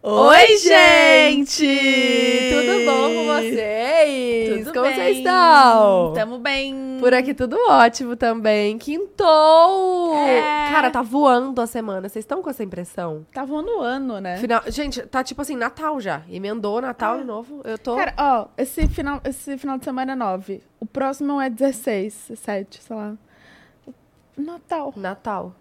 Oi, gente! Tudo bom com vocês? Tudo Como bem? vocês estão? Tamo bem. Por aqui tudo ótimo também. Quintou! É. Cara, tá voando a semana. Vocês estão com essa impressão? Tá voando o ano, É. né? Final... Gente, tá tipo assim, Natal já. Emendou Natal de novo. Eu tô. Ah. Cara, ó, esse final, esse final de semana é 9. O próximo é 16, 7, sei lá. Natal. Natal.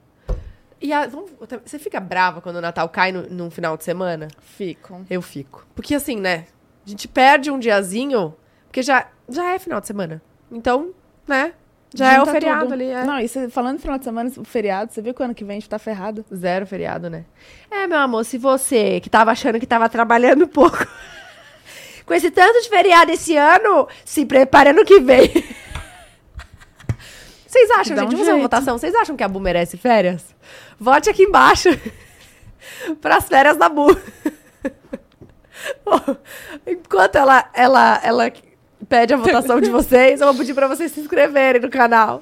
E a- vamos- Você fica brava quando o Natal cai no, num final de semana? Ficam. Eu fico. Porque assim, né? A gente perde um diazinho, porque já, já é final de semana. Então, né? Já é o Junta feriado tudo. ali. É. Não, e cê- falando em final de semana, o feriado, você viu que o ano que vem a gente tá ferrado? Zero feriado, né? É, meu amor, se você que tava achando que tava trabalhando um pouco, com esse tanto de feriado esse ano, se prepare ano que vem. Vocês acham, Dá gente, um vamos fazer uma jeito. votação. Vocês acham que a Bu merece férias? Vote aqui embaixo pras férias da Bu. Enquanto ela, ela, ela pede a votação de vocês, eu vou pedir pra vocês se inscreverem no canal.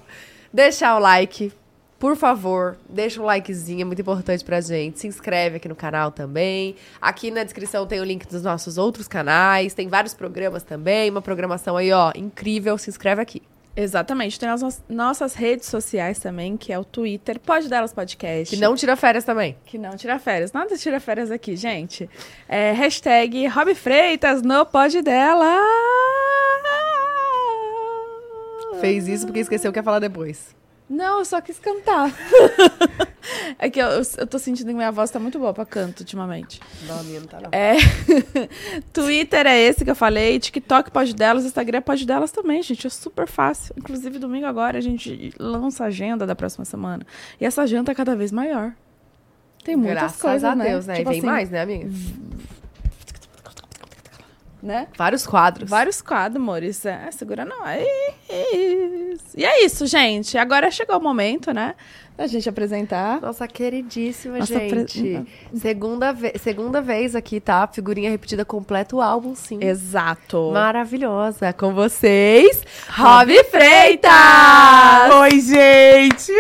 Deixar o like, por favor. Deixa um likezinho, é muito importante pra gente. Se inscreve aqui no canal também. Aqui na descrição tem o link dos nossos outros canais. Tem vários programas também. Uma programação aí, ó, incrível. Se inscreve aqui. Exatamente. Tem as no- nossas redes sociais também, que é o Twitter, pode dar os podcasts. Que não tira férias também. Que não tira férias. Nada tira férias aqui, gente. É, hashtag Rob Freitas no pod dela. Fez isso porque esqueceu o que ia falar depois. Não, eu só quis cantar. é que eu, eu, eu tô sentindo que minha voz tá muito boa pra canto ultimamente. Não, a minha não tá não. É. Twitter é esse que eu falei, TikTok pode delas, Instagram pode delas também, gente. É super fácil. Inclusive, domingo agora a gente lança a agenda da próxima semana. E essa agenda é cada vez maior. Tem muitas Graças coisas, a né? Deus, né? Tipo e vem assim, mais, né, amiga? Né? Vários quadros. Vários quadros, amores. É, segura nós. E é isso, gente. Agora chegou o momento, né? Da gente apresentar. Nossa queridíssima, Nossa, Hum. gente. Segunda, ve- segunda vez aqui, tá? Figurinha repetida completa, o álbum sim. Exato. Maravilhosa. Com vocês, Rob Ah, Freitas! Oi, gente!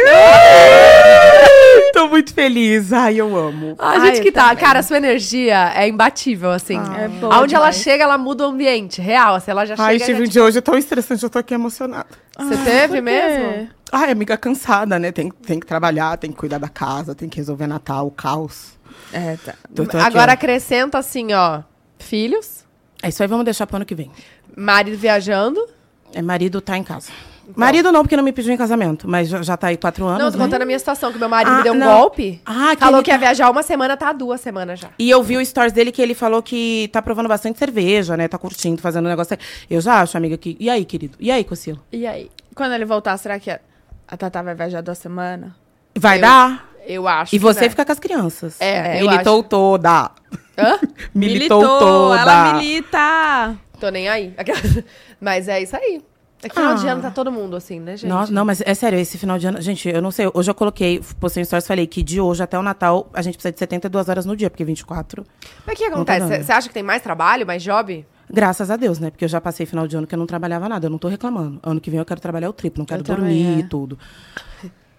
Tô muito feliz. Ai, eu amo. A Ai, gente eu que tá, cara, a sua energia é imbatível, assim. É bom Aonde ela demais. chega, ela muda o ambiente, real. Assim, ela já Ai, ah, chega. tive um dia hoje tão estressante, eu tô aqui emocionada. Você Ai, por teve quê? mesmo? Ai, amiga cansada, né? Tem, tem que trabalhar, tem que cuidar da casa, tem que resolver Natal, o caos. Então, É, tá. Tô- tô aqui, Agora ó. acrescenta assim, ó. Filhos, É isso aí, vamos deixar pro ano que vem. marido viajando. É, marido tá em casa. Marido não, porque não me pediu em casamento, mas já, já tá aí quatro anos. não, tô né? contando a minha situação, que meu marido Ah, me deu um não. golpe. Ah, que Falou ele que ia viajar uma semana, tá duas semanas já. E eu vi o stories dele que ele falou que tá provando bastante cerveja, né? Tá curtindo, fazendo um negócio. Eu já acho, amiga, que. E aí, querido? E aí, Cocilo? E aí? Quando ele voltar, será que a, a Tatá vai viajar duas semanas? Vai Eu- dar? Eu acho. E você que, né? fica com as crianças. É, eu militou toda. Hã? Militou, toda. Ela milita! Tô nem aí. Aquelas- Mas é isso aí. É que final de Ah. ano tá todo mundo assim, né, gente? Nossa, não, mas é sério, esse final de ano. Gente, eu não sei. Hoje eu coloquei, postei um stories falei que de hoje até o Natal a gente precisa de 72 horas no dia, porque 24. Mas o que acontece? Não tá Você- Você acha que tem mais trabalho, mais job? Graças a Deus, né? Porque eu já passei final de ano que eu não trabalhava nada, eu não tô reclamando. Ano que vem eu quero trabalhar o triplo, não quero também, dormir e é. tudo.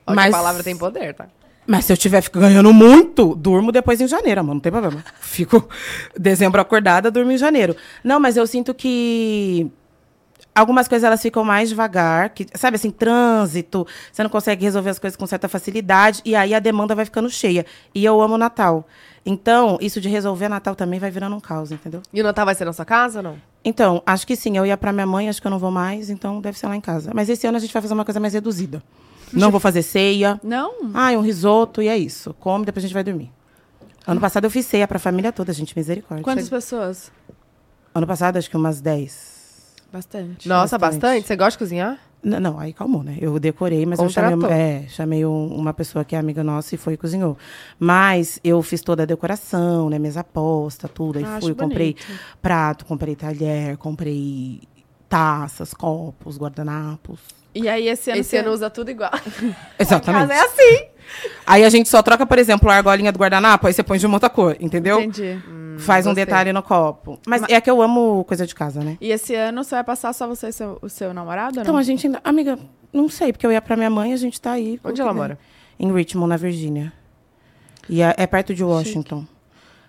Olha, Mas- a palavra tem poder, tá? Mas se eu tiver fic- ganhando muito, durmo depois em janeiro, amor. Não tem problema. Fico dezembro acordada, durmo em janeiro. Não, mas eu sinto que algumas coisas elas ficam mais devagar, que, sabe assim, trânsito, você não consegue resolver as coisas com certa facilidade e aí a demanda vai ficando cheia. E eu amo Natal. Então, isso de resolver Natal também vai virando um caos, entendeu? E o Natal vai ser na sua casa ou não? Então, acho que sim, eu ia pra minha mãe, acho que eu não vou mais, então deve ser lá em casa. Mas esse ano a gente vai fazer uma coisa mais reduzida. Não vou fazer ceia. Não? Ah, um risoto e é isso. Come, depois a gente vai dormir. Ano passado eu fiz ceia pra família toda, gente, misericórdia. Quantas pessoas? Ano passado acho que umas 10. Bastante. Nossa, bastante. bastante. Você gosta de cozinhar? N- Não, aí calmou, né? Eu decorei, mas eu Contratou. chamei, é, chamei um- uma pessoa que é amiga nossa e foi e cozinhou. Mas eu fiz toda a decoração, né? Mesa posta, tudo. Aí Ah, Acho fui, comprei bonito. prato, comprei talher, comprei taças, copos, guardanapos. E aí, esse ano. Esse ano usa tudo igual. Tá Exatamente. Casa é assim. Aí a gente só troca, por exemplo, a argolinha do guardanapo, aí você põe de uma outra cor, entendeu? Entendi. Faz um Hum, gostei. detalhe no copo. Mas é que eu amo coisa de casa, né? E esse ano você vai passar só você e seu, o seu namorado? ou Então não? a gente ainda. Amiga, não sei, porque eu ia pra minha mãe a gente tá aí. Onde ela né? mora? Em Richmond, na Virgínia. E é, é perto de Washington.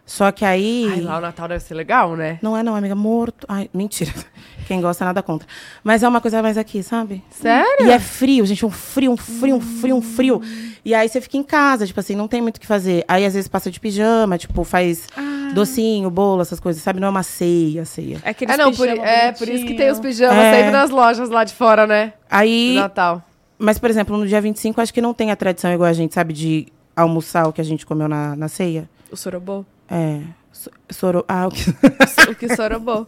Só que aí. Ai, lá o Natal deve ser legal, né? Não é não, amiga. Morto. Ai, mentira. Quem gosta, nada contra. Mas é uma coisa mais aqui, sabe? Sério? Hum. E é frio, gente. Um frio, um frio, um frio, um frio. E aí você fica em casa, tipo assim, não tem muito o que fazer. Aí às vezes passa de pijama, tipo, faz Ah. docinho, bolo, essas coisas, sabe? Não é uma ceia, ceia. É aqueles É, não, por, pijama é por isso que tem os bonitinho. pijamas É. sempre nas lojas lá de fora, né? Do Aí. Natal. Mas, por exemplo, no dia 25, acho que não tem a tradição igual a gente, sabe? De almoçar o que a gente comeu na, na ceia. O sorobô. É. so- Soro. Ah, o que. O que sorobô.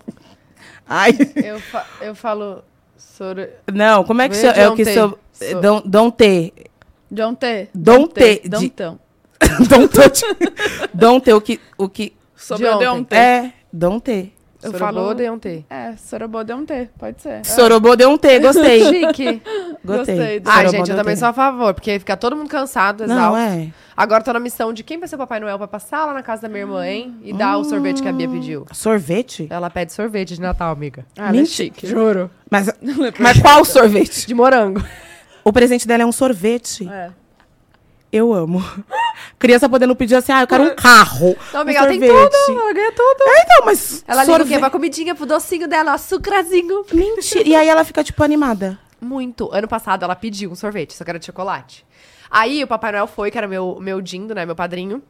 Ai. Eu, fa- eu falo soro... Não, como é que. Vê, so- É o don't que. ter. So... um So- Don't, don't ter. Don't ter. Don't ter. de- Dontão. Don't touch. don't ter tipo, o que. O que... Sobrou ontem. de ontem. É, don't ter. Eu Eu falo- falo... de ontem. É, sorobô deu um T, pode Ah. ser. Sorobô deu um T, gostei. Chique. gostei. Gostei do- Ai, Sorobô gente, deu eu um também T. sou a favor, porque fica todo mundo cansado, Não, exausto. é. Agora tô na missão de quem vai ser o Papai Noel pra passar lá na casa da minha irmã, hein? E dar o sorvete que a Bia pediu. Sorvete? Ela pede sorvete de Natal, amiga. Ah, ela é Mentira. chique. Juro. Mas, mas qual sorvete? De morango. O presente dela é um sorvete. É. Eu amo. Criança podendo pedir assim, ah, eu quero um carro. Não, um amiga, ela tem sorvete. tudo. Ela ganha tudo. É, então, mas Ela liga o sorvete... quê? Pra comidinha, pro docinho dela, um açucrazinho. Mentira. E aí ela fica, tipo, animada. Muito. Ano passado ela pediu um sorvete, só que era de chocolate. Aí o Papai Noel foi, que era meu, meu dindo, né? Meu padrinho.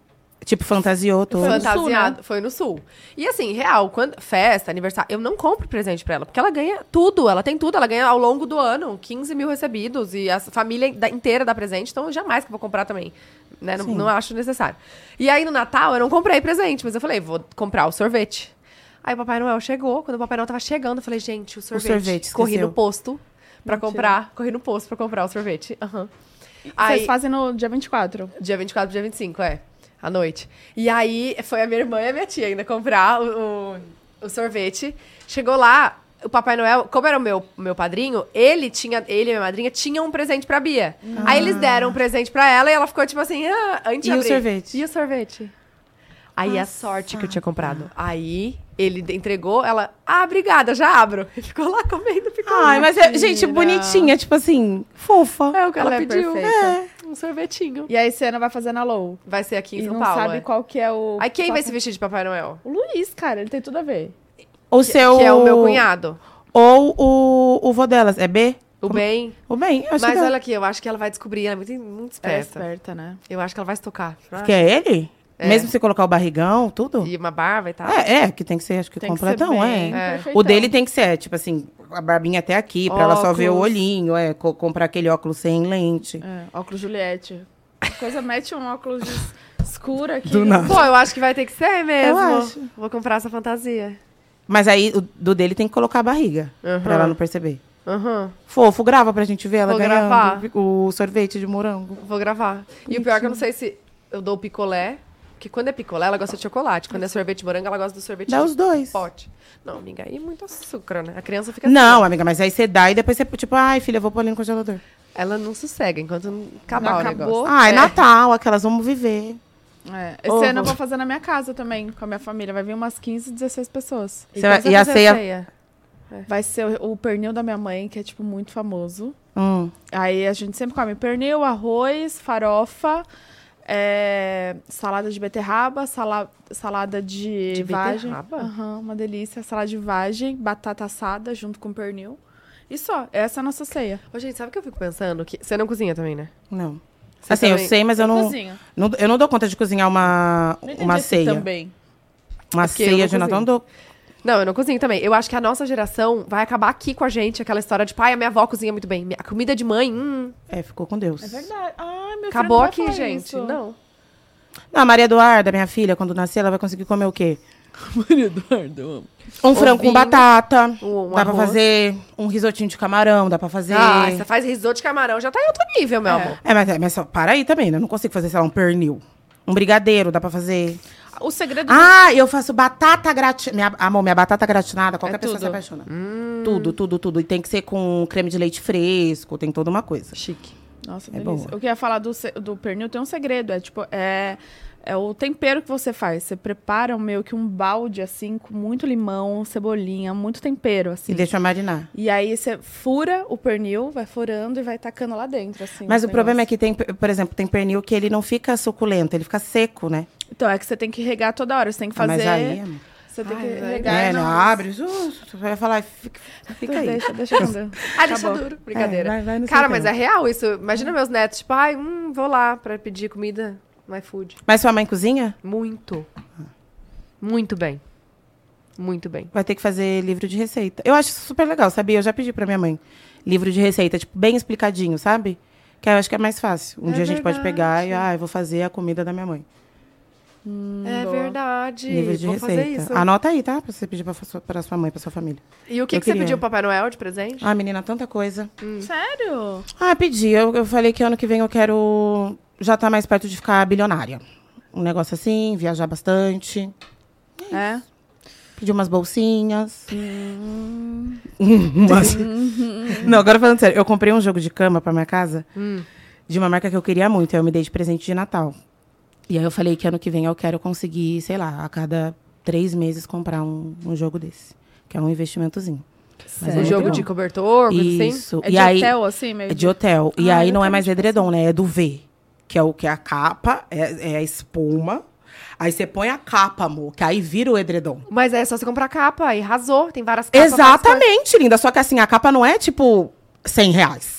Tipo, fantasiou todo. Foi no fantasiado. sul, né? Foi no sul. E assim, real, quando, festa, aniversário, eu não compro presente pra ela, porque ela ganha tudo, ela tem tudo, ela ganha ao longo do ano 15 mil recebidos e a família da- inteira dá presente, então jamais que eu vou comprar também. Né? Não, não acho necessário. E aí no Natal eu não comprei presente, mas eu falei, vou comprar o sorvete. Aí o Papai Noel chegou, quando o Papai Noel tava chegando, eu falei, gente, o sorvete. sorvete, corri esqueceu. no posto pra comprar, corri no posto pra comprar o sorvete. Aham. Vocês fazem no dia 24. Dia 24, dia 25, é. À noite. E aí foi a minha irmã e a minha tia ainda comprar o, o, o sorvete. Chegou lá, o Papai Noel, como era o meu, meu padrinho, ele tinha, ele e minha madrinha tinham um presente pra Bia. Aí eles deram um presente pra ela e ela ficou tipo assim, ah, antes de E o abrir. sorvete? E o sorvete? Aí a sorte que eu tinha comprado. Aí ele entregou, ela, ah, obrigada, já abro. E ficou lá comendo, ficou. Ai, mas, é, gente, Mentira. bonitinha. Tipo assim, fofa. é o que ela, Ela é pediu. perfeita. É, um sorvetinho. E aí você não vai fazer na Low. Vai ser aqui em E São não Paulo. sabe é. qual que é o... Aí quem qual vai que- é? se vestir de Papai Noel? O Luiz, cara, ele tem tudo a ver. O seu... Que é o meu cunhado. Ou o, o vô delas. É B? O bem. O bem? eu Acho Mas que é. olha aqui, eu acho que ela vai descobrir. Ela é muito, muito Ela é esperta. esperta, né? eu acho que ela vai se tocar. Ah, Que é ele? Mesmo se colocar o barrigão, tudo? E uma barba e tal. É, é, que tem que ser, acho que Tem que ser completão, bem é. Então. perfeitão. O dele tem que ser, tipo assim, a barbinha até aqui, pra ela só ver o Óculos. olhinho, é, co- comprar aquele óculos sem lente. É, óculos Juliette. A coisa mete um óculos de- escuro aqui. Do nada. Pô, eu acho que vai ter que ser mesmo. acho. Vou comprar essa fantasia. Mas aí, o, do dele tem que colocar a barriga, pra ela não perceber. Aham. Fofo, grava pra gente ver ela Vou ganhando gravar. o sorvete de morango. Vou gravar. E o pior é que eu não sei se eu dou o picolé. Porque quando é picolé, ela gosta de chocolate. Quando é sorvete de morango, ela gosta do sorvete Dá de os dois. pote. Não, amiga, aí é muito açúcar, né? A criança fica Não, amiga, mas aí você dá e depois você, tipo, ai, filha, eu vou pôr ali no congelador. assim. Ela não sossega enquanto não acabar Não o acabou. negócio. Então Ah, é É. Natal, aquelas vamos viver. É, esse Ovo. ano eu vou fazer na minha casa também, com a minha família. Vai vir umas 15, 16 pessoas. Você vai- quando e a fazer ceia- Vai ser o, o pernil da minha mãe, que é, tipo, muito famoso. Hum. Aí a gente sempre come pernil, arroz, farofa, é, salada de beterraba, sala, salada de, De vagem. beterraba? Aham, uma delícia. Salada de vagem, batata assada junto com pernil. E só, essa é a nossa ceia. Ô, gente, sabe o que eu fico pensando? Que... Você não cozinha também, né? Não. Você assim, também- eu sei, mas eu não, Cozinha. não- Eu não dou conta de cozinhar uma, Não entendi uma esse ceia. Também. Uma porque eu não ceia de Natal. cozinho. Não dou Não, eu não cozinho também. Eu acho que a nossa geração vai acabar aqui com a gente, aquela história de pai, a minha avó cozinha muito bem. A comida de mãe, hum, É, ficou com Deus. É verdade. Ai, meu acabou filho, aqui, não vai falar gente. isso. Não. Não, a Maria Eduarda, minha filha, quando nascer, ela vai conseguir comer o quê? Maria Eduarda, eu amo. Um frango com vinho, batata. um dá pra arroz. fazer um risotinho de camarão, dá pra fazer. Ah, você faz risoto de camarão, já tá em outro nível, meu amor. É, mas, mas só, para aí também, né? Eu não consigo fazer, sei lá, um pernil. Um brigadeiro, dá pra fazer. O segredo Ah, eu faço batata gratinada. Minha, amor, minha batata gratinada, qualquer É pessoa se tudo. apaixona. Hum. Tudo, tudo, tudo. E tem que ser com creme de leite fresco, tem toda uma coisa. Chique. Nossa, É delícia. boa. Eu queria falar do, ce- do pernil, tem um segredo. É tipo, é, é o tempero que você faz. Você prepara um, meio que um balde, assim, com muito limão, cebolinha, muito tempero, assim. E E, deixa marinar. aí você fura o pernil, vai furando e vai tacando lá dentro, assim. Mas o problema é que tem, por exemplo, tem pernil que ele não fica suculento, ele fica seco, né? que... Então, é que você tem que regar toda hora. Você tem que Ah, fazer. Mas aí, amor. Você tem Ai, que velho. regar. É, não, não. abre. uh, Você vai falar, fica, fica Então, aí. deixa, deixa com Deus. Ah, deixa Acabou. duro. Brincadeira. É, vai- vai no seu Cara, mas é tempo. real isso. Imagina meus netos, tipo, ai, hum, vou lá pra pedir comida no iFood. Mas sua mãe cozinha? Muito. Muito bem. Muito bem. Vai ter que fazer livro de receita. Eu acho isso super legal, sabia? Eu já pedi pra minha mãe livro de receita, tipo, bem explicadinho, sabe? Que aí eu acho que é mais fácil. Um É dia a gente pode pegar e, verdade. ah, eu vou fazer a comida da minha mãe. é Hum, boa. verdade. livro de Vou receita. fazer isso. Anota aí, tá? Pra você pedir pra, sua- pra sua mãe, pra sua família. E o que, eu que você queria. pediu pro Papai Noel de presente? Ah, menina, tanta coisa. Sério? Ah, pedi. Eu, eu falei que ano que vem eu quero já estar mais perto de ficar bilionária. Um negócio assim, viajar bastante. É. Pedi umas bolsinhas. Hum. Umas- Não, agora falando sério, eu comprei um jogo de cama pra minha casa Hum. de uma marca que eu queria muito. Aí eu me dei de presente de Natal. E aí eu falei que ano que vem eu quero conseguir, sei lá, a cada três meses comprar um, um jogo desse. Que é um investimentozinho. Mas um é jogo muito de bom. cobertor, coisa assim? Isso. É e de aí, hotel, assim, meio. É de hotel. E Ah, aí eu não é também mais tipo edredom, né? É do V. Que é o que é a capa, é, é a espuma. Aí você põe a capa, amor, que aí vira o edredom. Mas é só você comprar capa e arrasou. Tem várias capas. várias Exatamente, linda. Só que assim, a capa não é tipo 100 reais.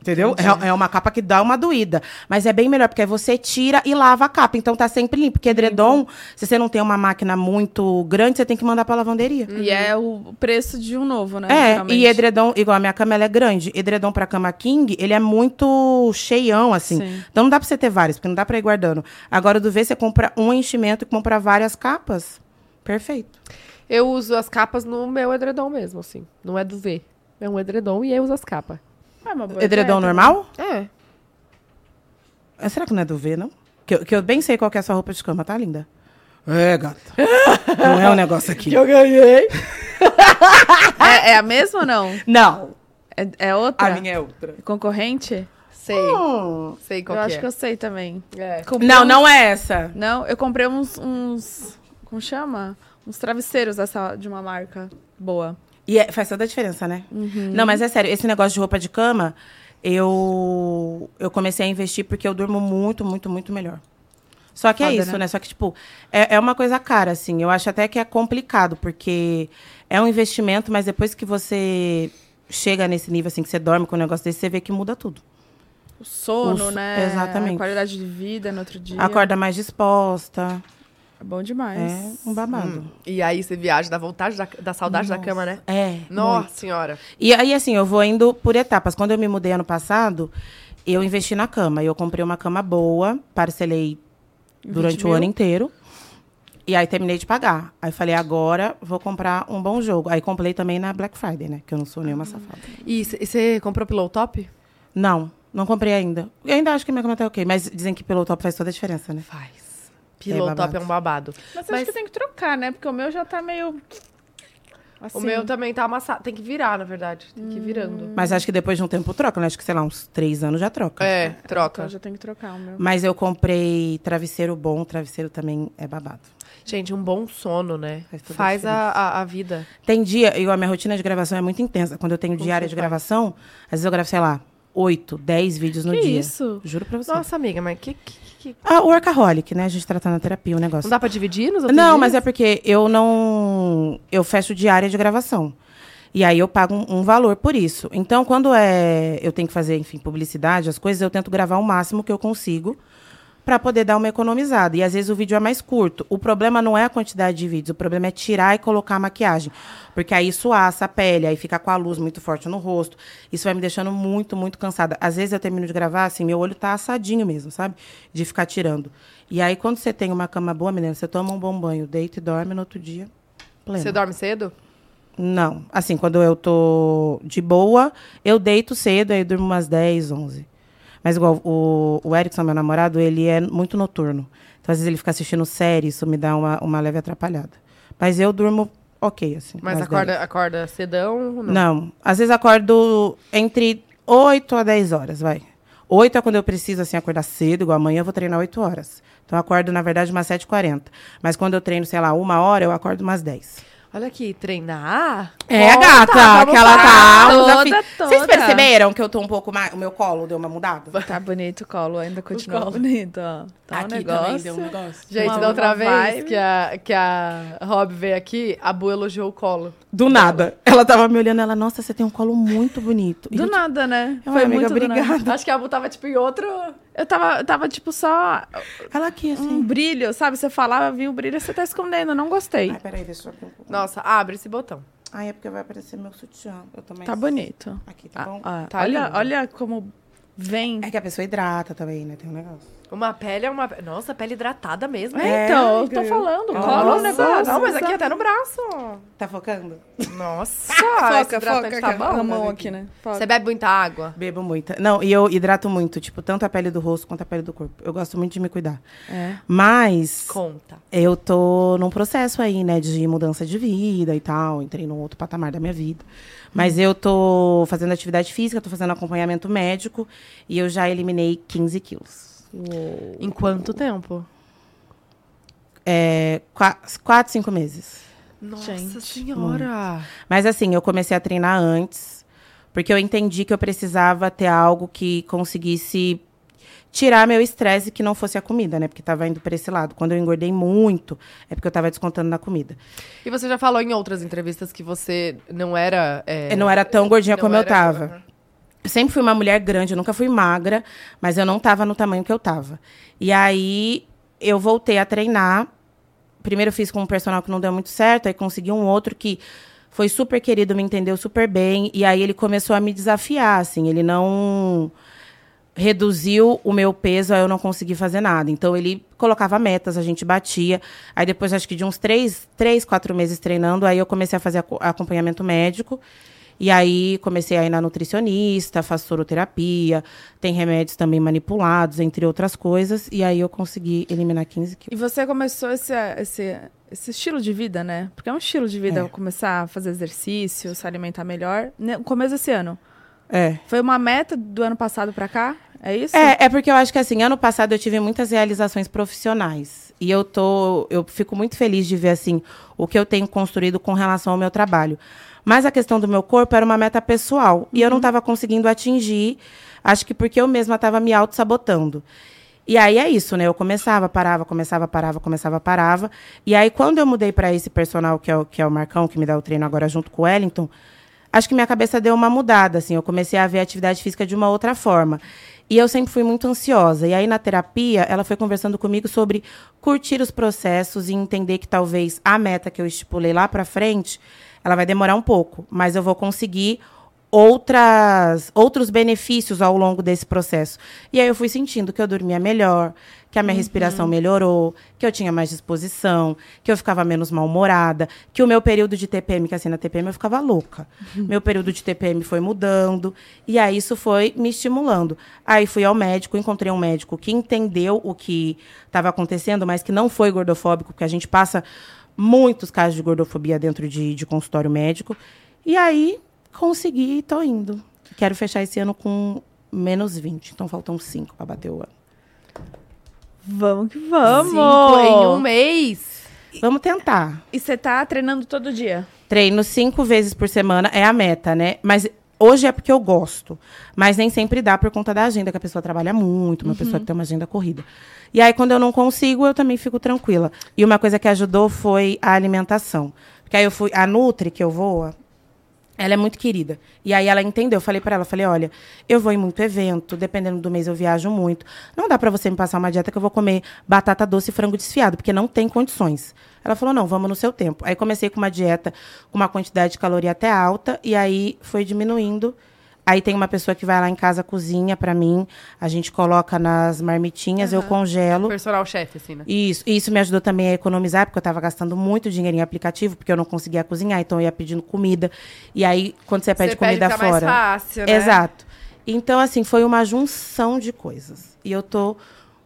Entendeu? É, é uma capa que dá uma doída. Mas é bem melhor, porque aí você tira e lava a capa. Então tá sempre limpo. Porque edredom, se você não tem uma máquina muito grande, você tem que mandar pra lavanderia. E é o preço de um novo, né? É, geralmente. e edredom, igual a minha cama, ela é grande. Edredom pra cama king, ele é muito cheião, assim. Sim. Então não dá pra você ter vários, porque não dá pra ir guardando. Agora, do V, você compra um enchimento e compra várias capas. Perfeito. coisas. Eu uso as capas no meu edredom mesmo, assim. Não é do V. É um edredom e eu uso as capas. Ah, uma boa edredom ideia, normal? É. Ah, Será que não é do V, não? Que eu, que eu bem sei qual que é a sua roupa de cama, tá linda? É, gata. não é um negócio aqui. ganhei. também. É, é a mesma ou não? Não, É, é outra? é outra. Concorrente? Sei. Hum. Sei qual eu que acho é. que eu sei também. É. Comprei Não, uns- não é essa. Não, eu comprei uns, uns. Como chama? Uns travesseiros dessa, de uma marca boa. E é- faz toda a diferença, né? Não, mas é sério, esse negócio de roupa de cama, eu, eu comecei a investir porque eu durmo muito, muito, muito melhor. Só que é Foda, isso, né? né? Só que, tipo, é, é uma coisa cara, assim. Eu acho até que é complicado, porque é um investimento, mas depois que você chega nesse nível, assim, que você dorme com um negócio desse, você vê que muda tudo. O sono, Os- né? exatamente. A qualidade de vida no outro dia. Acorda mais disposta. É bom demais. É um babado. hum, E aí você viaja da vontade, da, da saudade da cama, né? É. Nossa senhora. E aí, assim, eu vou indo por etapas. Quando eu me mudei ano passado, eu investi na cama. Eu comprei uma cama boa, parcelei durante 20 o mil? ano inteiro. E aí terminei de pagar. Aí falei, agora vou comprar um bom jogo. Aí comprei também na Black Friday, né? Que eu não sou Ah. nenhuma safada. E você comprou pillow top? Não, não comprei ainda. Eu ainda acho que minha cama tá ok. Mas dizem que pelo top faz toda a diferença, né? Faz. É Pillow top babado. é um babado. Mas, eu Mas- acho que tem que trocar, né? Porque o meu já tá meio. Assim. O meu também tá amassado. Tem que virar, na verdade. Tem que ir virando. Hum. Mas acho que depois de um tempo troca, né? Acho que, sei lá, uns três anos já troca. É, Então troca. eu já tenho que trocar o meu. Mas eu comprei travesseiro bom, travesseiro também é babado. Gente, um bom sono, né? Faz toda a Faz a, a, a vida. Tem dia, eu, a minha rotina de gravação é muito intensa. Quando eu tenho Como diária você de faz? gravação, às vezes eu gravo, sei lá, 8, 10 vídeos no Que dia. isso? Juro pra você. Nossa, amiga, mas que. que- que- Ah, o workaholic, né? A gente trata na terapia o negócio. Não dá pra dividir nos outros? Assim Não, mas é porque eu não. Eu fecho diária de gravação. E aí eu pago um, um valor por isso. Então, quando é, eu tenho que fazer, enfim, publicidade, as coisas, eu tento gravar o máximo que eu consigo para poder dar uma economizada. E às vezes o vídeo é mais curto. O problema não é a quantidade de vídeos, o problema é tirar e colocar a maquiagem. Porque aí suaça a pele, aí fica com a luz muito forte no rosto. Isso vai me deixando muito, muito cansada. Às vezes eu termino de gravar, assim, meu olho tá assadinho mesmo, sabe? De ficar tirando. E aí, quando você tem uma cama boa, menina, você toma um bom banho, deita e dorme no outro dia. Plena. Você dorme cedo? Não. Assim, quando eu tô de boa, eu deito cedo, aí eu durmo umas 10, 11. Mas igual o, o Erickson, meu namorado, ele é muito noturno. Então, às vezes ele fica assistindo série, isso me dá uma, uma leve atrapalhada. Mas eu durmo ok, assim. Mas umas acorda, acorda cedão? Não. 10. Não. Às vezes acordo entre 8 a 10 horas, vai. 8 é quando eu preciso, assim, acordar cedo, igual amanhã eu vou treinar 8 horas. Então, eu acordo, na verdade, umas 7h40. Mas quando eu treino, sei lá, uma hora, eu acordo umas 10. Olha aqui, treinar. É, Volta, gata, vamos um que ela parar. tá toda, alta, fi- Vocês toda. perceberam que eu tô um pouco mais. O meu colo deu uma mudada? Tá bonito o colo, ainda continua colo. bonito, ó. Tá um Aqui também negócio. deu um negócio. Gente, Uma- da outra uma vez vibe. que a, que a Rob veio aqui, a Bu elogiou o colo. Do nada. Ela tava me olhando, ela, nossa, você tem um colo muito bonito. E Do eu, nada, né? Ai, amiga, do nada. obrigada. Acho que a Bu tava, tipo, em outro... Eu tava, tava, tipo, só tipo, Ela aqui, assim. um brilho, sabe? Você falava, vinha o brilho, você tá escondendo. eu Não gostei. Ai, peraí, deixa eu abrir um pouco. Nossa, abre esse botão. Ai, é porque vai aparecer meu sutiã. Eu também. Tá bonito. Aqui, tá Ah, bom? ah, Tá olha, lindo. olha como vem. É que a pessoa hidrata também, né? Tem um negócio. Uma pele é uma... Nossa, pele hidratada mesmo. É, então, eu amiga. tô falando. Nossa, Cola o negócio. Não, mas aqui até no braço. Tá focando? Nossa, esse Foca, hidratante foca. tá Tá bom. a mão aqui, né? Foca. Você bebe muita água? Bebo muita. Não, e eu hidrato muito, tipo, tanto a pele do rosto quanto a pele do corpo. Eu gosto muito de me cuidar. É. Mas Conta. eu tô num processo aí, né, de mudança de vida e tal. Entrei num outro patamar da minha vida. Mas eu tô fazendo atividade física, tô fazendo acompanhamento médico e eu já eliminei 15 quilos. Em quanto tempo? É, qua- quatro, cinco meses. Nossa Gente, senhora. Mas assim, eu comecei a treinar antes, porque eu entendi que eu precisava ter algo que conseguisse tirar meu estresse que não fosse a comida, né? Porque tava indo para esse lado. Quando eu engordei muito, é porque eu tava descontando na comida. E você já falou em outras entrevistas que você não era... é, Eu não era tão gordinha não como eu era- tava. Uhum. Eu sempre fui uma mulher grande, eu nunca fui magra, mas eu não tava no tamanho que eu tava. E aí eu voltei a treinar. Primeiro eu fiz com um personal que não deu muito certo, aí consegui um outro que foi super querido, me entendeu super bem. E aí ele começou a me desafiar, assim, ele não reduziu o meu peso, aí eu não consegui fazer nada. Então ele colocava metas, a gente batia. Aí depois, acho que de uns três, três quatro meses treinando, aí eu comecei a fazer aco- acompanhamento médico. E aí comecei a ir na nutricionista, faço soroterapia, tem remédios também manipulados, entre outras coisas. E aí eu consegui eliminar 15 E quilos. você começou esse, esse, esse estilo de vida, né? Porque é um estilo de vida É. começar a fazer exercício, se alimentar melhor. né? No começo desse ano. É. Foi uma meta do ano passado pra cá? É isso? É, é porque eu acho que assim, ano passado eu tive muitas realizações profissionais. E eu tô. Eu fico muito feliz de ver assim o que eu tenho construído com relação ao meu trabalho. Mas a questão do meu corpo era uma meta pessoal. E eu não estava conseguindo atingir. Acho que porque eu mesma estava me auto-sabotando. E aí é isso, né? Eu começava, parava, começava, parava, começava, parava. E aí, quando eu mudei para esse personal, que é, o, que é o Marcão, que me dá o treino agora junto com o Wellington, acho que minha cabeça deu uma mudada, assim. Eu comecei a ver a atividade física de uma outra forma. E eu sempre fui muito ansiosa. E aí, na terapia, ela foi conversando comigo sobre curtir os processos e entender que talvez a meta que eu estipulei lá para frente, ela vai demorar um pouco, mas eu vou conseguir outras outros benefícios ao longo desse processo. E aí eu fui sentindo que eu dormia melhor, que a minha respiração melhorou, que eu tinha mais disposição, que eu ficava menos mal-humorada, que o meu período de TPM, que assim na TPM eu ficava louca. Meu período de TPM foi mudando e aí isso foi me estimulando. Aí fui ao médico, encontrei um médico que entendeu o que estava acontecendo, mas que não foi gordofóbico, porque a gente passa muitos casos de gordofobia dentro de, de consultório médico. E aí consegui e tô indo. Quero fechar esse ano com menos 20. Então faltam 5 para bater o ano. Vamos que vamos! Cinco em um mês. Vamos tentar. E você tá treinando todo dia? Treino cinco vezes por semana é a meta, né? Mas hoje é porque eu gosto. Mas nem sempre dá por conta da agenda, que a pessoa trabalha muito, uma pessoa que tem uma agenda corrida. E aí, quando eu não consigo, eu também fico tranquila. E uma coisa que ajudou foi a alimentação. Porque aí eu fui. A Nutri, que eu vou, Ela é muito querida. E aí ela entendeu. Eu falei pra ela, falei, olha, eu vou em muito evento, dependendo do mês eu viajo muito. Não dá pra você me passar uma dieta que eu vou comer batata doce e frango desfiado, porque não tem condições. Ela falou, não, vamos no seu tempo. Aí comecei com uma dieta com uma quantidade de caloria até alta e aí foi diminuindo. Aí tem uma pessoa que vai lá em casa cozinha pra mim, a gente coloca nas marmitinhas, eu congelo. Personal chefe, assim, né? Isso, e isso me ajudou também a economizar, porque eu estava gastando muito dinheiro em aplicativo, porque eu não conseguia cozinhar, então eu ia pedindo comida. E aí, quando você pede Você pede comida pra mais fora. fácil, né? Exato. Então, assim, foi uma junção de coisas. E eu tô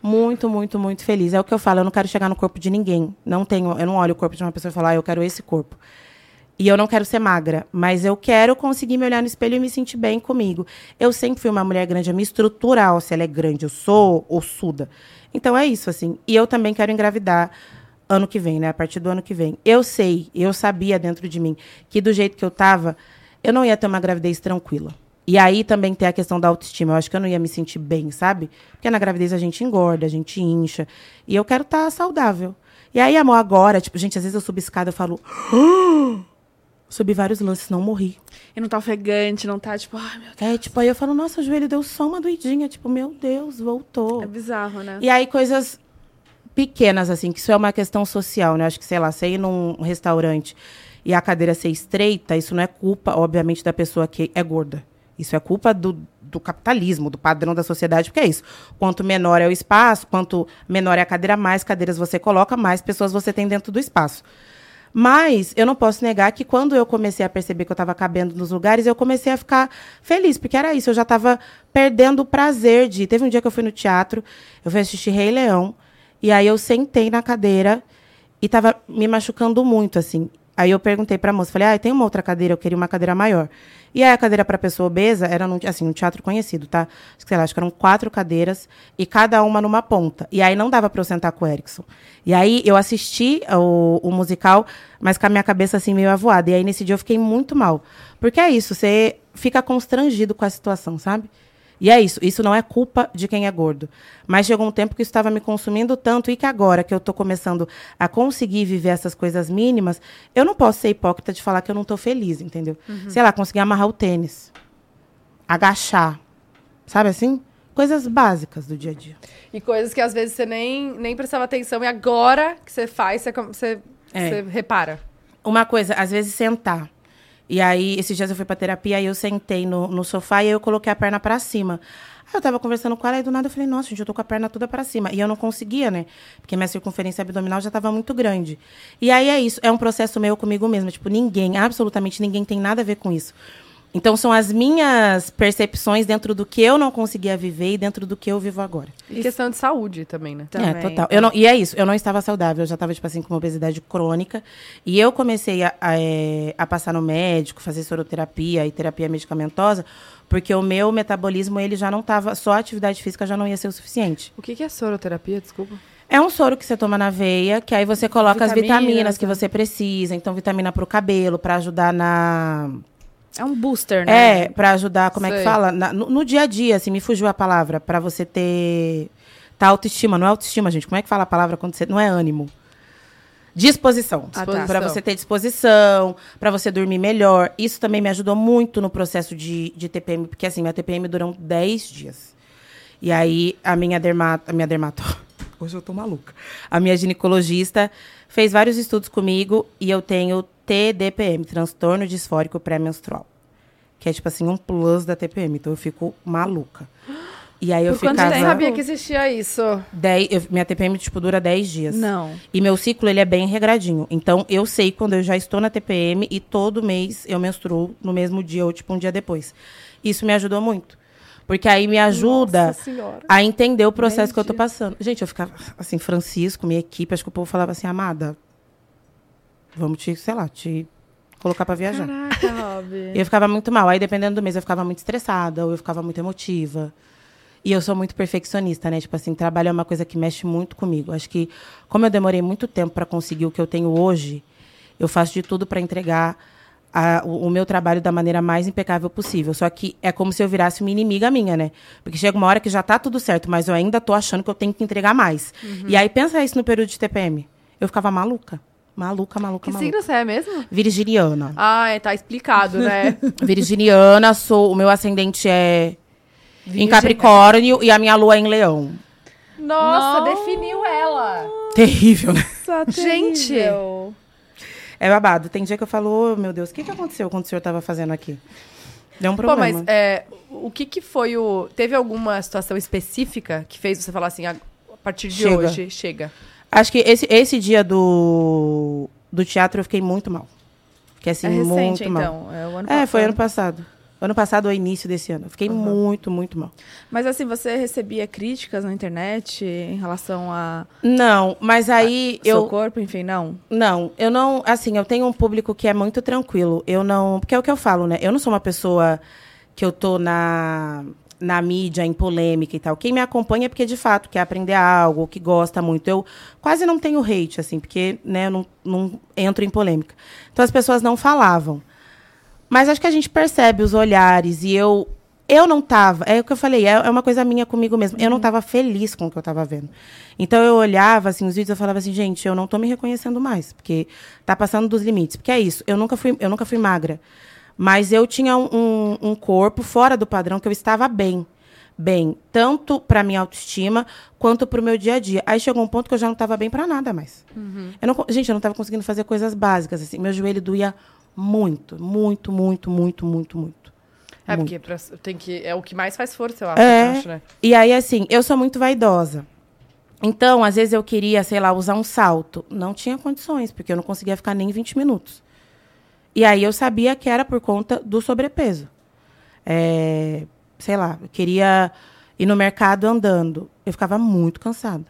muito, muito, muito feliz. É o que eu falo, eu não quero chegar no corpo de ninguém. Não tenho, eu não olho o corpo de uma pessoa e falo, ah, eu quero esse corpo. E eu não quero ser magra, mas eu quero conseguir me olhar no espelho e me sentir bem comigo. Eu sempre fui uma mulher grande, a minha estrutural, se ela é grande, eu sou ossuda. Então é isso, assim. E eu também quero engravidar ano que vem, né? A partir do ano que vem. Eu sei, eu sabia dentro de mim que do jeito que eu tava, eu não ia ter uma gravidez tranquila. E aí também tem a questão da autoestima. Eu acho que eu não ia me sentir bem, sabe? Porque na gravidez a gente engorda, a gente incha. E eu quero estar saudável. E aí, amor, agora, tipo, gente, às vezes eu subo escada e falo. "Ah!" Subi vários lances, não morri. E não tá ofegante, não tá tipo, ai meu É, tipo, aí eu falo, nossa, o joelho deu só uma doidinha. Tipo, meu Deus, voltou. Deus. É bizarro, né? E aí, coisas pequenas, assim, que isso é uma questão social, né? Acho que, sei lá, você ir num restaurante e a cadeira ser estreita, isso não é culpa, obviamente, da pessoa que é gorda. Isso é culpa do, do capitalismo, do padrão da sociedade, porque é isso. Quanto menor é o espaço, quanto menor é a cadeira, mais cadeiras você coloca, mais pessoas você tem dentro do espaço. Mas eu não posso negar que quando eu comecei a perceber que eu estava cabendo nos lugares, eu comecei a ficar feliz, porque era isso, eu já estava perdendo o prazer de. Teve um dia que eu fui no teatro, eu fui assistir Rei Leão, e aí eu sentei na cadeira e estava me machucando muito, assim. Aí eu perguntei pra moça, falei, ah, tem uma outra cadeira, eu queria uma cadeira maior. E aí a cadeira para pessoa obesa era, num, assim, um teatro conhecido, tá? Acho que, sei lá, acho que eram quatro cadeiras e cada uma numa ponta. E aí não dava pra eu sentar com o Erickson. E aí eu assisti o, o musical, mas com a minha cabeça, assim, meio avoada. E aí nesse dia eu fiquei muito mal. Porque é isso, você fica constrangido com a situação, sabe? E é isso, isso não é culpa de quem é gordo. Mas chegou um tempo que isso estava me consumindo tanto e que agora que eu estou começando a conseguir viver essas coisas mínimas, eu não posso ser hipócrita de falar que eu não estou feliz, entendeu? Sei lá, conseguir amarrar o tênis, agachar, sabe assim? Coisas básicas do dia a dia. E coisas que às vezes você nem, nem prestava atenção e agora que você faz, você, com- você, É. você repara. Uma coisa, às vezes sentar. E aí, esses dias eu fui pra terapia e eu sentei no, no sofá e aí eu coloquei a perna pra cima. Aí eu tava conversando com ela e do nada eu falei, nossa, gente, eu tô com a perna toda pra cima. E eu não conseguia, né? Porque minha circunferência abdominal já tava muito grande. E aí é isso, é um processo meu comigo mesma. Tipo, ninguém, absolutamente ninguém tem nada a ver com isso. Então são as minhas percepções dentro do que eu não conseguia viver e dentro do que eu vivo agora. E questão de saúde também, né? É, total. Eu não, e é isso, eu não estava saudável, eu já estava, tipo assim, com uma obesidade crônica. E eu comecei a, a, é, a passar no médico, fazer soroterapia e terapia medicamentosa, porque o meu metabolismo, ele já não estava, só a atividade física já não ia ser o suficiente. O que, que é soroterapia, desculpa? É um soro que você toma na veia, que aí você coloca as Vitaminas, vitaminas que né? você precisa. Então, vitamina para o cabelo, para ajudar na... É um booster, né? É, pra ajudar, como é que Sei. fala? Na- no, no dia a dia, assim, me fugiu a palavra, pra você ter tá autoestima, não é autoestima, gente. Como é que fala a palavra quando você não é ânimo? Disposição. Ah, Pra tá. Pra você ter disposição, pra você dormir melhor. Isso também me ajudou muito no processo de, de TPM, porque assim, minha TPM durou 10 dias. E aí a minha dermato, a minha dermato. Hoje eu tô maluca. A minha ginecologista fez vários estudos comigo e eu tenho TDPM, transtorno disfórico pré-menstrual. Que é tipo assim um plus da TPM, então eu fico maluca. E aí eu Por quanto ficava tempo? Eu Aham. sabia que existia isso. dez- eu- minha TPM tipo dura 10 dias. Não. E meu ciclo, ele é bem regradinho. Então, eu sei quando eu já estou na TPM e todo mês eu menstruo no mesmo dia ou, tipo, um dia depois. Isso me ajudou muito. Porque aí me ajuda Nossa senhora. a entender o processo que eu tô Entendi. passando. Gente, eu ficava, assim, Francisco, minha equipe, acho que o povo falava assim, amada, vamos te, sei lá, te colocar pra viajar. Caraca, Rob. E eu ficava muito mal. Aí, dependendo do mês, eu ficava muito estressada ou eu ficava muito emotiva. E eu sou muito perfeccionista, né? Tipo assim, trabalho é uma coisa que mexe muito comigo. Acho que, como eu demorei muito tempo para conseguir o que eu tenho hoje, eu faço de tudo para entregar a- o, o meu trabalho da maneira mais impecável possível. Só que é como se eu virasse uma inimiga minha, né? Porque chega uma hora que já tá tudo certo, mas eu ainda tô achando que eu tenho que entregar mais. Uhum. E aí, pensa isso no período de TPM. Eu ficava maluca. Maluca, maluca, Que maluca. signo você é mesmo? Virginiana. Ah, é, tá explicado, né? Virginiana, sou, o meu ascendente é Virgem. em Capricórnio e a minha lua é em Leão. Nossa, Nossa. definiu ela. Terrível, né? Gente. é terrível. É babado. Tem dia que eu falo, "Ô, meu Deus, o que, que aconteceu quando o senhor tava fazendo aqui? Deu um Pô, problema. mas é, o que que foi o... Teve alguma situação específica que fez você falar assim, a, a partir de Chega. hoje, chega. Acho que esse, esse dia do, do teatro eu fiquei muito mal. Fiquei assim, É recente, muito mal. então. É, o ano é, foi passado. ano passado. Ano passado ou início desse ano. Eu Fiquei muito, muito mal. Mas assim, você recebia críticas na internet em relação a Não, mas aí eu. seu corpo, enfim, não? Não, eu não. Assim, eu tenho um público que é muito tranquilo. Eu não. Porque é o que eu falo, né? Eu não sou uma pessoa que eu tô na. na mídia, em polêmica e tal. Quem me acompanha é porque, de fato, quer aprender algo, que gosta muito. Eu quase não tenho hate, assim, porque né, eu não, não entro em polêmica. Então as pessoas não falavam. Mas acho que a gente percebe os olhares e eu. Eu não tava, é o que eu falei, é é uma coisa minha comigo mesma. Eu não tava feliz com o que eu tava vendo. Então eu olhava assim os vídeos, eu falava assim, gente, eu não tô me reconhecendo mais, porque tá passando dos limites. Porque é isso, eu nunca fui, eu nunca fui magra. Mas eu tinha um, um- um corpo fora do padrão que eu estava bem. Bem, tanto para minha autoestima quanto para o meu dia a dia. Aí chegou um ponto que eu já não estava bem para nada mais. Eu não, co- gente, eu não estava conseguindo fazer coisas básicas. assim. Meu joelho doía muito, muito, muito, muito, muito, muito. É muito. porque pra- tem que, é o que mais faz força, eu acho. É. eu acho, né? E aí, assim, eu sou muito vaidosa. Então, às vezes eu queria, sei lá, usar um salto. Não tinha condições, porque eu não conseguia ficar nem 20 minutos. E aí eu sabia que era por conta do sobrepeso. É, sei lá, eu queria ir no mercado andando. Eu ficava muito cansada.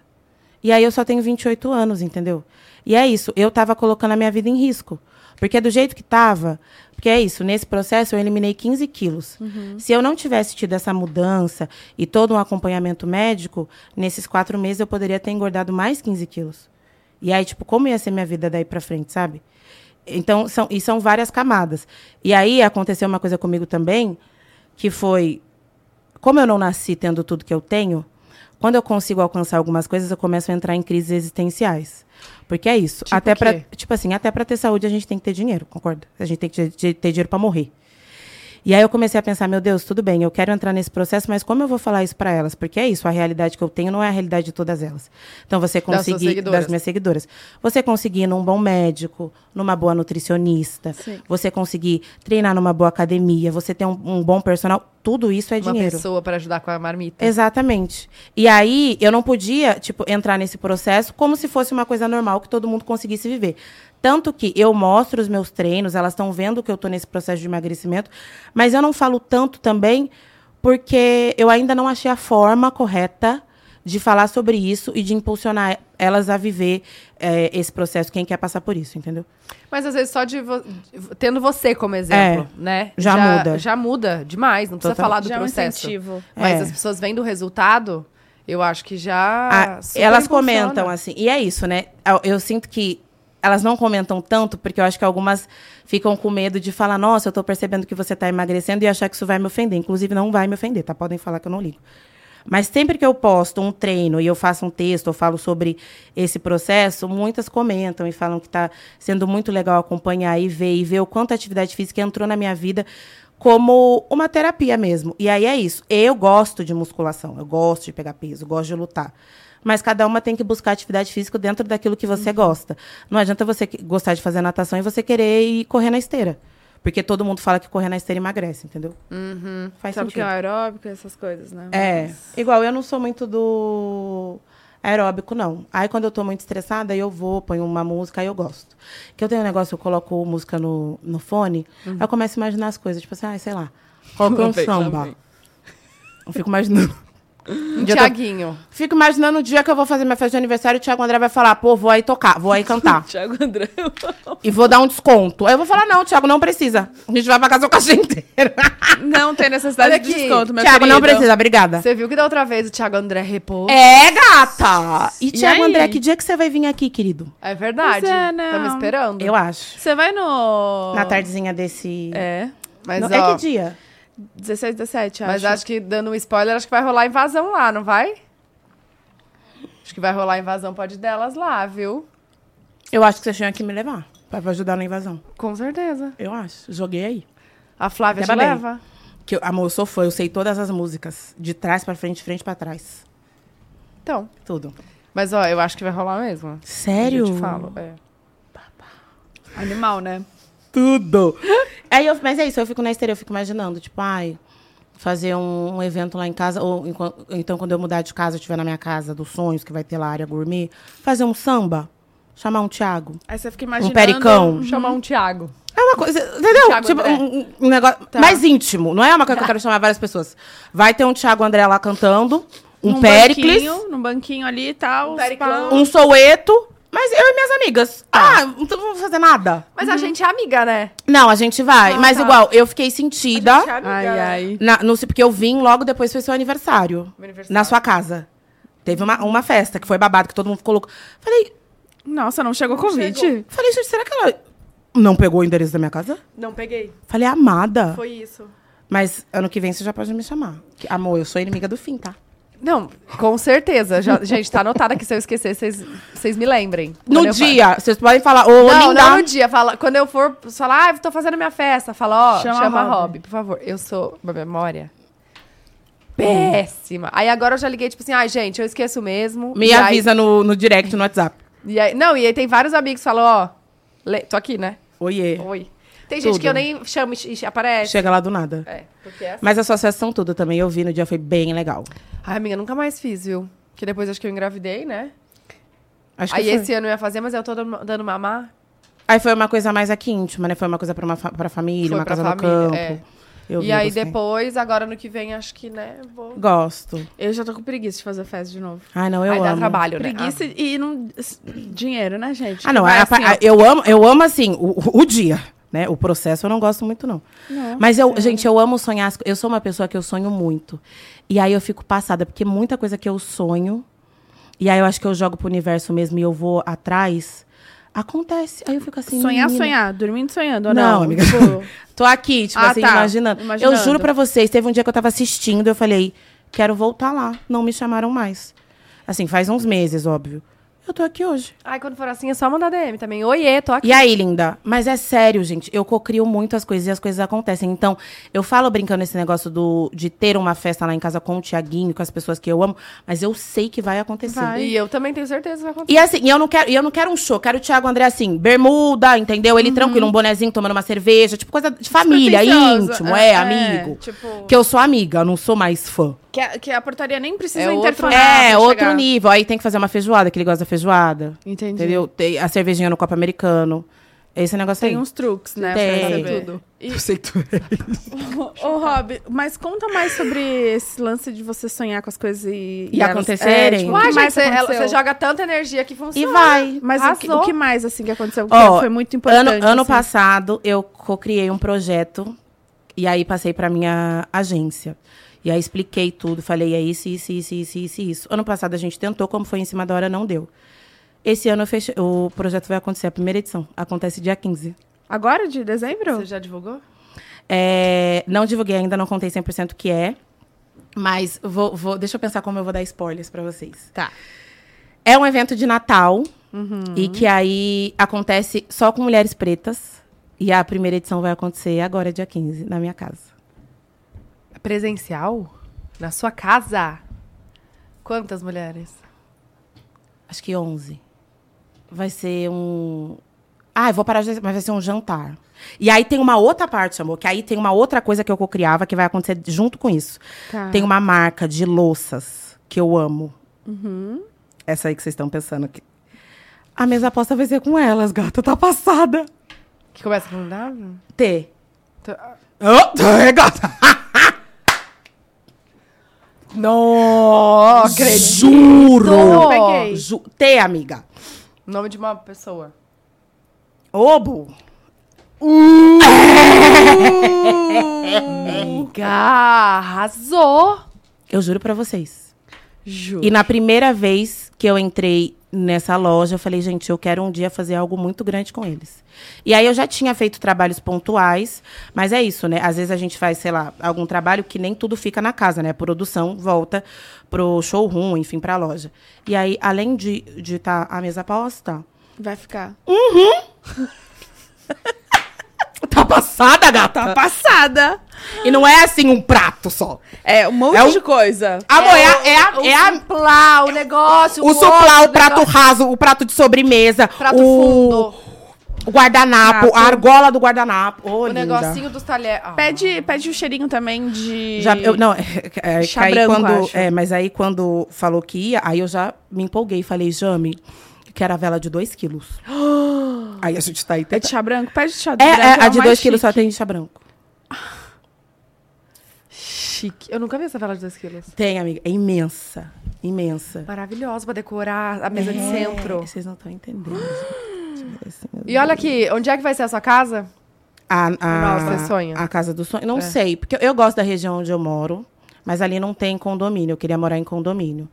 E aí eu só tenho 28 anos, entendeu? E é isso, eu tava colocando a minha vida em risco. Porque do jeito que tava, porque é isso, nesse processo eu eliminei 15 quilos. Se eu não tivesse tido essa mudança e todo um acompanhamento médico, nesses quatro meses eu poderia ter engordado mais 15 quilos. E aí, tipo, como ia ser minha vida daí pra frente, sabe? Então, são, e são várias camadas. E aí aconteceu uma coisa comigo também, que foi como eu não nasci tendo tudo que eu tenho, quando eu consigo alcançar algumas coisas, eu começo a entrar em crises existenciais. Porque é isso. Tipo até o para quê? tipo assim, até para ter saúde a gente tem que ter dinheiro, concorda? A gente tem que ter, ter dinheiro para morrer. E aí eu comecei a pensar, meu Deus, tudo bem, eu quero entrar nesse processo, mas como eu vou falar isso para elas? Porque é isso, a realidade que eu tenho não é a realidade de todas elas. Então você suas conseguir seguidoras. das minhas seguidoras, você conseguir ir num bom médico, numa boa nutricionista, Sim. você conseguir treinar numa boa academia, você ter um, um bom personal, tudo isso é Uma dinheiro. pessoa pra ajudar com a marmita. Exatamente. E aí, eu não podia, tipo, entrar nesse processo como se fosse uma coisa normal que todo mundo conseguisse viver. Tanto que eu mostro os meus treinos, elas estão vendo que eu tô nesse processo de emagrecimento, mas eu não falo tanto também porque eu ainda não achei a forma correta de falar sobre isso e de impulsionar elas a viver eh, esse processo, quem quer passar por isso, entendeu? Mas às vezes só de vo- de- tendo você como exemplo, né? É, já muda. Já muda demais, não precisa Total. falar do Já é um processo. Tipo, incentivo. Mas É. as pessoas vendo o resultado, eu acho que já. Ah, super elas impulsiona. comentam assim. E é isso, né? Eu, eu sinto que elas não comentam tanto, porque eu acho que algumas ficam com medo de falar, nossa, eu tô percebendo que você tá emagrecendo e achar que isso vai me ofender. Inclusive, não vai me ofender, tá? Podem falar que eu não ligo. Mas sempre que eu posto um treino e eu faço um texto, eu falo sobre esse processo, muitas comentam e falam que tá sendo muito legal acompanhar e ver, e ver o quanto a atividade física entrou na minha vida como uma terapia mesmo. E aí é isso. Eu gosto de musculação, eu gosto de pegar peso, eu gosto de lutar. Mas cada uma tem que buscar atividade física dentro daquilo que Uhum. você gosta. Não adianta você que- gostar de fazer natação e você querer ir correr na esteira. Porque todo mundo fala que correr na esteira emagrece, entendeu? Faz Sabe o que é sentido. o aeróbico, essas coisas, né? É. Igual eu não sou muito do aeróbico, não. Aí quando eu tô muito estressada, aí eu vou, ponho uma música, aí eu gosto. Que eu tenho um negócio, eu coloco música no, no fone, aí eu começo a imaginar as coisas, tipo assim, ah, sei lá, coloquei Lá um vem, lá samba. vem. Eu fico imaginando. Um dia eu tô- Tiaguinho. Fico imaginando o dia que eu vou fazer minha festa de aniversário, o Thiago André vai falar, pô, vou aí tocar, vou aí cantar. Tiago André. e vou dar um desconto. Aí eu vou falar, não, Thiago, não precisa. A gente vai pagar seu cachê inteiro. Não tem necessidade Olha de aqui, desconto, meu Thiago, não querido. precisa, obrigada. Você viu que da outra vez o Thiago André repou? É, gata! E, E Thiago aí? André, que dia que você vai vir aqui, querido? É verdade. Pois é, não. Estamos esperando. Eu acho. Você vai no... Na tardezinha desse. É. Mas, Não- ó, é que dia? 16, 17, mas acho. acho que dando um spoiler, acho que vai rolar invasão lá, não vai? Acho que vai rolar invasão pode delas lá, viu? Eu acho que você tinha que me levar. Pra pra ajudar na invasão. Com certeza. Eu acho. Joguei aí. A Flávia Até te babei. leva? Que eu, amor, eu sou fã, eu sei todas as músicas. De trás pra frente, de frente pra trás. Então. Tudo. Mas ó, eu acho que vai rolar mesmo. Sério? Eu te falo. É. Animal, né? Tudo. Aí eu- mas é isso, eu fico na esteira, eu fico imaginando, tipo, ai, fazer um, um evento lá em casa, ou enqu- então quando eu mudar de casa, eu estiver na minha casa dos sonhos, que vai ter lá área gourmet, fazer um samba, chamar um Thiago. Aí você fica imaginando... Uhum. pericão. Chamar um Thiago. É uma coisa, entendeu? Thiago tipo, André. Tá. um, um- um negócio mais íntimo. Não é uma coisa que eu quero chamar várias pessoas. Vai ter um Thiago André lá cantando, um num Péricles, Banquinho, num banquinho ali e tal. Um pá. Periclão. um Soueto. Mas Mas eu e minhas amigas. Tá. Ah, então não vamos fazer nada. Mas a gente é amiga, né? Não, a gente vai. Ah, mas tá. igual, eu fiquei sentida. Ai, ai. Na, não sei, porque eu vim logo depois foi seu aniversário. é Meu aniversário. Na sua casa. Teve uma, uma festa que foi babado, que todo mundo ficou louco. Falei, Nossa, não chegou o convite. chegou. falei, gente, será que ela não pegou o endereço da minha casa? Não peguei. Falei, amada. Foi isso. Mas ano que vem você já pode me chamar. Que- Amor, eu sou inimiga do fim, tá? Não, com certeza. Já- gente, tá anotada que se eu esquecer, vocês vocês me lembrem. No Quando eu fa- dia, vocês podem falar, ô, Não, linda. não no dia. Fala, quando eu for falar, ah, tô fazendo minha festa. Fala, ó, Chama chama, a a Rob. Rob, por favor. Eu sou. Minha memória. Péssima. Aí agora eu já liguei, tipo assim, ai, gente, eu esqueço mesmo. me E aí- avisa no, no direct, no WhatsApp. e aí- não, e aí tem vários amigos que falam, ó, le- tô aqui, né? Oiê. Oi. Tem gente É. Tudo. que eu nem chamo e e aparece. Chega lá do nada. É, porque é assim. Mas a sua sessão tudo também, eu vi no dia, foi bem legal. Ai, amiga, nunca mais fiz, viu? Porque depois acho que eu engravidei, né? Acho que Aí foi. esse ano eu ia fazer, mas eu tô dando, dando mamar. Aí foi uma coisa mais aqui íntima, né? Foi uma coisa pra, uma fa- pra família, Foi uma pra casa no família, campo. é. Eu vi, e aí gostei. depois, agora no que vem, acho que, né, vou... Gosto. Eu já tô com preguiça de fazer festa de novo. Ai, não, eu aí dá amo. trabalho, né? preguiça e não. Dinheiro, né, gente? Ah, não, Vai a- assim, a- ó. eu amo, eu amo assim, o, o dia, né? O processo eu não gosto muito não. Não. Mas eu, gente, eu amo sonhar, as co- eu sou uma pessoa que eu sonho muito. E aí eu fico passada porque muita coisa que eu sonho e aí eu acho que eu jogo pro universo mesmo e eu vou atrás, acontece. Aí eu fico assim, Sonhar, menina. sonhar. Dormindo, sonhando. ou Não, não amiga. Tipo, Tô aqui, tipo Ah, assim, tá. imaginando. Imaginando. Eu juro pra vocês, teve um dia que eu tava assistindo, eu falei, quero voltar lá. Não me chamaram mais. Assim, faz uns meses, óbvio. Eu tô aqui hoje. Ai, quando for assim, é só mandar DM também. Oiê, tô aqui. E aí, linda? Mas é sério, gente. Eu cocrio muito as coisas e as coisas acontecem. Então, eu falo brincando esse negócio do, de ter uma festa lá em casa com o Tiaguinho, com as pessoas que eu amo, mas eu sei que vai acontecer. Vai. E eu também tenho certeza que vai acontecer. E assim, e eu não quero, e eu não quero um show, quero o Thiago André assim, bermuda, entendeu? Uhum. Ele tranquilo, um bonezinho tomando uma cerveja, tipo coisa de família, Despretensiosa. íntimo, é, É, amigo. tipo- Que eu sou amiga, eu não sou mais fã. que, a, que a portaria nem precisa É outro- interfonar. pra É, Ah, chegar. outro nível. Aí tem que fazer uma feijoada, que ele gosta da feijoada. Entendi. Entendeu? Tem a cervejinha no copo americano. Esse negócio Tem aí. uns truques, né? Tem. Pra saber. Tudo. E- sei que tu é Ô, ô, Rob, mas conta mais sobre esse lance de você sonhar com as coisas e... E elas- acontecerem. É, tipo, o Uai, que gente, mais você, ela- aconteceu? você joga tanta energia que E funciona. vai. Mas o que, o Arrasou. que mais, assim, que aconteceu? Que Ó, foi muito importante. Ano, ano assim. passado, eu co-criei um projeto e aí passei pra minha agência. E aí expliquei tudo, falei, é isso, isso, isso, isso, isso, isso. Ano passado a gente tentou, como foi em cima da hora, não deu. Esse ano eu fechei, o projeto vai acontecer, a primeira edição. Acontece dia 15. Agora, de dezembro? Você já divulgou? É, não divulguei ainda, não contei 100% o que é. Mas vou, vou- deixa eu pensar como eu vou dar spoilers pra vocês. Tá. É um evento de Natal e que aí acontece só com mulheres pretas. E a primeira edição vai acontecer agora, dia 15, na minha casa. Presencial? Na sua casa? Quantas mulheres? Acho que 11. Vai ser um. Ah, eu vou parar, de- mas vai ser um jantar. E aí tem uma outra parte, amor, que aí tem uma outra coisa que eu criava que vai acontecer junto com isso. Tá. Tem uma marca de louças que eu amo. Uhum. Essa aí que vocês estão pensando aqui. A mesa aposta vai ser com elas, gata. Tá passada. Que começa com W? T. Tá- Oh, é, gata. Não, um Juro. Peguei. Ju T, amiga. Nome de uma pessoa. Obo. Amiga, arrasou! Eu juro pra vocês. Juro. E na primeira vez que eu entrei nessa loja, eu falei, gente, eu quero um dia fazer algo muito grande com eles. E aí eu já tinha feito trabalhos pontuais, mas é isso, né? Às vezes a gente faz, sei lá, algum trabalho que nem tudo fica na casa, né? A produção volta pro showroom, enfim, pra loja. E aí, além de estar de tá a mesa posta, Vai ficar. tá passada, gata! Tá passada. E não é assim um prato só. É um monte É um- de coisa. A moia é a, o é a suplá, Ah, o negócio, O suplá, o prato raso, o prato de sobremesa. Prato o... fundo. O guardanapo, Prato. a argola do guardanapo. Ô, O linda. negocinho dos talheres. Ah. Pede, pede o cheirinho também de... Já, eu, não, é, que aí Chá branco, quando, acho. é, mas aí quando falou que ia, aí eu já me empolguei. Falei, Jame, eu quero a vela de 2 quilos. aí a gente tá aí É de tentando. chá branco? Pede chá É, branco. é, a o de mais 2 quilos chique. só tem chá branco. Chique. Eu nunca vi essa vela de 2 quilos. Tem, amiga. É imensa. Imensa. Maravilhosa pra decorar a mesa Tá de centro. É, Vocês não estão entendendo. gente. Deixa eu ver assim, meu E olha aqui, onde é que vai ser a sua casa? A, a, Nossa, esse sonho. a casa do É. sonho. Não sei, porque eu, eu gosto da região onde eu moro, mas ali não tem condomínio. Eu queria morar em condomínio.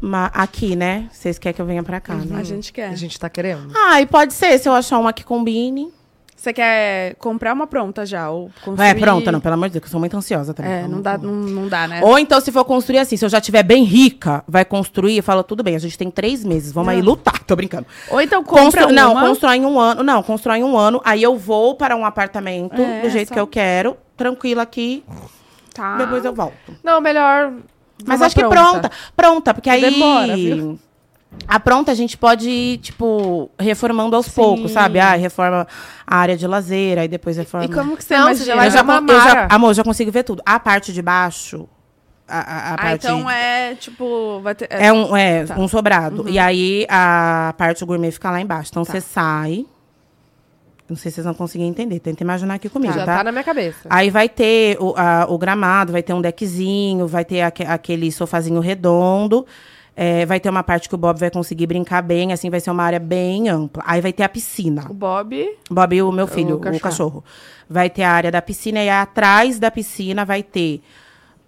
Mas aqui, né? Vocês querem que eu venha pra cá, né? A gente A quer. gente tá querendo. Ah, e pode ser, se eu achar uma que combine. Você quer comprar uma pronta já? Ou construir... É, pronta, não, pelo amor de Deus, que eu sou muito ansiosa também. É, Então, não dá, não, não dá, né? Ou então, se for construir assim, se eu já estiver bem rica, vai construir e fala, tudo bem, a gente tem três meses, vamos aí lutar. Tô brincando. Ou então compra Constru- uma. Não, constrói em um ano. Não, constrói em um ano. Aí eu vou para um apartamento É, do jeito só- que eu quero, tranquila aqui, Tá. depois eu volto. Não, melhor. Mas uma acho que pronta. Pronta, porque aí. Demora, viu? A pronta a gente pode ir, tipo, reformando aos poucos, sabe? Ah, reforma a área de lazer, aí depois reforma. E como que você Não, imagina? você já vai eu já, uma con- eu já- mara. amor, eu já consigo ver tudo. A parte de baixo. A, a- a Ah, parte então é tipo. Vai ter... É um, é, um sobrado. E aí a parte gourmet fica lá embaixo. Então você sai. Não sei se vocês vão conseguir entender. Tenta imaginar aqui comigo, Já tá? tá na minha cabeça. Aí vai ter o, a- o gramado, vai ter um deckzinho, vai ter aque- aquele sofazinho redondo. é, vai ter uma parte que o Bob vai conseguir brincar bem, assim, vai ser uma área bem ampla. Aí vai ter a piscina. O Bob. Bob e o meu filho, o cachorro. cachorro. Vai ter a área da piscina e atrás da piscina vai ter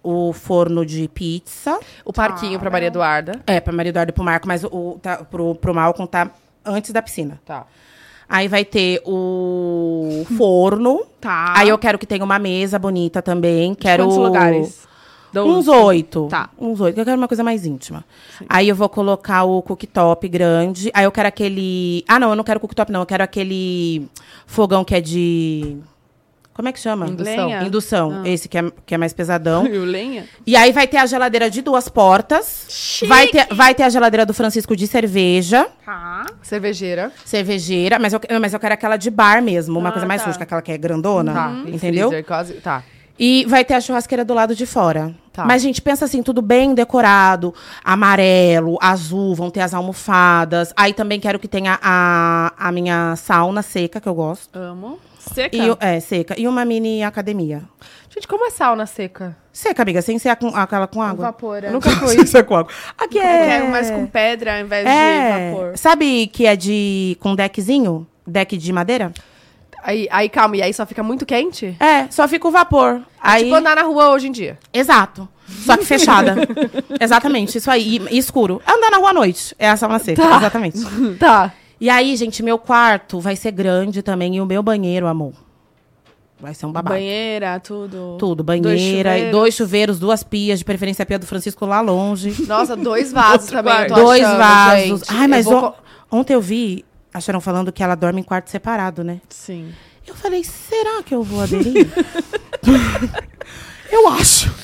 o forno de pizza. O parquinho pra Maria Eduarda. É, pra Maria Eduarda e pro Marco, mas o- o, tá, pro, pro Malcolm tá antes da piscina. Tá. Aí vai ter o forno. Tá. Aí eu quero que tenha uma mesa bonita também. Quero. Quantos lugares? Então, Uns oito. Tá. Uns oito. Eu quero uma coisa mais íntima. Aí eu vou colocar o cooktop grande. Aí eu quero aquele. Ah, não, eu não quero cooktop, não. Eu quero aquele fogão que é de. Como é que chama? Indução. Lenha? Ah. Indução. Esse que é, que é mais pesadão. um. E o lenha? E aí vai ter a geladeira de duas portas. Vai ter, vai ter a geladeira do Francisco de cerveja, Tá. Cervejeira. cervejeira, mas eu, que- mas eu quero aquela de bar mesmo, uma Ah, coisa mais tá. rústica, aquela que é grandona, Tá. E entendeu? freezer, quase- Tá. E vai ter a churrasqueira do lado de fora. Tá. Mas, gente, pensa assim, tudo bem decorado, amarelo, azul, vão ter as almofadas. Aí também quero que tenha a, a minha sauna seca, que eu gosto. Amo. Seca. E, o- é, seca. E uma mini academia. Gente, como é sauna seca? Seca, amiga, sem ser a com- aquela com Um água. vapor, é. Eu Nunca fui. sem ser com água. Aqui Eu é... quero mais com pedra ao invés É, de vapor. sabe que é de com deckzinho? Deck de madeira? Aí, aí, calma, e aí só fica muito quente? É, só fica o vapor. Aí, Tipo andar na rua hoje em dia. exato. Só que fechada. exatamente, isso aí, e, e escuro. É andar na rua à noite. É a sauna seca, exatamente. Tá. E aí, gente, meu quarto vai ser grande também e o meu banheiro, amor. Vai ser um babado. Banheira, tudo. Tudo, banheira, e chuveiros. dois chuveiros, duas pias, de preferência a pia do Francisco lá longe. Nossa, dois vasos também, eu tô dois achando, vasos. gente. Ai, Eu mas vou on- co- ontem eu vi, acharam falando que ela dorme em quarto separado, né? Sim. Eu falei, será que eu vou aderir? eu acho.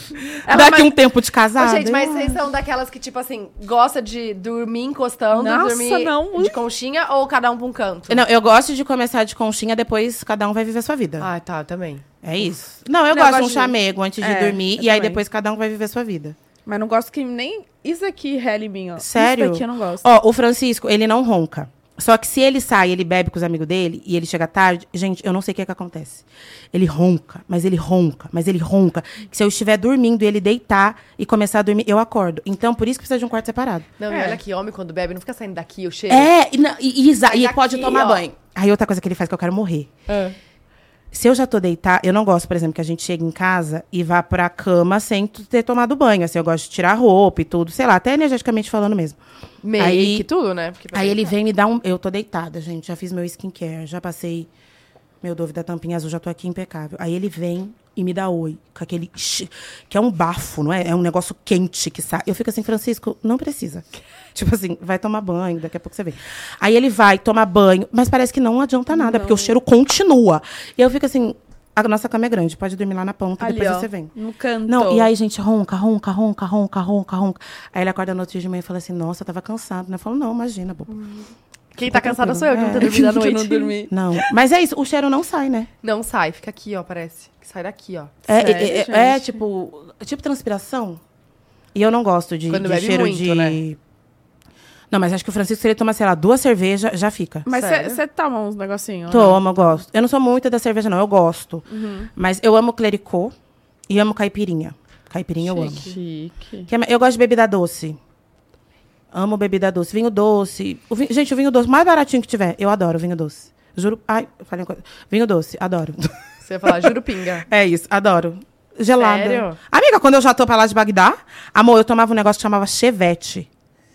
Ela- Daqui mas- um tempo de casada. Ô, gente, mas eu vocês são daquelas que, tipo assim, gosta de dormir encostando, Nossa, dormir não. de conchinha ou cada um pra um canto? acho. Não, eu gosto de começar de conchinha, depois cada um vai viver sua vida. Ah, tá, eu também. É isso. Não, eu Não, eu gosto de um gosto de- chamego antes de É, dormir. eu E aí também. depois cada um vai viver sua vida. Mas não gosto que nem. Isso aqui, rele em mim, ó. Sério? Isso aqui eu não gosto. Ó, o Francisco, ele não ronca. Só que se ele sai, ele bebe com os amigos dele e ele chega tarde, gente, eu não sei o que, é que acontece. Ele ronca, mas ele ronca, mas ele ronca. Que se eu estiver dormindo e ele deitar e começar a dormir, eu acordo. Então, por isso que precisa de um quarto separado. Não, e É. olha que homem quando bebe não fica saindo daqui, o cheiro. É, e, não, e, e exa- Mas e aqui, pode tomar ó. Ah. banho. Aí outra coisa que ele faz que eu quero morrer. Se eu já tô deitar, eu não gosto, por exemplo, que a gente chegue em casa e vá pra cama sem tu ter tomado banho. Assim, eu gosto de tirar a roupa e tudo, sei lá, até energeticamente falando mesmo. Meio Aí- que tudo, né? Porque pra Aí mim- ele vem me dar um. Eu tô deitada, gente. Já fiz meu skincare, já passei meu Dove da tampinha azul, já tô aqui impecável. Aí ele vem e me dá oi, com aquele. sh- que é um bafo, não é? É um negócio quente que sai. Eu fico assim, Francisco, não precisa. Tipo assim, vai tomar banho, daqui a pouco você vê. Aí ele vai tomar banho, mas parece que não adianta nada, porque o cheiro continua. E eu fico assim. A nossa cama é grande, pode dormir lá na ponta, Ali, depois ó, você vem. No canto. Não, e aí, gente, ronca, ronca, ronca, ronca, ronca, ronca. Aí ele acorda no outro dia de manhã e fala assim, nossa, eu tava cansado, né? Eu falo, não, imagina, bobo. Quem tá cansada sou eu, que não tô É. dormindo à Que eu noite. não dormi. Não. Mas é isso, o cheiro não sai, né? Não sai, fica aqui, ó, parece. Sai daqui, ó. É, Sério, é, gente? é, é, tipo, é tipo transpiração. E eu não gosto de, Quando de bebe cheiro muito, de... né? Não, mas acho que o Francisco, se ele toma, sei lá, duas cervejas, já fica. Mas Sério? você toma uns negocinhos? né? Toma, eu gosto. Uhum. Eu não sou muito da cerveja, não, eu gosto. Mas eu amo clericô e amo caipirinha. Caipirinha eu amo. Chique. Que é ma- Eu gosto de bebida doce. Amo bebida doce. Vinho doce. O vi- Gente, o vinho doce mais baratinho que tiver. Eu adoro vinho doce. Juro. Ai, falei uma coisa. Vinho doce, adoro. Você ia falar jurupinga. É isso, adoro. Gelada. Sério? Amiga, quando eu já tô pra lá de Bagdá, amor, eu tomava um negócio que chamava chevette.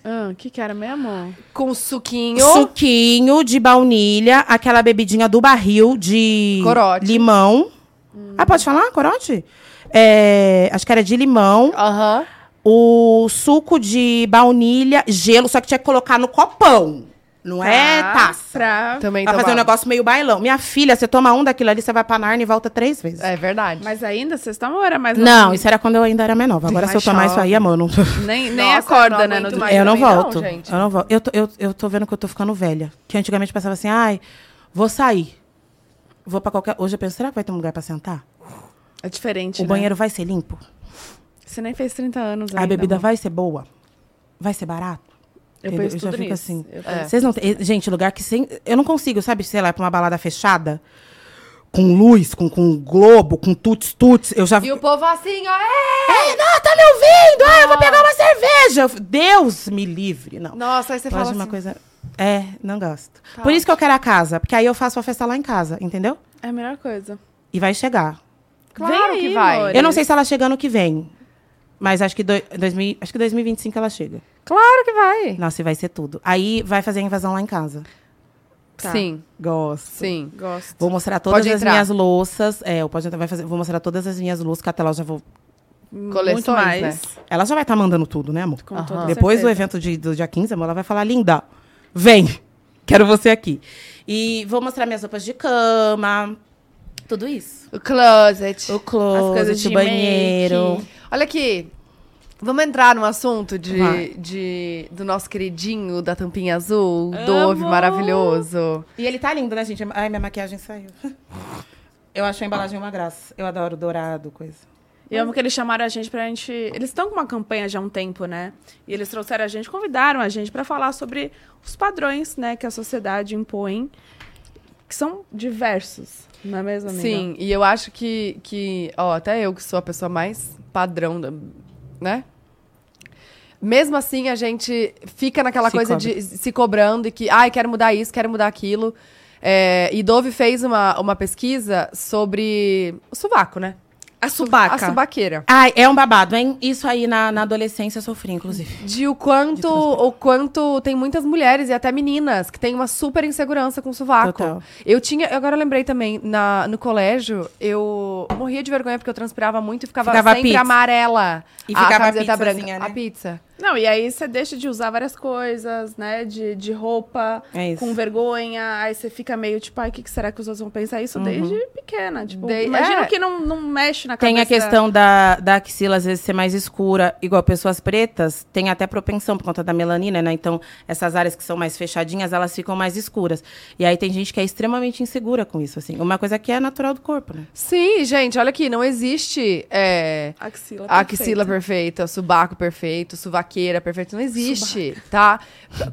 Ah, o que que era mesmo? Com suquinho. Suquinho de baunilha, aquela bebidinha do barril de Corote. limão. Ah, pode falar? Corote? É, acho que era de limão. Aham. O suco de baunilha, gelo, só que tinha que colocar no copão. Não é Tá, taça. pra- Também Pra tomava. fazer um negócio meio bailão. Minha filha, você toma um daquilo ali, você vai pra Narnia e volta três vezes. É verdade. Mas ainda vocês tomam ou era mais assim. Não, isso era quando eu ainda era mais nova. Agora, Vai se eu tomar isso aí, amor, não... Nem, nem Nossa, acorda, eu não né? No aguento outro mais. dia. eu não também não, volto. Ah, gente. Eu não volto. Eu tô, eu, eu tô vendo que eu tô ficando velha. Que antigamente eu pensava assim, ai, vou sair. Vou pra qualquer. Hoje eu penso, será que vai ter um lugar pra sentar? É diferente, O né? banheiro vai ser limpo? Você nem fez 30 anos a ainda, bebida amor. vai ser boa? Vai ser barato? Eu Entendeu? penso já tudo fico nisso. assim. Eu penso Vocês não têm- Gente, lugar que sem. Eu não consigo, sabe, sei lá, pra uma balada fechada? Com luz, com, com globo, com tuts-tuts. Eu já. E o povo assim, ó. é! Ei, não, tá me ouvindo? Ah, eu vou pegar uma cerveja. Eu f- Deus me livre. Não. Nossa, aí você Eu fala acho uma assim. Tá coisa. É, não gosto. Por isso que eu quero a casa, porque aí eu faço a festa lá em casa, entendeu? É a melhor coisa. E vai chegar. Claro Vem que aí, vai. amor. Eu não sei se ela chega ano que vem. Mas acho que, doi- dois mil- acho que 2025 ela chega. Claro que vai. Nossa, e vai ser tudo. Aí vai fazer a invasão lá em casa. Tá. assim. Sim, Gosto. sim. Gosto. Vou mostrar todas Pode as entrar. minhas louças. É, eu pode entrar, vai fazer, vou mostrar todas as minhas louças, que até lá eu já vou. Coleções, Muito mais. né? Ela já vai estar mandando tudo, né, amor? Com Aham. toda Depois do certeza. evento de- do dia 15, amor, ela vai falar, linda, vem, quero você aqui. E vou mostrar minhas roupas de cama, tudo isso. O closet. O closet, o de banheiro. make. Olha aqui. Vamos entrar no assunto de, Vai. de- do nosso queridinho da tampinha azul, o Amo! Dove maravilhoso. E ele tá lindo, né, gente? Ai, minha maquiagem saiu. Eu acho a embalagem uma graça. Eu adoro dourado, coisa. E eu amo que eles chamaram a gente pra gente. Eles estão com uma campanha já há um tempo, né? E eles trouxeram a gente, convidaram a gente pra falar sobre os padrões, né, que a sociedade impõe, que são diversos, não é mesmo, amiga? Sim, e eu acho que, que, ó, até eu que sou a pessoa mais padrão, da- né? Mesmo assim, a gente fica naquela Se coisa de se cobrando e que, ai, quero mudar isso, quero mudar aquilo. É, e Dove fez uma, uma pesquisa sobre o sovaco, né? A subaca. A subaqueira. Ai, é um babado, hein? Isso aí na, na adolescência eu sofri, inclusive. De o quanto, o quanto tem muitas mulheres e até meninas que têm uma super insegurança com o sovaco. Total. Eu tinha, agora eu lembrei também, na, no colégio, eu morria de vergonha porque eu transpirava muito e ficava, Ficava sempre pizza. amarela. E ficava a camiseta a branca. pizzazinha, A né? pizza. Não, e aí você deixa de usar várias coisas, né? De, de roupa, É isso. com vergonha. Aí você fica meio tipo, ai, o que, que será que os outros vão pensar? Isso desde pequena. Tipo, De- imagino é. que não, não mexe na cabeça. Tem a questão da, da axila às vezes ser mais escura, igual pessoas pretas, tem até propensão por conta da melanina, né? Então, essas áreas que são mais fechadinhas, elas ficam mais escuras. E aí tem gente que é extremamente insegura com isso, assim. Uma coisa que é natural do corpo, né? Sim, gente, olha aqui, não existe é, Axila. Tá a perfeita. axila perfeita, subaco perfeito, suvaqueira perfeita. Não existe, tá?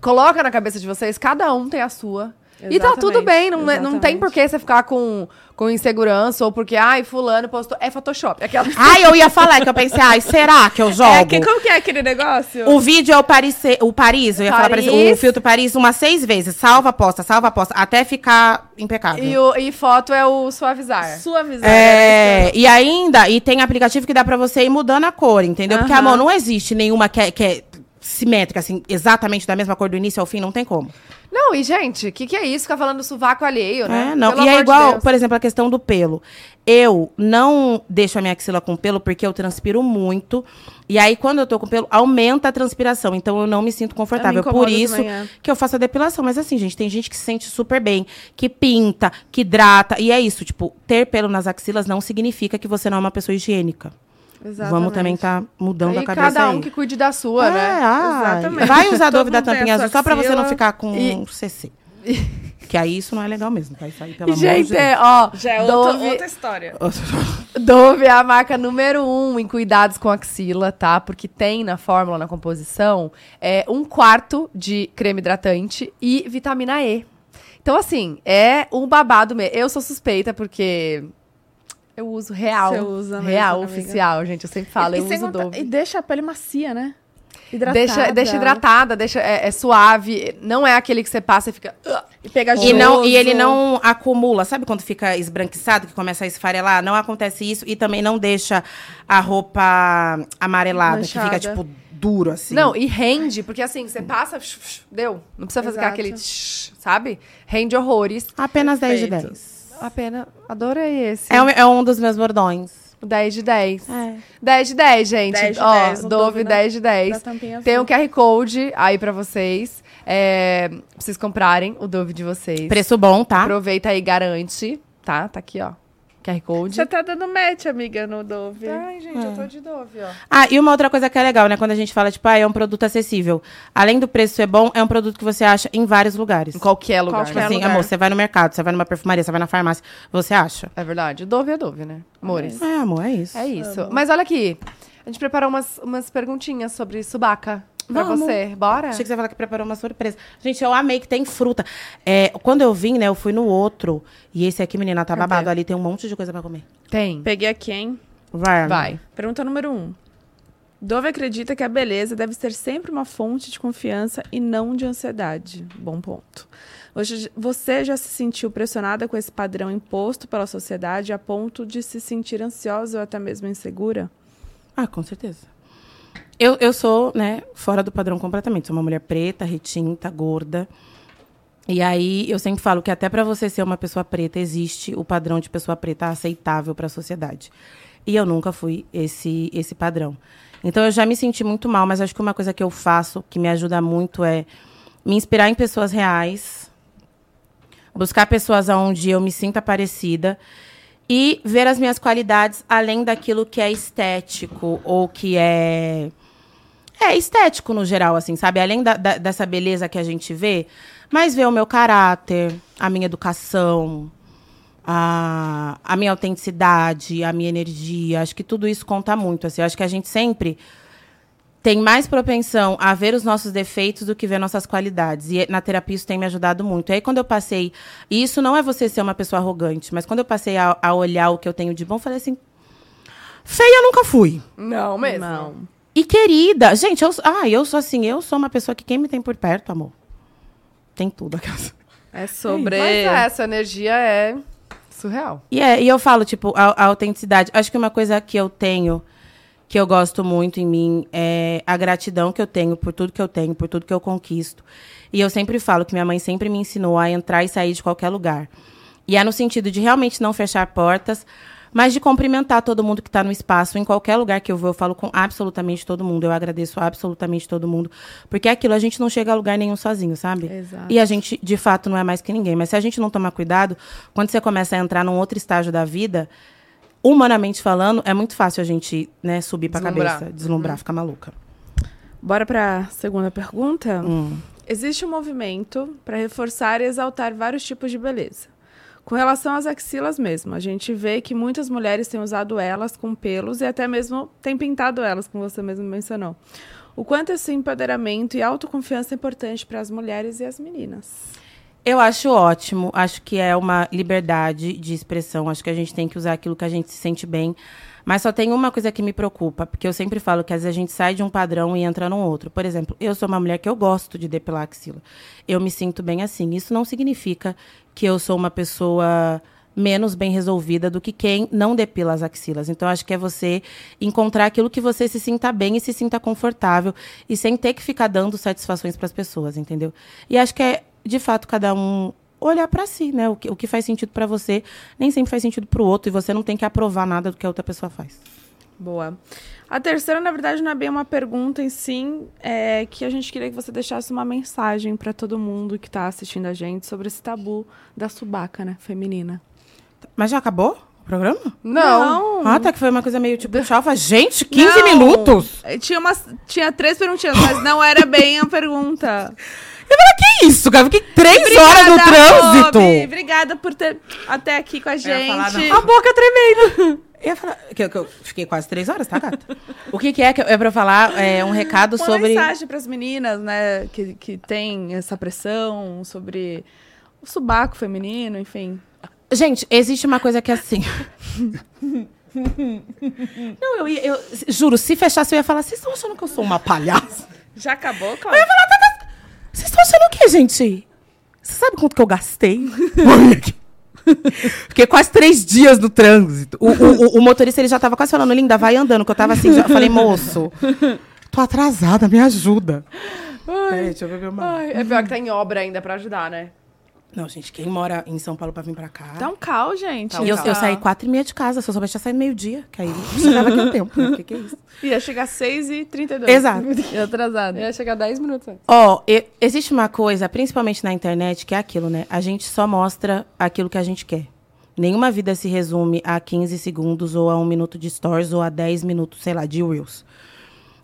Coloca na cabeça de vocês, cada um tem a sua. E tá tudo Exatamente, bem, não, é- não tem exatamente. por que você ficar com, com insegurança ou porque, ai, fulano postou. É Photoshop. Aquela... Ai, eu ia falar que eu pensei, ai, será que eu jogo? É, que, como que é aquele negócio? O vídeo é o Paris, o Paris, eu ia falar Paris. Paris, o filtro Paris umas seis vezes. Salva, posta, salva, posta, até ficar impecável. E, o- e foto é o suavizar. Sua visão. É, e ainda, e tem aplicativo que dá pra você ir mudando a cor, entendeu? Porque, Aham. amor, não existe nenhuma que é, que é simétrica, assim, exatamente da mesma cor do início ao fim, não tem como. Não, e gente, o que, que é isso? Ficar falando sovaco alheio, né? É, não. Pelo e é amor de igual, Deus. por exemplo, a questão do pelo. Eu não deixo a minha axila com pelo porque eu transpiro muito. E aí, quando eu tô com pelo, aumenta a transpiração. Então, eu não me sinto confortável. incomoda Por isso também, é. que eu faço a depilação. Mas, assim, gente, tem gente que se sente super bem, que pinta, que hidrata. E é isso. Tipo, ter pelo nas axilas não significa que você não é uma pessoa higiênica. Vamos também estar mudando a E cabeça cada um aí. que cuide da sua, É, né? ai, Exatamente. Vai usar a Todo dúvida da mundo tem tampinha a sua azul só pra você não axila. ficar com E- CC. Que aí isso não é legal mesmo. Vai sair pelo E, gente, amor é, ó, Já é outra, Dove, outra história. de Deus. Dove é a marca número um em cuidados com axila, tá? Porque tem na fórmula, na composição, é, um quarto de creme hidratante e vitamina E. Então, assim, é um babado mesmo. Eu sou suspeita porque Eu uso real. Você usa mesmo, real, amiga. oficial, gente. Eu sempre falo, e, eu sem uso contar- Dove. e deixa a pele macia, né? Hidratada. Deixa, deixa hidratada, deixa, é, é suave. Não é aquele que você passa e fica... "Ugh". E pegajoso. E, não, e ele não acumula. Sabe quando fica esbranquiçado, que começa a esfarelar? Não acontece isso. E também não deixa a roupa amarelada, Manchada. que fica, tipo, duro, assim. Não, e rende, porque assim, você passa, shh, shh, deu. Não precisa fazer Exato. aquele, shh, sabe? Rende horrores. Apenas 10 de Perfeito. 10. A pena, adorei esse. É um, é um dos meus bordões. 10 de 10. É. 10 de 10, gente. 10 de Ó, 10, não né? Dove duvida. 10 de 10. Da tampinha Tem um azul. QR Code aí pra vocês. É, pra vocês comprarem o Dove de vocês. Preço bom, tá? Aproveita aí, garante. Tá? Tá aqui, ó. QR Code. Você tá dando match, amiga, no Dove. Ai, gente, eu tô de Dove, ó. Ah, e uma outra coisa que é legal, né? Quando a gente fala, tipo, ah, é um produto acessível. Além do preço ser bom, é um produto que você acha em vários lugares. Em qualquer lugar. né? Tipo Qualquer assim, lugar. amor, você vai no mercado, você vai numa perfumaria, você vai na farmácia, você acha. É verdade. Dove é Dove, né? Amores. É, amor, é isso. É isso. Mas olha aqui. A gente preparou umas, umas perguntinhas sobre subaca pra Vamos. você. Bora? Achei que você ia falar que preparou uma surpresa. Gente, eu amei que tem fruta. É, quando eu vim, né, eu fui no outro. E esse aqui, menina, tá babado. Ali tem um monte de coisa pra comer. Tem. Peguei aqui, hein? Vai. Vai. Pergunta número 1. Um. Dove acredita que a beleza deve ser sempre uma fonte de confiança e não de ansiedade. Bom ponto. Hoje, Você já se sentiu pressionada com esse padrão imposto pela sociedade a ponto de se sentir ansiosa ou até mesmo insegura? Ah, com certeza. Eu, eu sou, né, fora do padrão completamente. Sou uma mulher preta, retinta, gorda. E aí eu sempre falo que até pra você ser uma pessoa preta existe o padrão de pessoa preta aceitável pra sociedade. E eu nunca fui esse esse padrão. Então eu já me senti muito mal, mas acho que uma coisa que eu faço que me ajuda muito é me inspirar em pessoas reais, buscar pessoas aonde eu me sinta parecida e ver as minhas qualidades além daquilo que é estético ou que é é estético no geral, assim, sabe? Além da- da- dessa beleza que a gente vê, mas ver o meu caráter, a minha educação, a, a minha autenticidade, a minha energia. Acho que tudo isso conta muito. Assim. Eu Acho que a gente sempre tem mais propensão a ver os nossos defeitos do que ver nossas qualidades. E eh, na terapia isso tem me ajudado muito. E aí, quando eu passei. E isso não é você ser uma pessoa arrogante, mas quando eu passei a, a olhar o que eu tenho de bom, eu falei assim. Feia eu nunca fui. Não mesmo. Não. E querida, gente, eu, ah, eu sou assim, eu sou uma pessoa que quem me tem por perto, amor, tem tudo. aquelas. É sobre. Mas é, essa energia é surreal. E, é, e eu falo, tipo, a, a autenticidade. Acho que uma coisa que eu tenho, que eu gosto muito em mim, é a gratidão que eu tenho por tudo que eu tenho, por tudo que eu conquisto. E eu sempre falo que minha mãe sempre me ensinou a entrar e sair de qualquer lugar. E é no sentido de realmente não fechar portas, mas de cumprimentar todo mundo que está no espaço. Em qualquer lugar que eu vou, eu falo com absolutamente todo mundo. Eu agradeço absolutamente todo mundo. Porque é aquilo, a gente não chega a lugar nenhum sozinho, sabe? Exato. E a gente, de fato, não é mais que ninguém. Mas se a gente não tomar cuidado, quando você começa a entrar num outro estágio da vida, humanamente falando, é muito fácil a gente né, subir pra Deslumbrar. cabeça, deslumbrar, ficar maluca. Bora pra segunda pergunta? Existe um movimento para reforçar e exaltar vários tipos de beleza. Com relação às axilas mesmo, a gente vê que muitas mulheres têm usado elas com pelos e até mesmo têm pintado elas, como você mesmo mencionou. O quanto esse empoderamento e autoconfiança é importante para as mulheres e as meninas. Eu acho ótimo, acho que é uma liberdade de expressão, acho que a gente tem que usar aquilo que a gente se sente bem. Mas só tem uma coisa que me preocupa, porque eu sempre falo que às vezes a gente sai de um padrão e entra num outro. Por exemplo, eu sou uma mulher que eu gosto de depilar a axila. Eu me sinto bem assim. Isso não significa que eu sou uma pessoa menos bem resolvida do que quem não depila as axilas. Então acho que é você encontrar aquilo que você se sinta bem e se sinta confortável e sem ter que ficar dando satisfações para as pessoas, entendeu? E acho que é de fato cada um olhar para si, né? O que, o que faz sentido para você nem sempre faz sentido para o outro e você não tem que aprovar nada do que a outra pessoa faz. Boa. A terceira, na verdade, não é bem uma pergunta em sim, é que a gente queria que você deixasse uma mensagem para todo mundo que está assistindo a gente sobre esse tabu da subaca, né, feminina. Mas já acabou o programa? Não. Ah, tá, que foi uma coisa meio tipo, chalfa. Gente, 15 Não. minutos? É, Tinha, umas, tinha três perguntinhas, mas não era bem a pergunta. Que isso, cara? Fiquei 3 horas Obrigada, no trânsito. Robi. Obrigada por ter até aqui com a ia falar, gente. não. A boca tremendo. Eu ia falar. Que, eu- que eu fiquei quase três horas, tá, gata? o que, que é que eu- é pra eu falar? É um recado Uma sobre. mensagem para as meninas, né, que, que tem essa pressão sobre o subaco feminino, enfim. Gente, existe uma coisa que é assim. Não, eu, ia- eu juro, se fechasse eu ia falar, vocês estão achando que eu sou uma palhaça? Já acabou, Cláudia? Vocês estão achando o quê, gente? Você sabe quanto que eu gastei? Olha aqui. Fiquei quase três dias no trânsito. O, o- o- o motorista ele já tava quase falando, linda, vai andando, que eu tava assim, já falei, moço, tô atrasada, me ajuda. Peraí, deixa eu beber uma. Ai, é pior que tá em obra ainda pra ajudar, né? Não, gente, quem mora em São Paulo pra vir pra cá. Tá um cal, gente. e eu, eu saí quatro e meia de casa, se eu soubesse, eu saí meio-dia, que aí chegava aqui o tempo. né? O que, que é isso? Ia chegar às 6h32. Exato. Eu atrasada. Ia chegar 10 minutos antes. Ó, e- existe uma coisa, principalmente na internet, que é aquilo, né? A gente só mostra aquilo que a gente quer. Nenhuma vida se resume a 15 segundos, ou a um minuto de stories, ou a 10 minutos, sei lá, de Reels.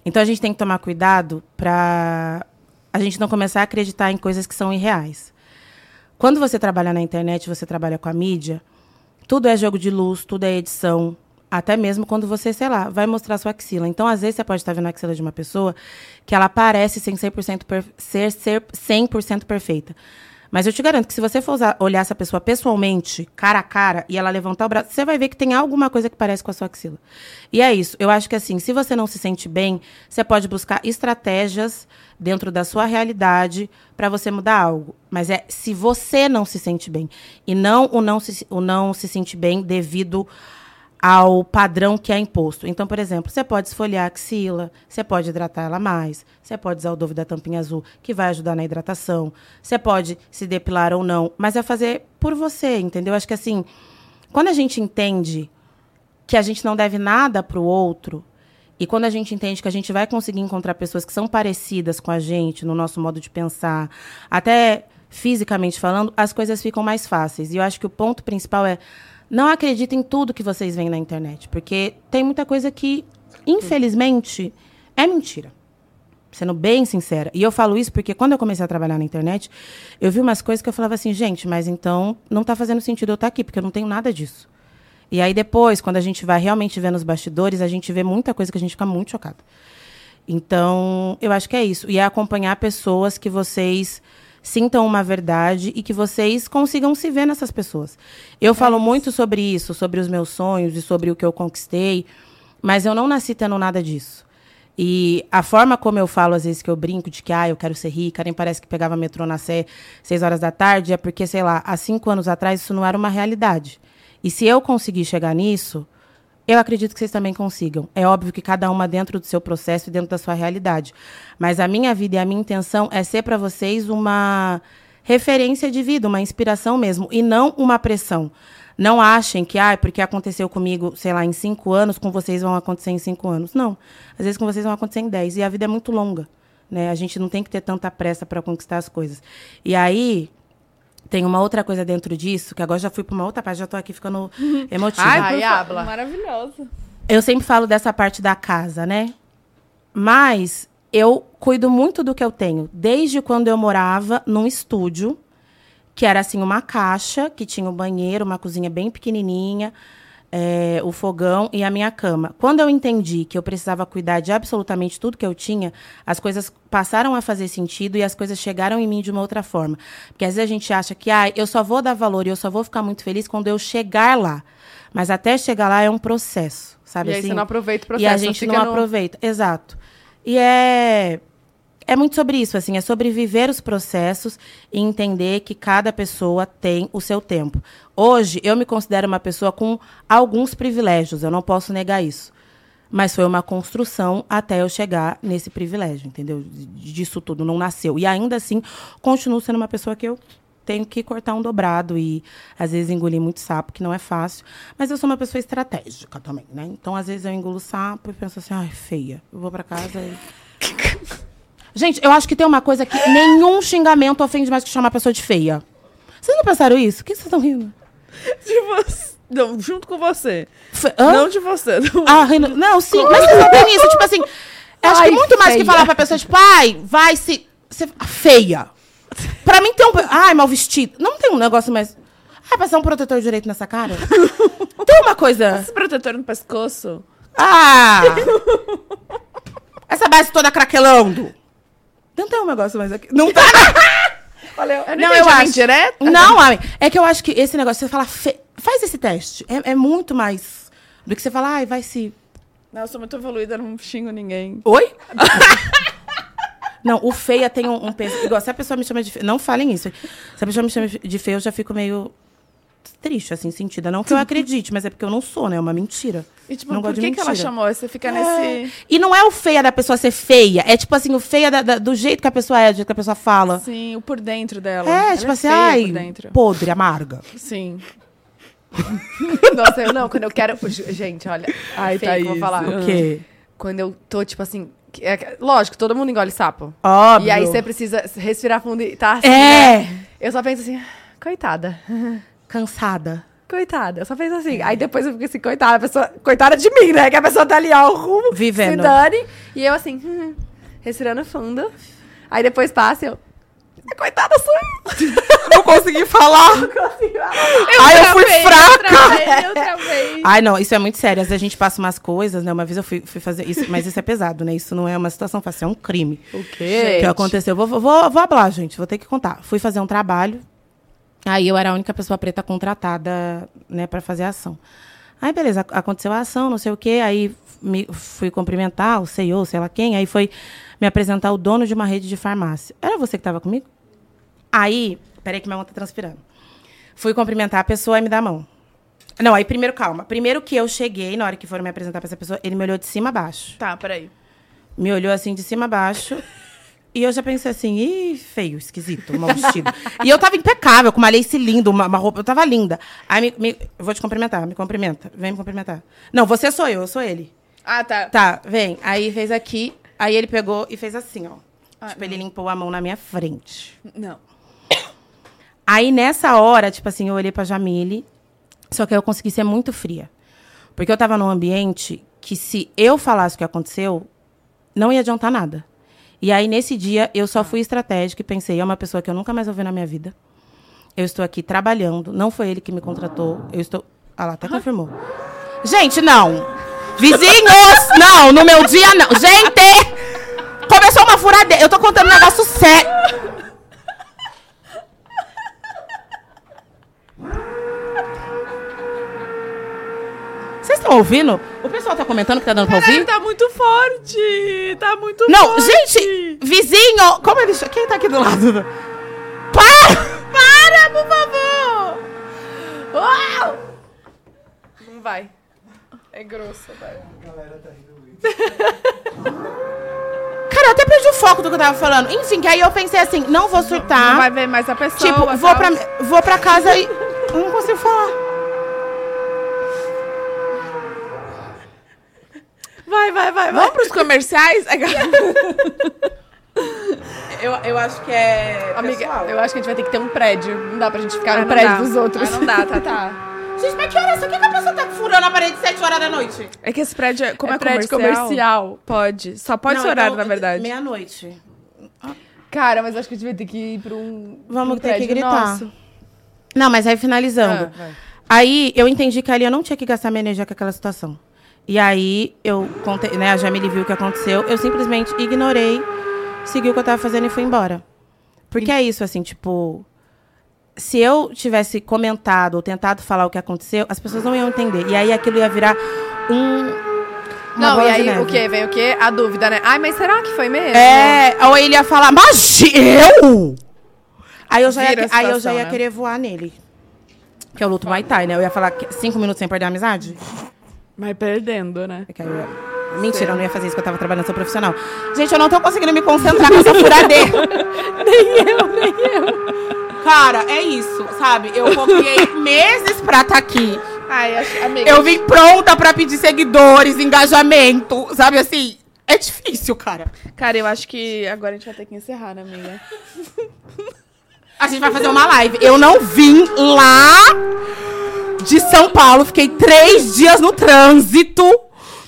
Então a gente tem que tomar cuidado pra a gente não começar a acreditar em coisas que são irreais. Quando você trabalha na internet, você trabalha com a mídia, tudo é jogo de luz, tudo é edição. Até mesmo quando você, sei lá, vai mostrar sua axila. Então, às vezes, você pode estar vendo a axila de uma pessoa que ela parece sem 100% per- ser, ser 100% perfeita. Mas eu te garanto que se você for usar- olhar essa pessoa pessoalmente, cara a cara, e ela levantar o braço, você vai ver que tem alguma coisa que parece com a sua axila. E é isso. Eu acho que, assim, se você não se sente bem, você pode buscar estratégias dentro da sua realidade para você mudar algo. Mas é se você não se sente bem. E não o não se, o não se sentir bem devido ao padrão que é imposto. Então, por exemplo, você pode esfoliar a axila, você pode hidratar ela mais, você pode usar o Dove da tampinha azul, que vai ajudar na hidratação, você pode se depilar ou não, mas é fazer por você, entendeu? Acho que assim, quando a gente entende que a gente não deve nada para o outro, e quando a gente entende que a gente vai conseguir encontrar pessoas que são parecidas com a gente, no nosso modo de pensar, até fisicamente falando, as coisas ficam mais fáceis. E eu acho que o ponto principal é não acreditem em tudo que vocês veem na internet, porque tem muita coisa que, infelizmente, é mentira. Sendo bem sincera. E eu falo isso porque quando eu comecei a trabalhar na internet, eu vi umas coisas que eu falava assim, gente, mas então não tá fazendo sentido eu estar aqui, porque eu não tenho nada disso. E aí depois, quando a gente vai realmente vendo os bastidores, a gente vê muita coisa que a gente fica muito chocada. Então, eu acho que é isso. E é acompanhar pessoas que vocês sintam uma verdade e que vocês consigam se ver nessas pessoas. Eu falo muito sobre isso, sobre os meus sonhos e sobre o que eu conquistei, mas eu não nasci tendo nada disso. E a forma como eu falo, às vezes, que eu brinco de que, ah, eu quero ser rica, nem parece que pegava metrô na Sé seis horas da tarde, é porque, sei lá, há cinco anos atrás isso não era uma realidade. E se eu conseguir chegar nisso, eu acredito que vocês também consigam. É óbvio que cada uma dentro do seu processo e dentro da sua realidade. Mas a minha vida e a minha intenção é ser para vocês uma referência de vida, uma inspiração mesmo, e não uma pressão. Não achem que, ah, porque aconteceu comigo, sei lá, em cinco anos, com vocês vão acontecer em cinco anos. Não. Às vezes com vocês vão acontecer em dez. E a vida é muito longa. Né? A gente não tem que ter tanta pressa para conquistar as coisas. E aí, tem uma outra coisa dentro disso, que agora já fui para uma outra parte, já tô aqui ficando emotiva. Ai, por fa- Maravilhoso. Eu sempre falo dessa parte da casa, né? Mas eu cuido muito do que eu tenho. Desde quando eu morava num estúdio, que era assim uma caixa, que tinha um banheiro, uma cozinha bem pequenininha, é, o fogão e a minha cama. Quando eu entendi que eu precisava cuidar de absolutamente tudo que eu tinha, as coisas passaram a fazer sentido e as coisas chegaram em mim de uma outra forma. Porque às vezes a gente acha que, ah, eu só vou dar valor e eu só vou ficar muito feliz quando eu chegar lá. Mas até chegar lá é um processo, sabe E aí assim? você não aproveita o E processo. a gente fica não no- aproveita. Exato. E é. É muito sobre isso, assim, é sobre viver os processos e entender que cada pessoa tem o seu tempo. Hoje, eu me considero uma pessoa com alguns privilégios, eu não posso negar isso. Mas foi uma construção até eu chegar nesse privilégio, entendeu? D- Disso tudo não nasceu. E ainda assim, continuo sendo uma pessoa que eu tenho que cortar um dobrado e às vezes engolir muito sapo, que não é fácil. Mas eu sou uma pessoa estratégica também, né? Então, às vezes eu engulo sapo e penso assim, ai, feia. Eu vou pra casa e. Gente, eu acho que tem uma coisa que nenhum xingamento ofende mais que chamar a pessoa de feia. Vocês não pensaram isso? O que vocês estão rindo? De você. Não, junto com você. Fe- Hã? Não de você. Não. Ah, rindo. Não, sim. Mas vocês não têm isso, tipo assim. Eu acho Ai, que muito mais que feia. falar pra pessoa, tipo, ai, vai se. se- feia. Pra mim tem um. Ai, mal vestido. Não tem um negócio mais. Ai, passar um protetor direito nessa cara? tem uma coisa. Esse protetor no pescoço. Ah! Essa base toda craquelando. Não tem um negócio mais aqui. Não tá. Falei, eu Não, eu acho. Direto? Não, Ami. É que eu acho que esse negócio, você fala, fe- faz esse teste. É, é muito mais do que você falar, ai, vai se. Não, eu sou muito evoluída, não xingo ninguém. Oi? não, o feia tem um, um peso. Igual, se a pessoa me chama de feia. Não falem isso. Se a pessoa me chama de feia, eu já fico meio triste, assim, sentida. Não que eu acredite, mas é porque eu não sou, né? É uma mentira. E tipo, não por gosto de que, que ela mentira. chamou? Você fica É. nesse. E não é o feia da pessoa ser feia. É tipo assim, o feia da- da- do jeito que a pessoa é, do jeito que a pessoa fala. Sim, o por dentro dela. É, Ela tipo assim, feia ai, Por dentro. podre, amarga. Sim. Nossa, eu não, quando eu quero. Gente, olha. Ai, feio que eu vou Thaís. falar. O quê? Quando eu tô, tipo assim. que- é- lógico, todo mundo engole sapo. Óbvio. E aí você precisa respirar fundo e tá assim. né? É! Eu só penso assim, coitada. Cansada. Coitada. Eu só penso assim. Aí depois eu fico assim, coitada, a pessoa. Coitada de mim, né? Que a pessoa tá ali, ó, o rumo. Vivendo. Se dane. E eu assim, hum, respirando fundo. Aí depois passa e eu. é Coitada sou eu. Não consegui falar. Não consigo. Ai, eu fui Travei, fraca. Eu travei, eu travei. Ai, não, isso é muito sério. Às vezes a gente passa umas coisas, né? Uma vez eu fui, fui fazer isso, mas isso é pesado, né? Isso não é uma situação fácil, é um crime. O quê? que aconteceu. Vou, vou, vou falar, gente, vou ter que contar. Fui fazer um trabalho, aí eu era a única pessoa preta contratada, né, para fazer a ação. Aí, beleza, ac- aconteceu a ação, não sei o quê, aí me, fui cumprimentar o CEO, sei lá quem, aí foi me apresentar o dono de uma rede de farmácia. Era você que estava comigo? Aí, peraí que minha mão tá transpirando. Fui cumprimentar a pessoa e me dá a mão. Não, aí primeiro, calma. Primeiro que eu cheguei, na hora que foram me apresentar pra essa pessoa, ele me olhou de cima a baixo Tá, peraí. me olhou assim de cima a baixo. E eu já pensei assim, ih, feio, esquisito, mal vestido. e eu tava impecável, com uma lace linda, uma, uma roupa, eu tava linda. Aí me, me- eu vou te cumprimentar, me cumprimenta, vem me cumprimentar. Não, você sou eu, eu sou ele. Ah, tá. Tá, vem. Aí fez aqui, aí ele pegou e fez assim, ó. tipo, ele limpou a mão na minha frente. Não. Tá Aí nessa hora, tipo assim, eu olhei pra Jamile, só que aí eu consegui ser muito fria. Porque eu tava num ambiente que se eu falasse o que aconteceu, não ia adiantar nada. E aí nesse dia eu só fui estratégica e pensei, é uma pessoa que eu nunca mais vou ver na minha vida. Eu estou aqui trabalhando, não foi ele que me contratou, eu estou. Ah lá, até confirmou. Gente, não! Vizinhos! Não, no meu dia não! Gente! Começou uma furadeira. Eu tô contando um negócio sério. Vocês estão ouvindo? O pessoal tá comentando que tá dando pra ouvir? Caralho, tá muito forte. Tá muito Não, forte. gente, vizinho, como ele chama? Quem tá aqui do lado? Para! Para, por favor! Não vai. É grosso, velho. Cara, eu até perdi o foco do que eu tava falando. Enfim, que aí eu pensei assim, não vou surtar. Não vai ver mais a pessoa. tipo, vou tal. pra, vou pra casa e... Eu não consigo falar. Vai, vai, vai, vai. Vamos pros comerciais? eu, eu acho que é Amiga, pessoal. eu acho que a gente vai ter que ter um prédio. Não dá pra gente ficar Ah, no não prédio dá. dos outros. Ah, não dá, tá, tá. Gente, mas que horas? Por que, que a pessoa tá furando a parede 7 horas da noite? É que esse prédio, é- como é, prédio comercial, comercial. Pode. Só pode ser Não, horário, então, na verdade. Meia-noite. Cara, mas acho que a gente vai ter que ir pra um. Vamos um ter que prédio gritar. nosso. Não, mas aí Ah, finalizando. vai. Aí eu entendi que ali eu não tinha que gastar minha energia com aquela situação. E aí eu contei, né, a Jamile viu o que aconteceu, eu simplesmente ignorei, segui o que eu tava fazendo e fui embora. Porque é isso, assim, tipo, se eu tivesse comentado ou tentado falar o que aconteceu, as pessoas não iam entender. E aí aquilo ia virar um. uma Não, bola e de aí neve. o que? Vem o quê? A dúvida, né? Ai, mas será que foi mesmo? É, ou ele ia falar, mas eu? Aí eu já, ia, Vira a aí eu já situação, ia né? querer voar nele. Que é o luto Muay Thai, né? Eu ia falar que- cinco minutos sem perder a amizade. Mas perdendo, né? É que aí eu ia- Mentira, eu não ia fazer isso que eu tava trabalhando, sou profissional. Gente, eu não tô conseguindo me concentrar com essa furadeira. nem eu, nem eu. Cara, é isso, sabe? Eu copiei meses pra estar aqui. Ai, acho, amiga. Eu vim pronta pra pedir seguidores, engajamento, sabe assim? É difícil, cara. Cara, eu acho que agora a gente vai ter que encerrar, né, amiga? A gente vai fazer uma live. Eu não vim lá de São Paulo. Fiquei três dias no trânsito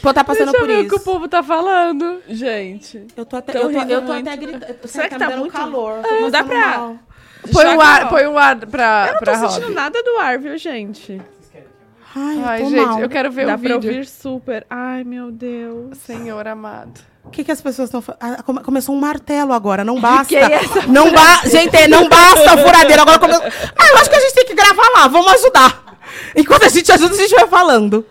pra eu estar passando Deixa eu por ver o que o isso. povo tá falando. Gente. Eu tô até, Tô eu tô, eu rindo tô muito. até gritando. Será que tá muito- calor? não dá pra- Põe um Joga, ar, ó. põe um ar pra. Eu não tô pra sentindo Rob. nada do ar, viu, gente? Ai, eu Ai, tô gente, mal. eu quero ver Dá o pra vídeo. ouvir super. Ai, meu Deus. Senhor amado. O que, que as pessoas estão falando? começou um martelo agora, não basta. Quem é essa não ba gente, não basta a furadeira. Agora começou. Ah, eu acho que a gente tem que gravar lá, vamos ajudar. Enquanto a gente ajuda, a gente vai falando.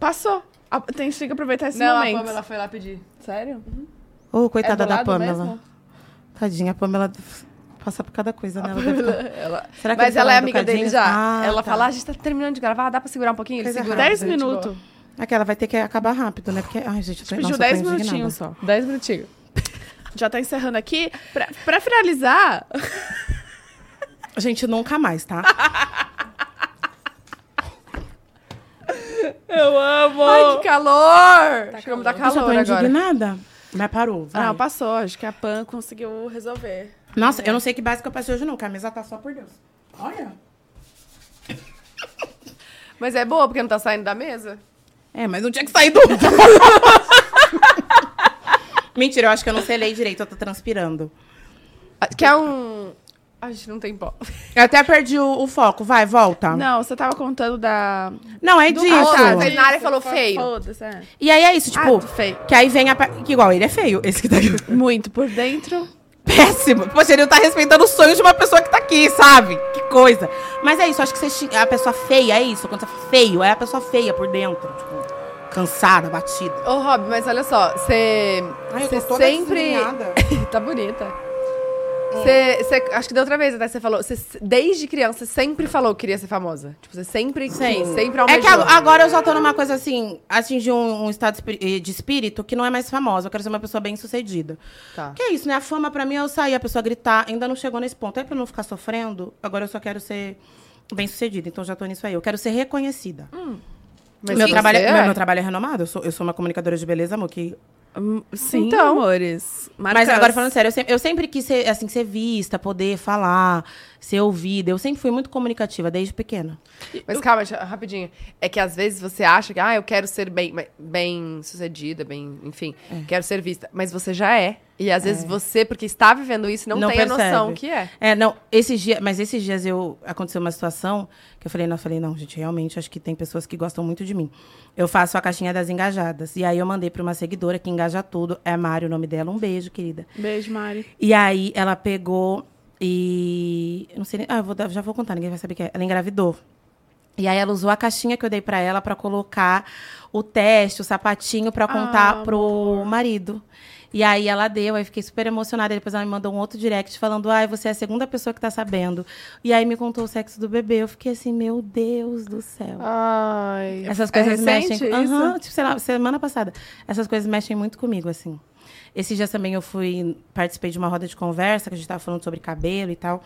Passou. A- Tem tem que aproveitar esse Não, momento. a Pamela foi lá pedir. Sério? Ô, É do coitada da lado Pamela. mesmo? Tadinha, a Pamela passa por cada coisa, né? Ela deve tá- Ela- Será que Mas eles ela são é amiga dele educadinhos? já. Ah, ela tá. fala, ah, a gente tá terminando de gravar, dá pra segurar um pouquinho? Ele Coisa segura. rápida, 10 minutos. Aquela vai ter É que acabar rápido, né? Porque. Ai, gente, eu tô, nossa, Pediu eu tô 10 indignada. minutinhos só. 10 minutinhos. Já tá encerrando aqui. Pra, pra finalizar, Gente, nunca mais, tá? eu amo. Oh! Ai, que calor! Tá Chegou a me dar eu já tô calor agora. indignada. Mas parou. vai. Não, passou. Acho que é- a Pan conseguiu resolver. Nossa, É. eu não sei que básica eu passei hoje, não. Camisa tá só por Deus. Olha. Mas é boa, porque não tá saindo da mesa. É, mas não tinha que sair do. Mentira, eu acho que eu não selei direito, eu tô transpirando. Ah, Quer um... A gente não tem pó. Eu até perdi o, o foco, vai, volta. Não, Não, você tava contando da. é disso. Ah, tá, Isso, Nara falou fo- feio. Foda-se, é. E aí é isso, tipo, Ah, feio. que aí vem a. par- Que igual, ele é feio, esse que tá aqui. Muito por dentro. Péssimo. Poxa, ele não tá respeitando o sonho de uma pessoa que tá aqui, sabe? Que coisa. Mas é isso, acho que você xing- a pessoa feia, é isso. Quando você fala feio, é a pessoa feia por dentro. Tipo, cansada, batida. Ô, Rob, mas olha só, você... Ai, eu Você tô toda sempre... desgrenhada. tá bonita. Você, você- acho que da outra vez até você falou, você, desde criança, você sempre falou que queria ser famosa. Tipo, você sempre quis, sempre É que almejou. ag- agora eu já tô numa coisa assim, atingir um, um estado espiri- eh, de espírito que não é mais famosa. Eu quero ser uma pessoa bem sucedida. Tá. Que é isso, né? A fama pra mim é eu sair, a pessoa gritar. Ainda não chegou nesse ponto. É pra eu não ficar sofrendo. Agora eu só quero ser bem sucedida. Então já tô nisso aí. Eu quero ser reconhecida. Hum, Mas meu, você trabalho é, é? meu, meu trabalho é renomado. Eu sou, eu sou uma comunicadora de beleza, amor, que Hum, Sim, Então. amores. Mas Marcas. agora falando sério, eu sempre, eu sempre quis ser, assim, ser vista, poder falar, ser ouvida. Eu sempre fui muito comunicativa, desde pequena. Mas calma, deixa- rapidinho. É que às vezes você acha que, ah, eu quero ser bem, bem sucedida, bem, enfim, É. quero ser vista. Mas você já é. E às vezes você, porque está vivendo isso, não, Não tem a noção percebe. que é. É, não, esses dias, mas esses dias eu aconteceu uma situação que eu falei, não, eu falei, não, gente, realmente acho que tem pessoas que gostam muito de mim. Eu faço a caixinha das engajadas. E aí eu mandei pra uma seguidora que engaja tudo, é a Mari o nome dela. Um beijo, querida. Beijo, Mari. E aí ela pegou e. eu Não sei nem. Ah, eu vou dar- já vou contar, ninguém vai saber o que é. Ela engravidou. E aí ela usou a caixinha que eu dei pra ela pra colocar o teste, o sapatinho pra contar pro marido. E aí ela deu, aí fiquei super emocionada. E Depois ela me mandou um outro direct falando: "Ai, você é a segunda pessoa que tá sabendo". E aí me contou o sexo do bebê. Eu fiquei assim: "Meu Deus do céu". Ai. Essas É coisas recente mexem. isso? Aham, tipo, sei lá, semana passada. Essas coisas mexem muito comigo, assim. Esses dias também eu fui, participei de uma roda de conversa que a gente tava falando sobre cabelo e tal.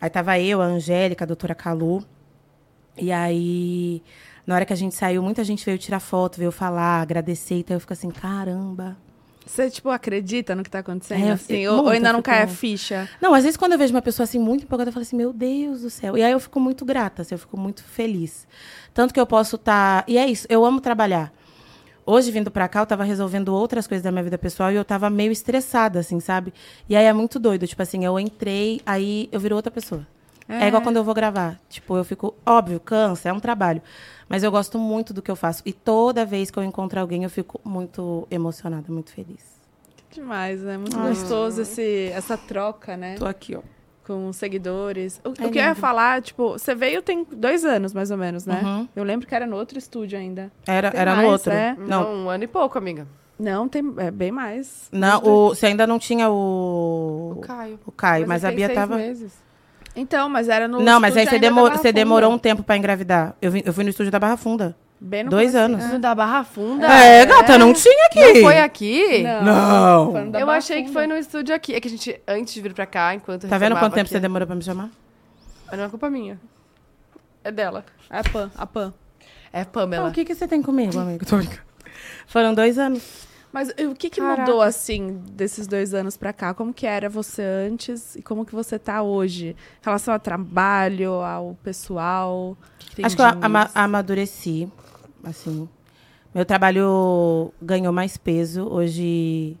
Aí tava eu, a Angélica, a doutora Calu. E aí, na hora que a gente saiu, muita gente veio tirar foto, veio falar, agradecer. Então eu fico assim, caramba. Você, tipo, acredita no que tá acontecendo? É, eu- assim, eu- ou, ou muito, ainda eu não fico- cai a ficha? Não, às vezes quando eu vejo uma pessoa assim muito empolgada, eu falo assim, meu Deus do céu. E aí eu fico muito grata, assim, eu fico muito feliz. Tanto que eu posso estar. E é isso, eu amo trabalhar. Hoje, vindo pra cá, eu tava resolvendo outras coisas da minha vida pessoal e eu tava meio estressada, assim, sabe? E aí é muito doido. Tipo assim, eu entrei, aí eu viro outra pessoa. É. igual quando eu vou gravar. Tipo, eu fico, óbvio, cansa, é um trabalho. Mas eu gosto muito do que eu faço. E toda vez que eu encontro alguém, eu fico muito emocionada, muito feliz. Demais, né? Muito gostoso esse, essa troca, né? aqui, ó. Com os seguidores. O, o É que eu ia lindo. falar, tipo, você veio tem dois anos, mais ou menos, né? Uhum. Eu lembro que era no outro estúdio ainda. Era, Tem era no mais, outro. né? Não, Não, um ano e pouco, amiga. Não, tem é, bem mais. Não, o, você ainda não tinha o. O Caio. O Caio, mas, a ele tem Bia seis tava. meses. Então, mas era no Não, mas estúdio aí você, ainda da demor- Barra você Funda. demorou um tempo pra engravidar. Eu, vim- eu fui no estúdio da Barra Funda. Bem no Dois comecinho. anos. No da Barra Funda? É, gata, não tinha aqui. É. Não foi aqui? Não. Não. foi no da Eu Barra achei que Funda. foi no estúdio aqui. É que a gente, antes de vir pra cá, enquanto eu Tá vendo reclamava quanto tempo que- você demorou pra me chamar? Não é culpa minha. É dela. A Pan, a Pan. É Não, o Pamela. que, que você tem comigo, amigo? Tô brincando. Foram dois anos. Mas e, o que, que Caraca. mudou, assim, desses dois anos pra cá? Como que era você antes e como que você tá hoje? Em relação ao trabalho, ao pessoal? Acho que eu ama- amadureci. Assim. Meu trabalho ganhou mais peso. Hoje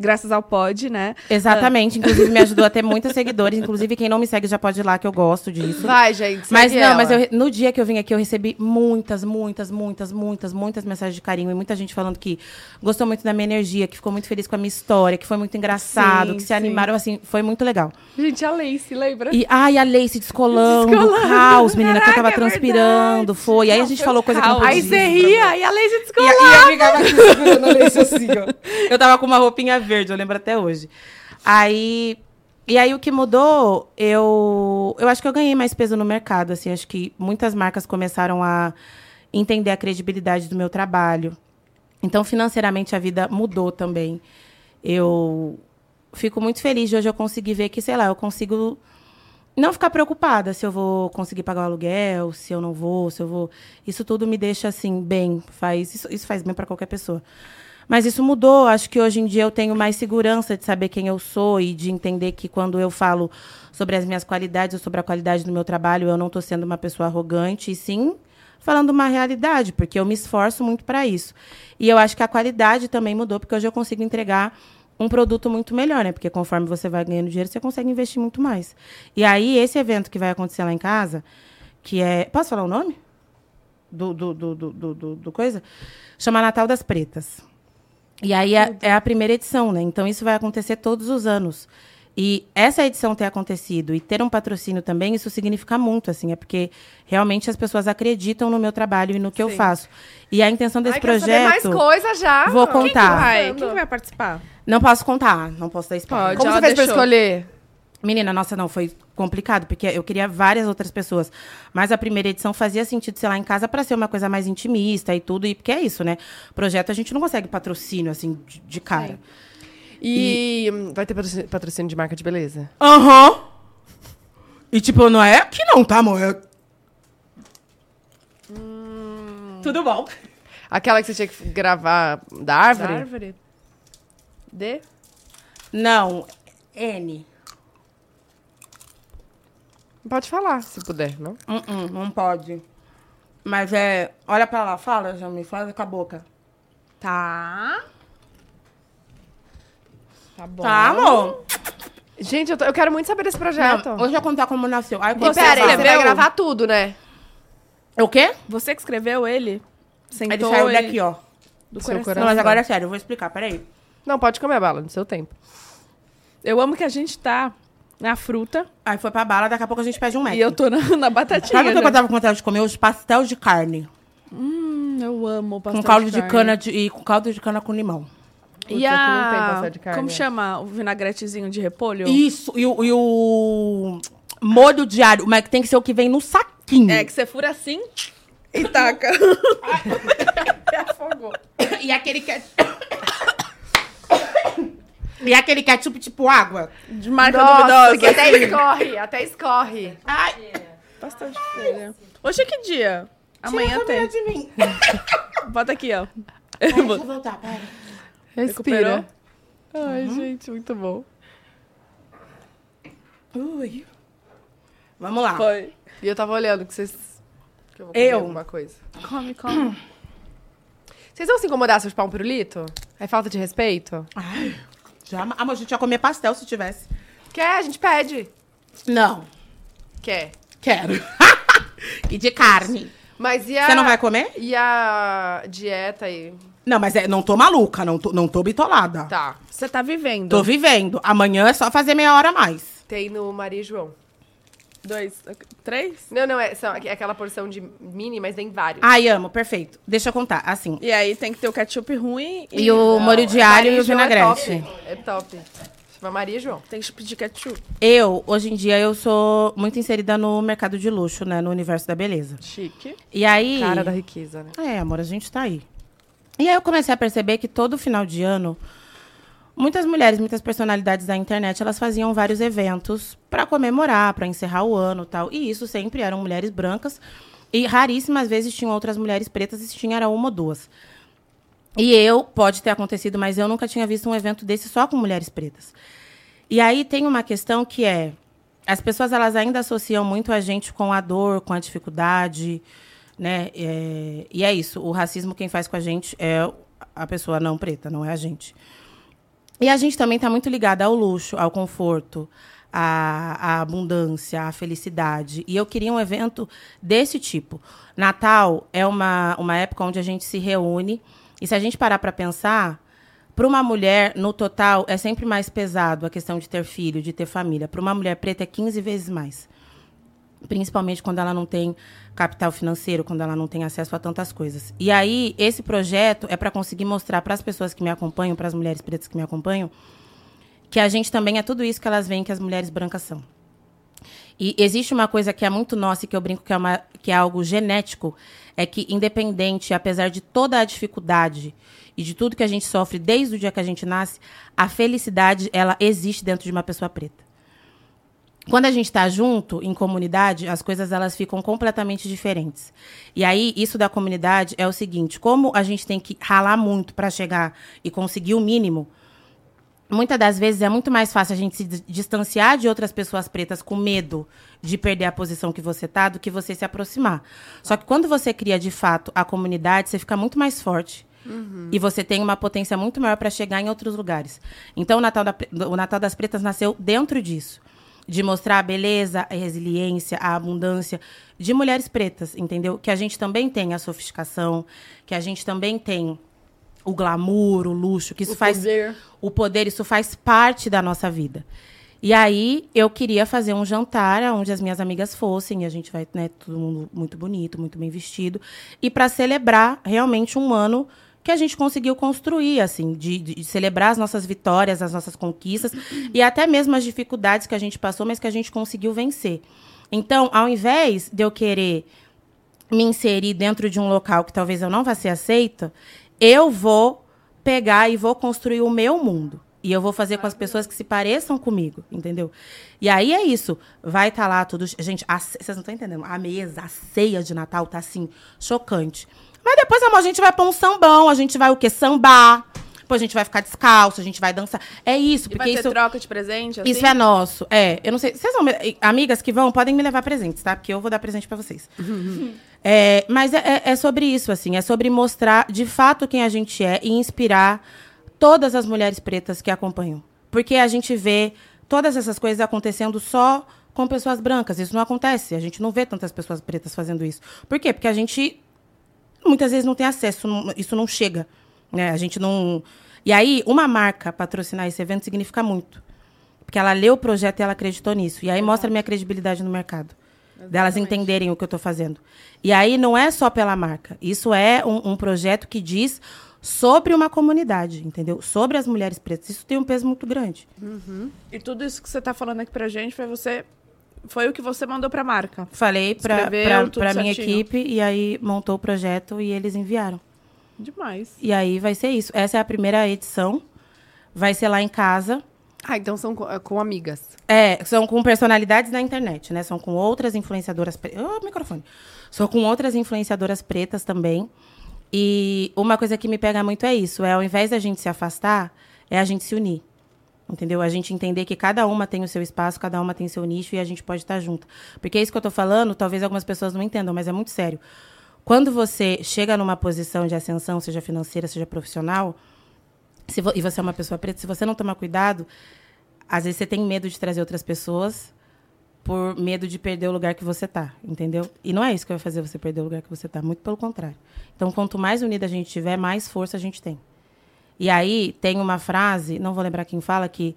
graças ao pod, né? Exatamente. Inclusive, me ajudou a ter muitos seguidores. Inclusive, quem não me segue já pode ir lá, que eu gosto disso. Vai, gente. segue Mas não, ela. mas eu re- no dia que eu vim aqui, eu recebi muitas, muitas, muitas, muitas, muitas mensagens de carinho e muita gente falando que gostou muito da minha energia, que ficou muito feliz com a minha história, que foi muito engraçado, Sim, que se sim. animaram, assim, foi muito legal. Gente, a Lacey, lembra? E ai, a Lace descolando, Descolando. o caos, menina, que eu tava Caraca, é transpirando, foi. Aí a gente falou coisa que não um caos. podia. Aí você ria e a Leite E, descobriu. e eu ficava aqui segurando a lace assim, ó. Eu tava com uma roupinha verde, eu lembro até hoje. Aí. E aí o que mudou, eu. Eu acho que eu ganhei mais peso no mercado, assim. Acho que muitas marcas começaram a entender a credibilidade do meu trabalho. Então, financeiramente, a vida mudou também. Eu fico muito feliz de hoje eu conseguir ver que, sei lá, eu consigo não ficar preocupada se eu vou conseguir pagar o aluguel, se eu não vou, se eu vou. Isso tudo me deixa assim bem, faz isso, isso faz bem para qualquer pessoa. Mas isso mudou, acho que hoje em dia eu tenho mais segurança de saber quem eu sou e de entender que quando eu falo sobre as minhas qualidades ou sobre a qualidade do meu trabalho, eu não estou sendo uma pessoa arrogante, e sim falando uma realidade, porque eu me esforço muito para isso. E eu acho que a qualidade também mudou, porque hoje eu consigo entregar um produto muito melhor, né? Porque conforme você vai ganhando dinheiro, você consegue investir muito mais. E aí, esse evento que vai acontecer lá em casa, que é. Posso falar o nome? Do, do, do, do, do, do- do coisa? Chama Natal das Pretas. E aí é, é a primeira edição, né? Então isso vai acontecer todos os anos. E essa edição ter acontecido e ter um patrocínio também, isso significa muito, assim, é porque realmente as pessoas acreditam no meu trabalho e no que eu Sim. faço. E a intenção desse Ai, quero saber mais projeto. coisa já. Vou mano. contar. Tá. Vai, Vai, quem que vai participar? Não posso contar, não posso dar spoiler. Pode. Como Já você fez pra deixou. escolher? Menina, nossa, não, foi complicado, porque eu queria várias outras pessoas. Mas a primeira edição fazia sentido, sei lá, em casa para ser uma coisa mais intimista e tudo, e porque é isso, né? Projeto a gente não consegue patrocínio, assim, de, de cara. E, hum, vai ter patrocínio, patrocínio de marca de beleza? Aham. E tipo, não é que não, tá, amor? Tudo bom. Aquela que você tinha que gravar da árvore? Árvore? D? Não, N. Pode falar, se puder, não? Hum, hum, não pode. Mas é. Olha pra lá, fala, já me fala com a boca. Tá. Tá bom. Tá, amor? Gente, eu, tô- eu quero muito saber desse projeto. Não, hoje eu contar como nasceu. Aí E quando pera, aí, fala- você vai escreveu? gravar tudo, né? O quê? Você que escreveu ele? Sentou Ele saiu Então ele daqui, ó. do Seu coração. coração. Não, mas agora é sério, eu vou explicar, peraí. Não, pode comer a bala, no seu tempo. Eu amo que a gente tá na fruta Aí foi pra bala, daqui a pouco a gente pede um e eu médico. tô na, na batatinha. Sabe o que né? eu tava com vontade de comer? Os pastel de carne. Hum, eu amo pastel com caldo de, carne. cana de- e com caldo de cana com limão. E Putz, aqui a... não tem pastel de carne. Como chama? O vinagretezinho de repolho? Isso, e o, e o molho diário, mas que tem que ser o que vem no saquinho. É, que você fura assim e taca. Afogou. E aquele que E aquele ketchup tipo água. De marca Nossa, duvidosa. que até escorre, até escorre. Ai, Pastel de feira. Hoje é que dia? Amanhã tira essa tem. mulher de mim. Bota aqui, ó. Ai, deixa eu voltar, pera. Respira. Recuperou? Ai, gente, muito bom. Ui. Vamos lá. Ah. Foi. E eu tava olhando que vocês... Que eu vou comer Eu? alguma coisa. Come, come. Vocês vão se incomodar se eu chupar um pirulito? É falta de respeito? Ai, já, amor, a gente ia comer pastel se tivesse. Quer, a gente pede. Não, Quer. quero. e de carne. Mas e a... Você não vai comer? E a dieta aí? Não, mas é, não tô maluca, não tô, não tô bitolada. Tá. Você tá vivendo. Tô vivendo. Amanhã é só fazer meia hora a mais. Tem no Maria e João. Dois, três? Não, não, é, são, é aquela porção de mini, mas vem vários. Ai, amo, perfeito. Deixa eu contar, assim. E aí tem que ter o ketchup ruim ah, e, E, o molho diário Maria e o João vinagrete. É top. É top. Chama Maria e João. tem que pedir ketchup. eu, hoje em dia, eu sou muito inserida no mercado de luxo, né? No universo da beleza. Chique. E aí... Cara da riqueza, né? É, amor, a gente tá aí. E aí eu comecei a perceber que todo final de ano, muitas mulheres, muitas personalidades da internet, elas faziam vários eventos pra comemorar, pra encerrar o ano e tal. E isso sempre eram mulheres brancas. E raríssimas vezes tinham outras mulheres pretas, e se tinha era uma ou duas. E eu, pode ter acontecido, mas eu nunca tinha visto um evento desse só com mulheres pretas. E aí tem uma questão que é: as pessoas elas ainda associam muito a gente com a dor, com a dificuldade, né? É, e é isso. O racismo quem faz com a gente é a pessoa não preta, não é a gente. E a gente também está muito ligada ao luxo, ao conforto, à, à abundância, à felicidade. E eu queria um evento desse tipo. Natal é uma, uma época onde a gente se reúne. E se a gente parar para pensar, para uma mulher, no total, é sempre mais pesado a questão de ter filho, de ter família. Para uma mulher preta, é 15 vezes mais. Principalmente quando ela não tem capital financeiro, quando ela não tem acesso a tantas coisas. E aí, esse projeto é para conseguir mostrar para as pessoas que me acompanham, para as mulheres pretas que me acompanham, que a gente também é tudo isso que elas veem que as mulheres brancas são. E existe uma coisa que é muito nossa e que eu brinco que é, uma, que é algo genético, é que independente, apesar de toda a dificuldade e de tudo que a gente sofre desde o dia que a gente nasce, a felicidade ela existe dentro de uma pessoa preta. Quando a gente está junto em comunidade, as coisas elas ficam completamente diferentes. E aí isso da comunidade é o seguinte: como a gente tem que ralar muito para chegar e conseguir o mínimo, muitas das vezes é muito mais fácil a gente se dis- distanciar de outras pessoas pretas com medo de perder a posição que você tá do que você se aproximar. Só que quando você cria de fato a comunidade, você fica muito mais forte. E você tem uma potência muito maior para chegar em outros lugares. Então, o Natal, da Pre- o Natal das Pretas nasceu dentro disso. De mostrar a beleza, a resiliência, a abundância de mulheres pretas, entendeu? Que a gente também tem a sofisticação, que a gente também tem o glamour, o luxo, que isso O faz poder. o poder, isso faz parte da nossa vida. E aí eu queria fazer um jantar onde as minhas amigas fossem, e a gente vai, né, todo mundo muito bonito, muito bem vestido, e para celebrar realmente um ano que a gente conseguiu construir, assim, de, de- de celebrar as nossas vitórias, as nossas conquistas e até mesmo as dificuldades que a gente passou, mas que a gente conseguiu vencer. Então, ao invés de eu querer me inserir dentro de um local que talvez eu não vá ser aceita, eu vou pegar e vou construir o meu mundo. E eu vou fazer com as pessoas que se pareçam comigo, entendeu? E aí é isso. Vai estar lá tudo. Gente, a ce- vocês não estão entendendo. A mesa, a ceia de Natal tá assim, chocante. Mas depois, amor, a gente vai pra um sambão, a gente vai o quê? Sambar. Depois a gente vai ficar descalço, a gente vai dançar. É isso, E porque vai ter isso. troca de presente, assim? Isso é nosso. É, eu não sei. Vocês vão. me- Amigas que vão, podem me levar presentes, tá? Porque eu vou dar presente pra vocês. É, mas é, é- é sobre isso, assim. É sobre mostrar de fato quem a gente é e inspirar todas as mulheres pretas que acompanham. Porque a gente vê todas essas coisas acontecendo só com pessoas brancas. Isso não acontece. A gente não vê tantas pessoas pretas fazendo isso. Por quê? Porque a gente muitas vezes não tem acesso, não- isso não chega. Né? A gente não. E aí, uma marca patrocinar esse evento significa muito. Porque ela leu o projeto e ela acreditou nisso. E aí mostra a minha credibilidade no mercado. Delas entenderem o que eu estou fazendo. E aí não é só pela marca. Isso é um, um projeto que diz sobre uma comunidade, entendeu? Sobre as mulheres pretas. Isso tem um peso muito grande. E tudo isso que você tá falando aqui pra gente foi você... Foi o que você mandou pra marca. Falei para Escreveu tudo a minha certinho. equipe e aí montou o projeto e eles enviaram. Demais. E aí vai ser isso. Essa é a primeira edição. Vai ser lá em casa. Ah, então são co- é, com, amigas. É, são com personalidades da internet, né? São com outras influenciadoras. pre- Ô, microfone. São com outras influenciadoras pretas também. E uma coisa que me pega muito é isso: é ao invés da gente se afastar, é a gente se unir. Entendeu? A gente entender que cada uma tem o seu espaço, cada uma tem seu nicho e a gente pode estar junto. Porque é isso que eu tô falando, talvez algumas pessoas não entendam, mas é muito sério. Quando você chega numa posição de ascensão, seja financeira, seja profissional, se vo- e você é uma pessoa preta, se você não tomar cuidado, às vezes você tem medo de trazer outras pessoas por medo de perder o lugar que você tá, entendeu? E não é isso que vai fazer você perder o lugar que você tá, muito pelo contrário. Então, quanto mais unida a gente tiver, mais força a gente tem. E aí tem uma frase, não vou lembrar quem fala, que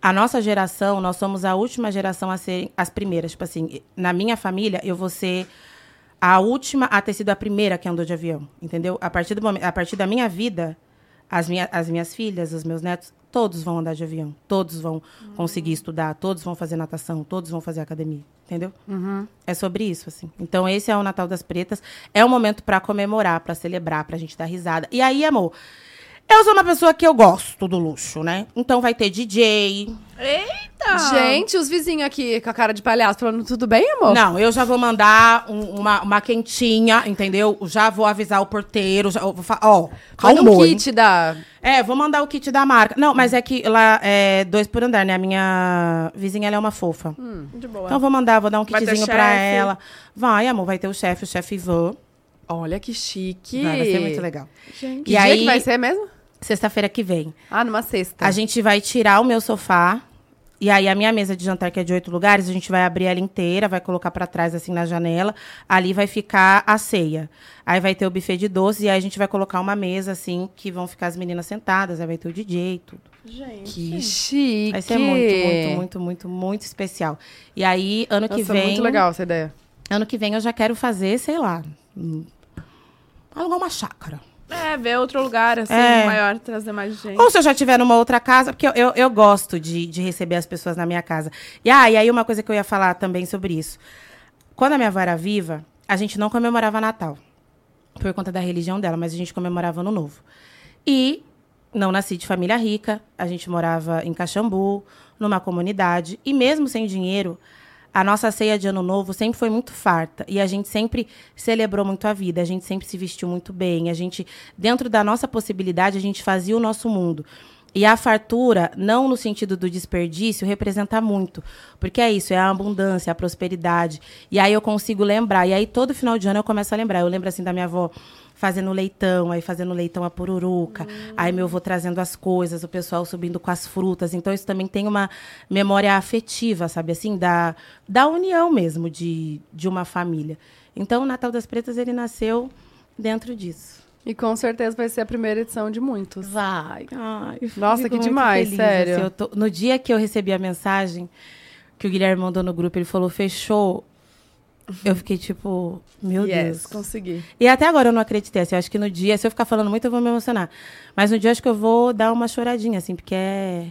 a nossa geração, nós somos a última geração a serem as primeiras. Tipo assim, na minha família, eu vou ser a última a ter sido a primeira que andou de avião, entendeu? A partir, do momento, a partir da minha vida, as, minha, as minhas filhas, os meus netos, todos vão andar de avião, todos vão conseguir estudar, todos vão fazer natação, todos vão fazer academia, entendeu? É sobre isso, assim. Então, esse é o Natal das Pretas. É um momento pra comemorar, pra celebrar, pra gente dar risada. E aí, amor, eu sou uma pessoa que eu gosto do luxo, né? Então, vai ter DJ. Ah. Eita! Gente, os vizinhos aqui com a cara de palhaço falando, tudo bem, amor? Não, eu já vou mandar um- uma, uma quentinha, entendeu? Já vou avisar o porteiro. Já, eu vou fa- ó, Manda um calmou, hein? kit da... É, vou mandar o kit da marca. Não, mas é que lá é dois por andar, né? A minha vizinha, ela é uma fofa. De boa. Então, vou mandar, vou dar um Hum. Vai ter kitzinho pra chefe? ela. Vai, amor, vai ter o chefe, o chefe Ivan. Olha que chique. Vai, vai ser muito legal. Gente. Que E dia aí- que vai ser mesmo? Sexta-feira que vem. Ah, numa sexta. A gente vai tirar o meu sofá. E aí, a minha mesa de jantar, que é de oito lugares, a gente vai abrir ela inteira, vai colocar pra trás, assim, na janela. Ali vai ficar a ceia. Aí vai ter o buffet de doces, e aí a gente vai colocar uma mesa, assim, que vão ficar as meninas sentadas, aí vai ter o DJ e tudo. Gente. Que chique. Vai ser muito, muito, muito, muito, muito especial. E aí, ano que Nossa, vem. muito legal essa ideia. Ano que vem eu já quero fazer, sei lá. hum, Alugar uma chácara. É, ver outro lugar, assim, É. maior, trazer mais gente. Ou se eu já tiver numa outra casa, porque eu, eu, eu gosto de, de receber as pessoas na minha casa. E, ah, e aí uma coisa que eu ia falar também sobre isso. Quando a minha avó era viva, a gente não comemorava Natal. Por conta da religião dela, mas a gente comemorava Ano Novo. E não nasci de família rica, a gente morava em Caxambu, numa comunidade. E mesmo sem dinheiro, a nossa ceia de Ano Novo sempre foi muito farta. E a gente sempre celebrou muito a vida, a gente sempre se vestiu muito bem. A gente, dentro da nossa possibilidade, a gente fazia o nosso mundo. E a fartura, não no sentido do desperdício, representa muito. Porque é isso, é a abundância, a prosperidade. E aí eu consigo lembrar. E aí todo final de ano eu começo a lembrar. Eu lembro assim da minha avó fazendo leitão, aí fazendo leitão a pururuca, aí meu avô trazendo as coisas, o pessoal subindo com as frutas. Então isso também tem uma memória afetiva, sabe assim, da, da união mesmo de, de uma família. Então o Natal das Pretas ele nasceu dentro disso. E com certeza vai ser a primeira edição de muitos. Vai. Ai, Nossa, Fico que muito demais, feliz, sério. assim, eu tô- no dia que eu recebi a mensagem que o Guilherme mandou no grupo, ele falou, fechou. Eu fiquei tipo, meu yes, Deus. consegui. E até agora eu não acreditei, assim, eu acho que no dia, se eu ficar falando muito, eu vou me emocionar. Mas no dia eu acho que eu vou dar uma choradinha, assim, porque é.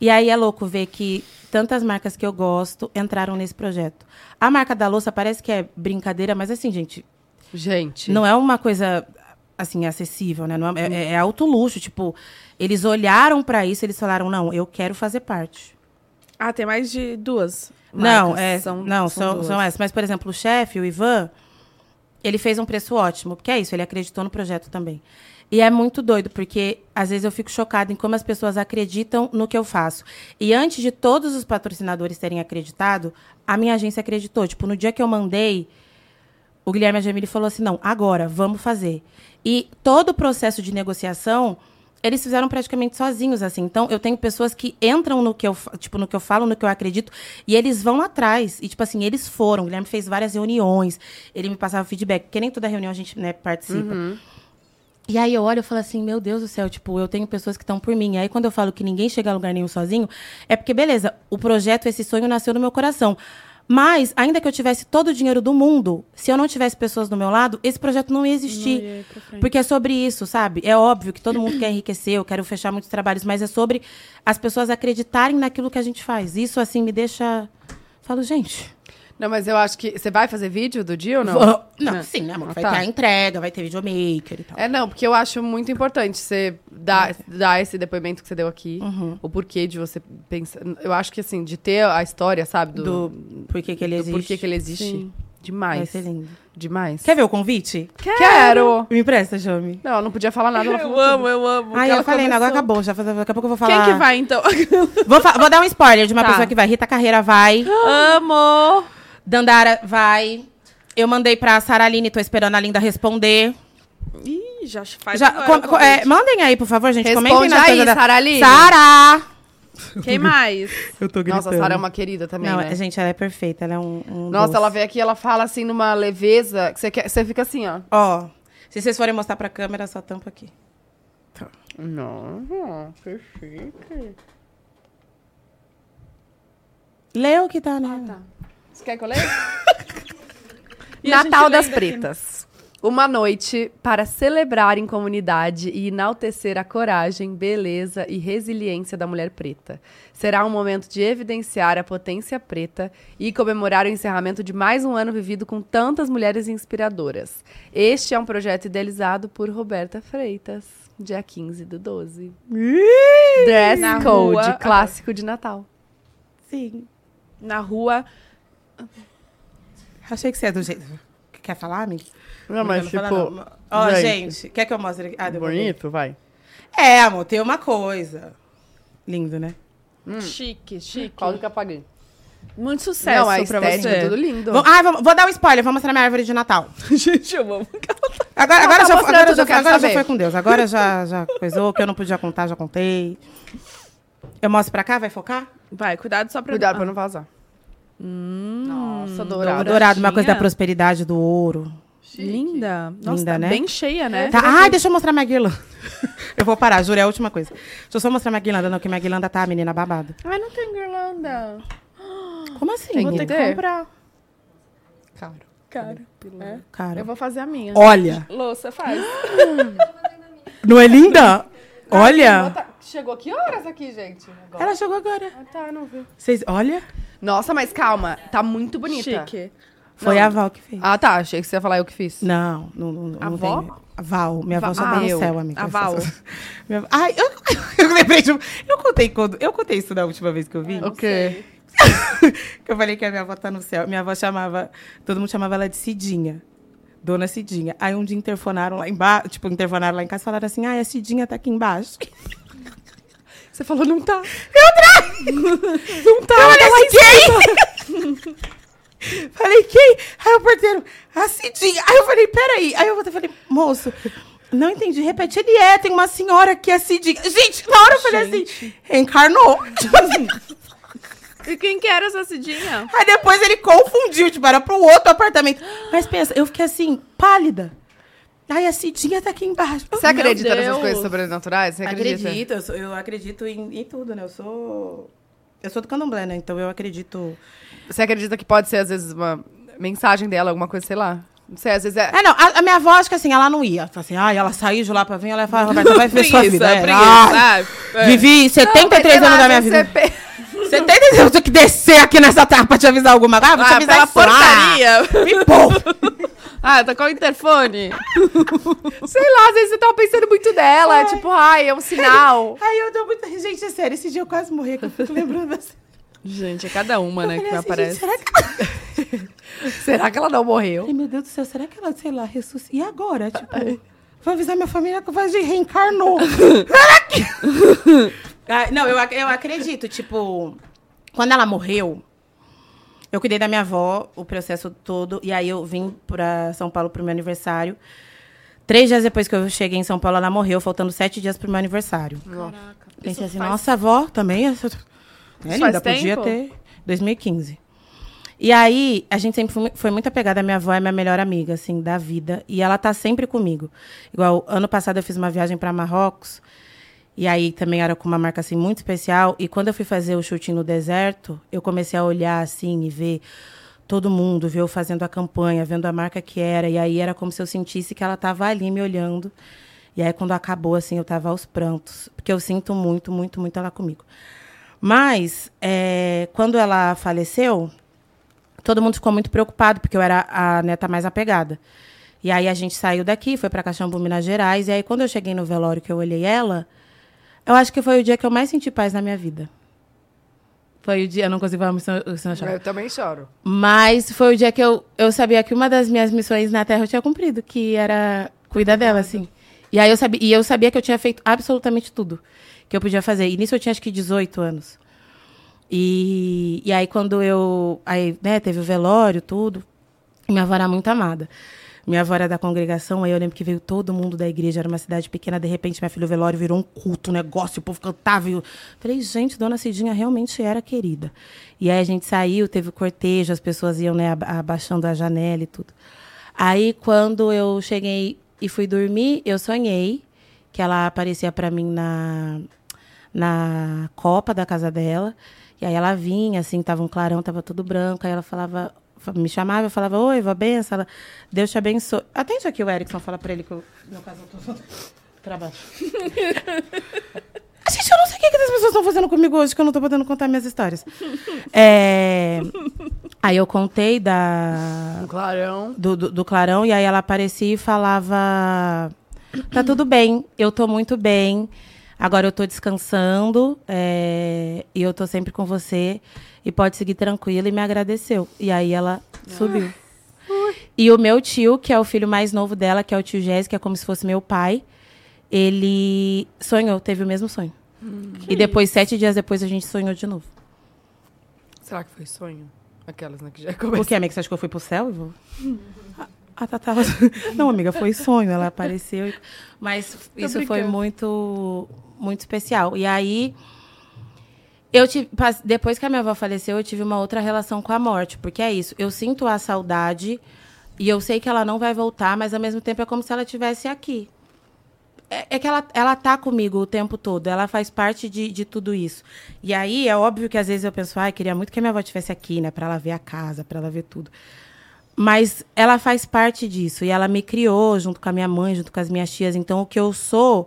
E aí é louco ver que tantas marcas que eu gosto entraram nesse projeto. A marca da louça parece que é brincadeira, mas assim, gente, Gente. não é uma coisa assim acessível, né? Não é, é- é alto luxo, tipo, eles olharam pra isso, eles falaram: "Não, eu quero fazer parte". Ah, tem mais de duas. não, marcas. é, não, são, duas. são essas, mas por exemplo, o chefe, o Ivan, ele fez um preço ótimo, porque é isso, ele acreditou no projeto também. E é muito doido, porque às vezes eu fico chocada em como as pessoas acreditam no que eu faço. E antes de todos os patrocinadores terem acreditado, a minha agência acreditou. Tipo, no dia que eu mandei, o Guilherme Agemili falou assim: não, agora, vamos fazer. E todo o processo de negociação, eles fizeram praticamente sozinhos, assim. Então, eu tenho pessoas que entram no que eu, fa- tipo, no que eu falo, no que eu acredito, e eles vão atrás. E, tipo assim, eles foram. O Guilherme fez várias reuniões, ele me passava feedback, porque nem toda reunião a gente né, participa. E aí eu olho e falo assim, meu Deus do céu, tipo, eu tenho pessoas que estão por mim. E aí quando eu falo que ninguém chega a lugar nenhum sozinho, é porque, beleza, o projeto, esse sonho nasceu no meu coração. Mas, ainda que eu tivesse todo o dinheiro do mundo, se eu não tivesse pessoas do meu lado, esse projeto não ia existir. ia ir pra frente. porque é sobre isso, sabe? É óbvio que todo mundo quer enriquecer, eu quero fechar muitos trabalhos, mas é sobre as pessoas acreditarem naquilo que a gente faz. Isso, assim, me deixa. Falo, gente. Não, mas eu acho que. Você vai fazer vídeo do dia ou não? vou- Não, sim, né, amor? Ah, Vai tá. ter a entrega, vai ter videomaker e tal. É, não, porque eu acho muito importante você dar, dar esse depoimento que você deu aqui. Uhum. O porquê de você pensar. Eu acho que, assim, de ter a história, sabe? Do, por que, que ele do existe. porquê que ele existe. Sim. Vai Demais. ser lindo. Demais. Quer ver o convite? Quero! Me empresta, Jami. Não, ela não podia falar nada. Ela falou Eu amo, eu amo. Ai, Ela eu falei, não, agora começou. acabou. Já, faz- daqui a pouco eu vou falar. Quem que vai, então? Vou, fa- vou dar um spoiler de uma Tá. pessoa que vai. Rita Carreira vai. amo! Dandara vai. Eu mandei pra Saraline, tô esperando a Linda responder. Ih, já faz Já, agora com- o com- é, convite. mandem aí, por favor, gente. Responde Comentem na aí, coisa da... Saraline. Sara! Quem mais? Eu tô tudo. Nossa, a Sara é uma querida também, Não, né? gente, ela é perfeita. Ela é um, um Nossa, doce. ela vem aqui e ela fala assim numa leveza que você, quer, você fica assim, ó. Ó, se vocês forem mostrar pra câmera, só tampa aqui. Não, que chique. Leu que tá, né? Você quer que eu leia? E a gente Natal das lendo aqui. Pretas. Uma noite para celebrar em comunidade e enaltecer a coragem, beleza e resiliência da mulher preta. Será um momento de evidenciar a potência preta e comemorar o encerramento de mais um ano vivido com tantas mulheres inspiradoras. Este é um projeto idealizado por Roberta Freitas, dia 15 do 12. Dress Na Code, rua. clássico de Natal. Sim. Na rua. Achei que você é do jeito. Quer falar, amiga? Não, tipo, fala, não. Ó, gente. quer que eu mostre aqui? Ah, deu pra ver. vai. É, amor, tem uma coisa. Lindo, né? Chique, chique. Qual que eu apaguei? Muito sucesso não, a pra estética você. Hum, é tudo lindo. Vou, ah, vou, vou dar um spoiler, vou mostrar minha árvore de Natal. Gente, eu amo. Agora, agora, tá já, mostrando agora, tudo, já, eu quero agora já saber. foi com Deus. Agora já, já coisou, o que eu não podia contar, já contei. Eu mostro pra cá, vai focar? Vai, cuidado só pra... Cuidado pra não vazar. Nossa, dourado. Douradinha. Dourado, uma coisa da prosperidade, do ouro. Linda. Nossa, Linda, tá né? bem cheia, né? Tá, ai, deixa eu mostrar minha guirlanda. Eu vou parar, juro, é a última coisa. Deixa eu só mostrar minha guirlanda, não, que minha guirlanda tá, menina, babada. Ai, não tem guirlanda. Como assim? Tem Vou ter que ter? comprar. Caro. Cara, é. Cara, eu vou fazer a minha. olha, Louça, faz. não é linda? Olha, Bota- Chegou que horas aqui, gente? Agora. ela chegou agora. tá Ah, tá, não vi. Vocês, olha, Nossa, mas calma. Tá muito bonita. Chique. foi Não. a Val que fez. Ah, tá. Achei que você ia falar eu que fiz. Não, não, não, não A tem. Val? A Val, minha Va- avó só Ah, tá no eu. céu, amiga. A Val. Minha- Ai, eu, eu lembrei de um- Eu contei quando. Eu contei isso da última vez que eu vim. O quê? que eu falei que a minha avó tá no céu. Minha avó chamava. Todo mundo chamava ela de Cidinha. Dona Cidinha. Aí um dia interfonaram lá embaixo, tipo, interfonaram lá em casa e falaram assim: ah, a Cidinha tá aqui embaixo. Você falou não tá. Não tá, eu falei, quem? falei, quem? Aí o porteiro, a Cidinha. Aí eu falei, peraí. Aí eu voltei e falei, moço, não entendi. Repete, ele é, tem uma senhora que é Cidinha. Gente, na hora eu falei assim, reencarnou. E quem que era essa Cidinha? Aí depois ele confundiu, tipo, era pro outro apartamento. Mas pensa, eu fiquei assim, pálida. Aí a Cidinha tá aqui embaixo. Você acredita nessas Deus. coisas sobrenaturais? Você acredita? Acredito, eu, sou- eu acredito em, em tudo, né? Eu sou. Eu sou do candomblé, né? Então eu acredito. Você acredita que pode ser, às vezes, uma mensagem dela, alguma coisa, sei lá? Não sei, às vezes é. É, não, a, a minha avó, acho que assim, ela não ia. Ela fala assim, ai, ela saiu de lá pra vir, ela fala, Roberta, vai ver sua vida. É, ai, Vivi né? É. Não, 73 mas sei anos lá, da minha às vezes vida. você pe- 73 anos, eu tenho que descer aqui nessa terra pra te avisar alguma coisa. Ah, vou te Ah, avisar pela isso. Ah, porcaria. me poupa. Ah, tá com o interfone. Sei lá, às vezes você tava pensando muito dela. Tipo, ai, é um sinal. Ai, eu dou muita... Gente, é sério, esse dia eu quase morri, que eu fico lembrando assim. Gente, é cada uma, né, Eu que falei me assim, aparece. gente, será que... Eu Será que ela não morreu? falei, meu Deus do céu, será que ela, sei lá, ressuscita? E agora, tipo... Vou avisar minha família que vai reencarnou. Ah, não, eu, ac- eu acredito. Tipo, quando ela morreu, eu cuidei da minha avó o processo todo. E aí eu vim pra São Paulo pro meu aniversário. Três dias depois que eu cheguei em São Paulo, ela morreu, faltando sete dias pro meu aniversário. Caraca. Pensei assim, faz- nossa, avó também. É, é faz linda, podia tempo? ter. 2015. E aí, a gente sempre foi, foi muito apegada. A minha avó é minha melhor amiga, assim, da vida. E ela tá sempre comigo. Igual, ano passado eu fiz uma viagem pra Marrocos. E aí também era com uma marca, assim, muito especial. E quando eu fui fazer o shooting no deserto, eu comecei a olhar, assim, e ver todo mundo, ver eu fazendo a campanha, vendo a marca que era. E aí era como se eu sentisse que ela tava ali me olhando. E aí, quando acabou, assim, eu tava aos prantos. Porque eu sinto muito, muito, muito ela comigo. Mas, é, quando ela faleceu, todo mundo ficou muito preocupado, porque eu era a neta mais apegada. E aí a gente saiu daqui, foi para Caxambu, Minas Gerais. E aí, quando eu cheguei no velório que eu olhei ela, eu acho que foi o dia que eu mais senti paz na minha vida. Foi o dia, eu não consigo falar muito, senão eu- senão eu choro. Eu também choro. Mas foi o dia que eu, eu sabia que uma das minhas missões na Terra eu tinha cumprido, que era cuidar dela, assim. E aí eu sabia, e eu sabia que eu tinha feito absolutamente tudo que eu podia fazer. E nisso eu tinha acho que 18 anos. E, e aí quando eu. Aí, né, teve o velório, tudo. Minha avó era muito amada. Minha avó era da congregação, aí eu lembro que veio todo mundo da igreja, era uma cidade pequena, de repente minha filha o velório virou um culto, um negócio, o povo cantava. E eu falei, gente, dona Cidinha realmente era querida. E aí a gente saiu, teve o cortejo, as pessoas iam, né, aba- abaixando a janela e tudo. Aí quando eu cheguei e fui dormir, eu sonhei que ela aparecia pra mim na, na copa da casa dela. E aí ela vinha, assim, tava um clarão, tava tudo branco. Aí ela falava, fa- me chamava, eu falava, oi, vó benção. Ela, Deus te abençoe. Atende aqui o Erickson, fala pra ele que eu, no caso, eu tô pra baixo. Gente, eu não sei o que, que as pessoas estão fazendo comigo hoje, que eu não tô podendo contar minhas histórias. É, Aí eu contei da, Clarão. do, do- do Clarão, e aí ela aparecia e falava: Tá tudo bem, eu tô muito bem, agora eu tô descansando, é, e eu tô sempre com você, e pode seguir tranquila, e me agradeceu. E aí ela subiu. E o meu tio, que é o filho mais novo dela, que é o tio Jéssica, que é como se fosse meu pai, ele sonhou, teve o mesmo sonho. e depois, sete dias depois, a gente sonhou de novo. Será que foi sonho? Aquelas, né, que já começou. O que, amiga? Você acha que eu fui pro céu, Ivo? A Tatá... Ah, tá, Não, amiga, foi sonho. Ela apareceu. e- Mas isso foi brincando. muito, muito especial. E aí... Eu tive, pas- depois que a minha avó faleceu, eu tive uma outra relação com a morte, porque é isso. Eu sinto a saudade e eu sei que ela não vai voltar, mas ao mesmo tempo é como se ela estivesse aqui. É, é que ela, ela tá comigo o tempo todo, ela faz parte de, de tudo isso. E aí é óbvio que às vezes eu penso, ai, queria muito que a minha avó estivesse aqui, né, para ela ver a casa, para ela ver tudo. Mas ela faz parte disso e ela me criou junto com a minha mãe, junto com as minhas tias. Então o que eu sou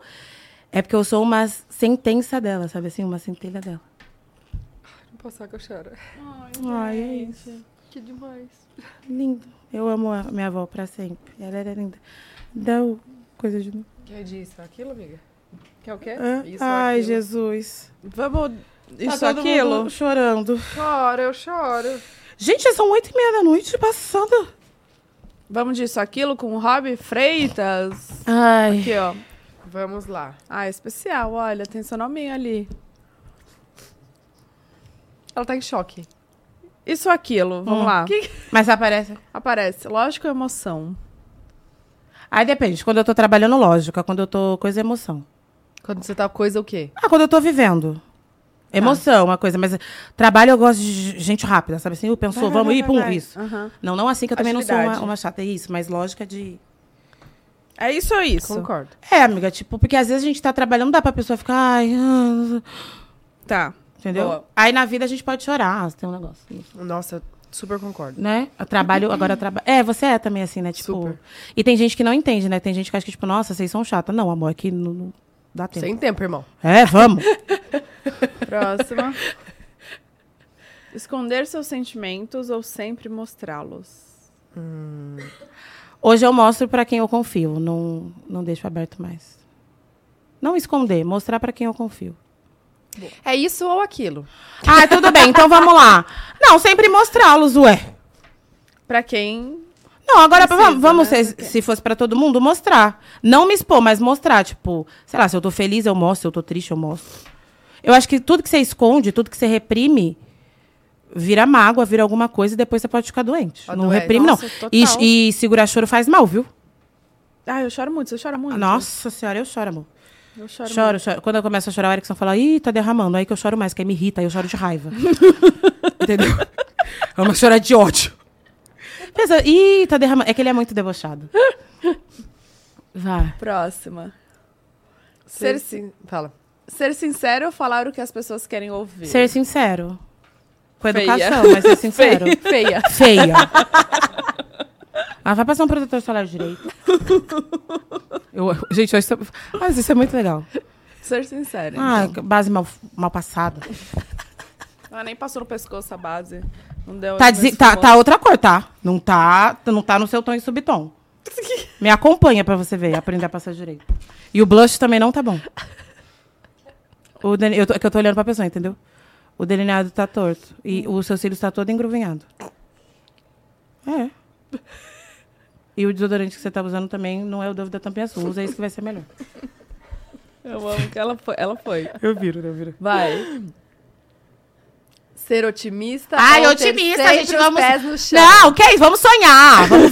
é porque eu sou uma sentença dela, sabe assim, uma centelha dela. Não passar que eu choro. Ai, é isso. Que demais. Lindo. Eu amo a minha avó pra sempre. Ela era linda. Dá o- coisa de novo. Quer disso? Aquilo, amiga? Quer o quê? Hã? Isso, Ai, aquilo. Jesus. Vamos. Isso, Tá todo aquilo. mundo chorando. Choro, eu choro. Gente, já são oito e meia da noite passada. Vamos disso, aquilo com o Rob Freitas. Ai. Aqui, ó. Vamos lá. Ah, é especial, olha, tem seu nominho ali. Ela tá em choque. Isso ou aquilo, vamos Hum. lá. Mas aparece. Aparece, lógico, emoção. Aí depende. Quando eu tô trabalhando, lógica. Quando eu tô coisa, emoção. Quando você tá coisa o quê? Ah, quando eu tô vivendo. Tá. Emoção, é uma coisa. Mas trabalho eu gosto de gente rápida, sabe assim? Eu pensou, Vai, vai, vamos vai, ir, pum, vai. isso. Aham. Não, não assim que eu também não sou Agilidade. uma, uma chata. É isso, mas lógica de... É isso ou isso? Concordo. É, amiga, tipo, porque às vezes a gente tá trabalhando, não dá pra pessoa ficar, ai, ah, Tá. entendeu? Boa. Aí na vida a gente pode chorar, se tem um negócio, Nossa, eu super concordo. né? Eu trabalho, agora eu trabalho. É, você é também assim, né? Tipo. Super. E tem gente que não entende, né? Tem gente que acha que, tipo, nossa, vocês são chata. Não, amor, aqui não, não dá tempo. Sem tempo, irmão. É, vamos. Próxima. Esconder seus sentimentos ou sempre mostrá-los? Hoje eu mostro pra quem eu confio, não, não deixo aberto mais. Não esconder, mostrar pra quem eu confio. É isso ou aquilo? Ah, tudo bem, então vamos lá. Não, sempre mostrá-los, ué. Pra quem. Não, agora Precisa, vamos, vamos né? se, se fosse pra todo mundo, mostrar. Não me expor, mas mostrar. Tipo, sei lá, se eu tô feliz, eu mostro. Se eu tô triste, eu mostro. Eu acho que tudo que você esconde, tudo que você reprime, vira mágoa, vira alguma coisa e depois você pode ficar doente. Ó, não doente. reprime, Nossa, não. E, total. e segurar choro faz mal, viu? Ah, eu choro muito, você chora muito. Nossa senhora, eu choro, amor. Eu choro. Choro, choro. Quando eu começo a chorar, o Erickson fala, ih, tá derramando. Aí que eu choro mais, que aí me irrita, aí eu choro de raiva. Entendeu? É uma chorar de ódio. Pensa, ih, tá derramando. É que ele é muito debochado. Vá. Próxima. Ser, Ser sim. Fala. ser sincero ou falar o que as pessoas querem ouvir? Ser sincero. Com Feia. educação, mas ser sincero. Feia. Feia. Ah, vai passar um protetor solar direito. Eu, gente, eu acho isso, mas isso é muito legal. Ser sincero. Ah, então. base mal, mal passada. Ela nem passou no pescoço a base. Não deu. um Tá, mas desi- foi tá, bom. tá outra cor, tá? Não tá, não tá no seu tom e subtom. Me acompanha pra você ver, aprender a passar direito. E o blush também não tá bom. O deli- eu tô, é que eu tô olhando pra pessoa, entendeu? O delineado tá torto. E Hum. o seu cílio tá todo engruvinhado. É. E o desodorante que você tá usando também não é o da tampinha azul. Usa isso que vai ser melhor. Eu amo que ela foi. Ela foi. Eu viro, eu viro. Vai. Ser otimista. Ai, ou otimista, ter sempre gente, vamos- Os pés no chão. Não, que isso? Vamos sonhar, vamos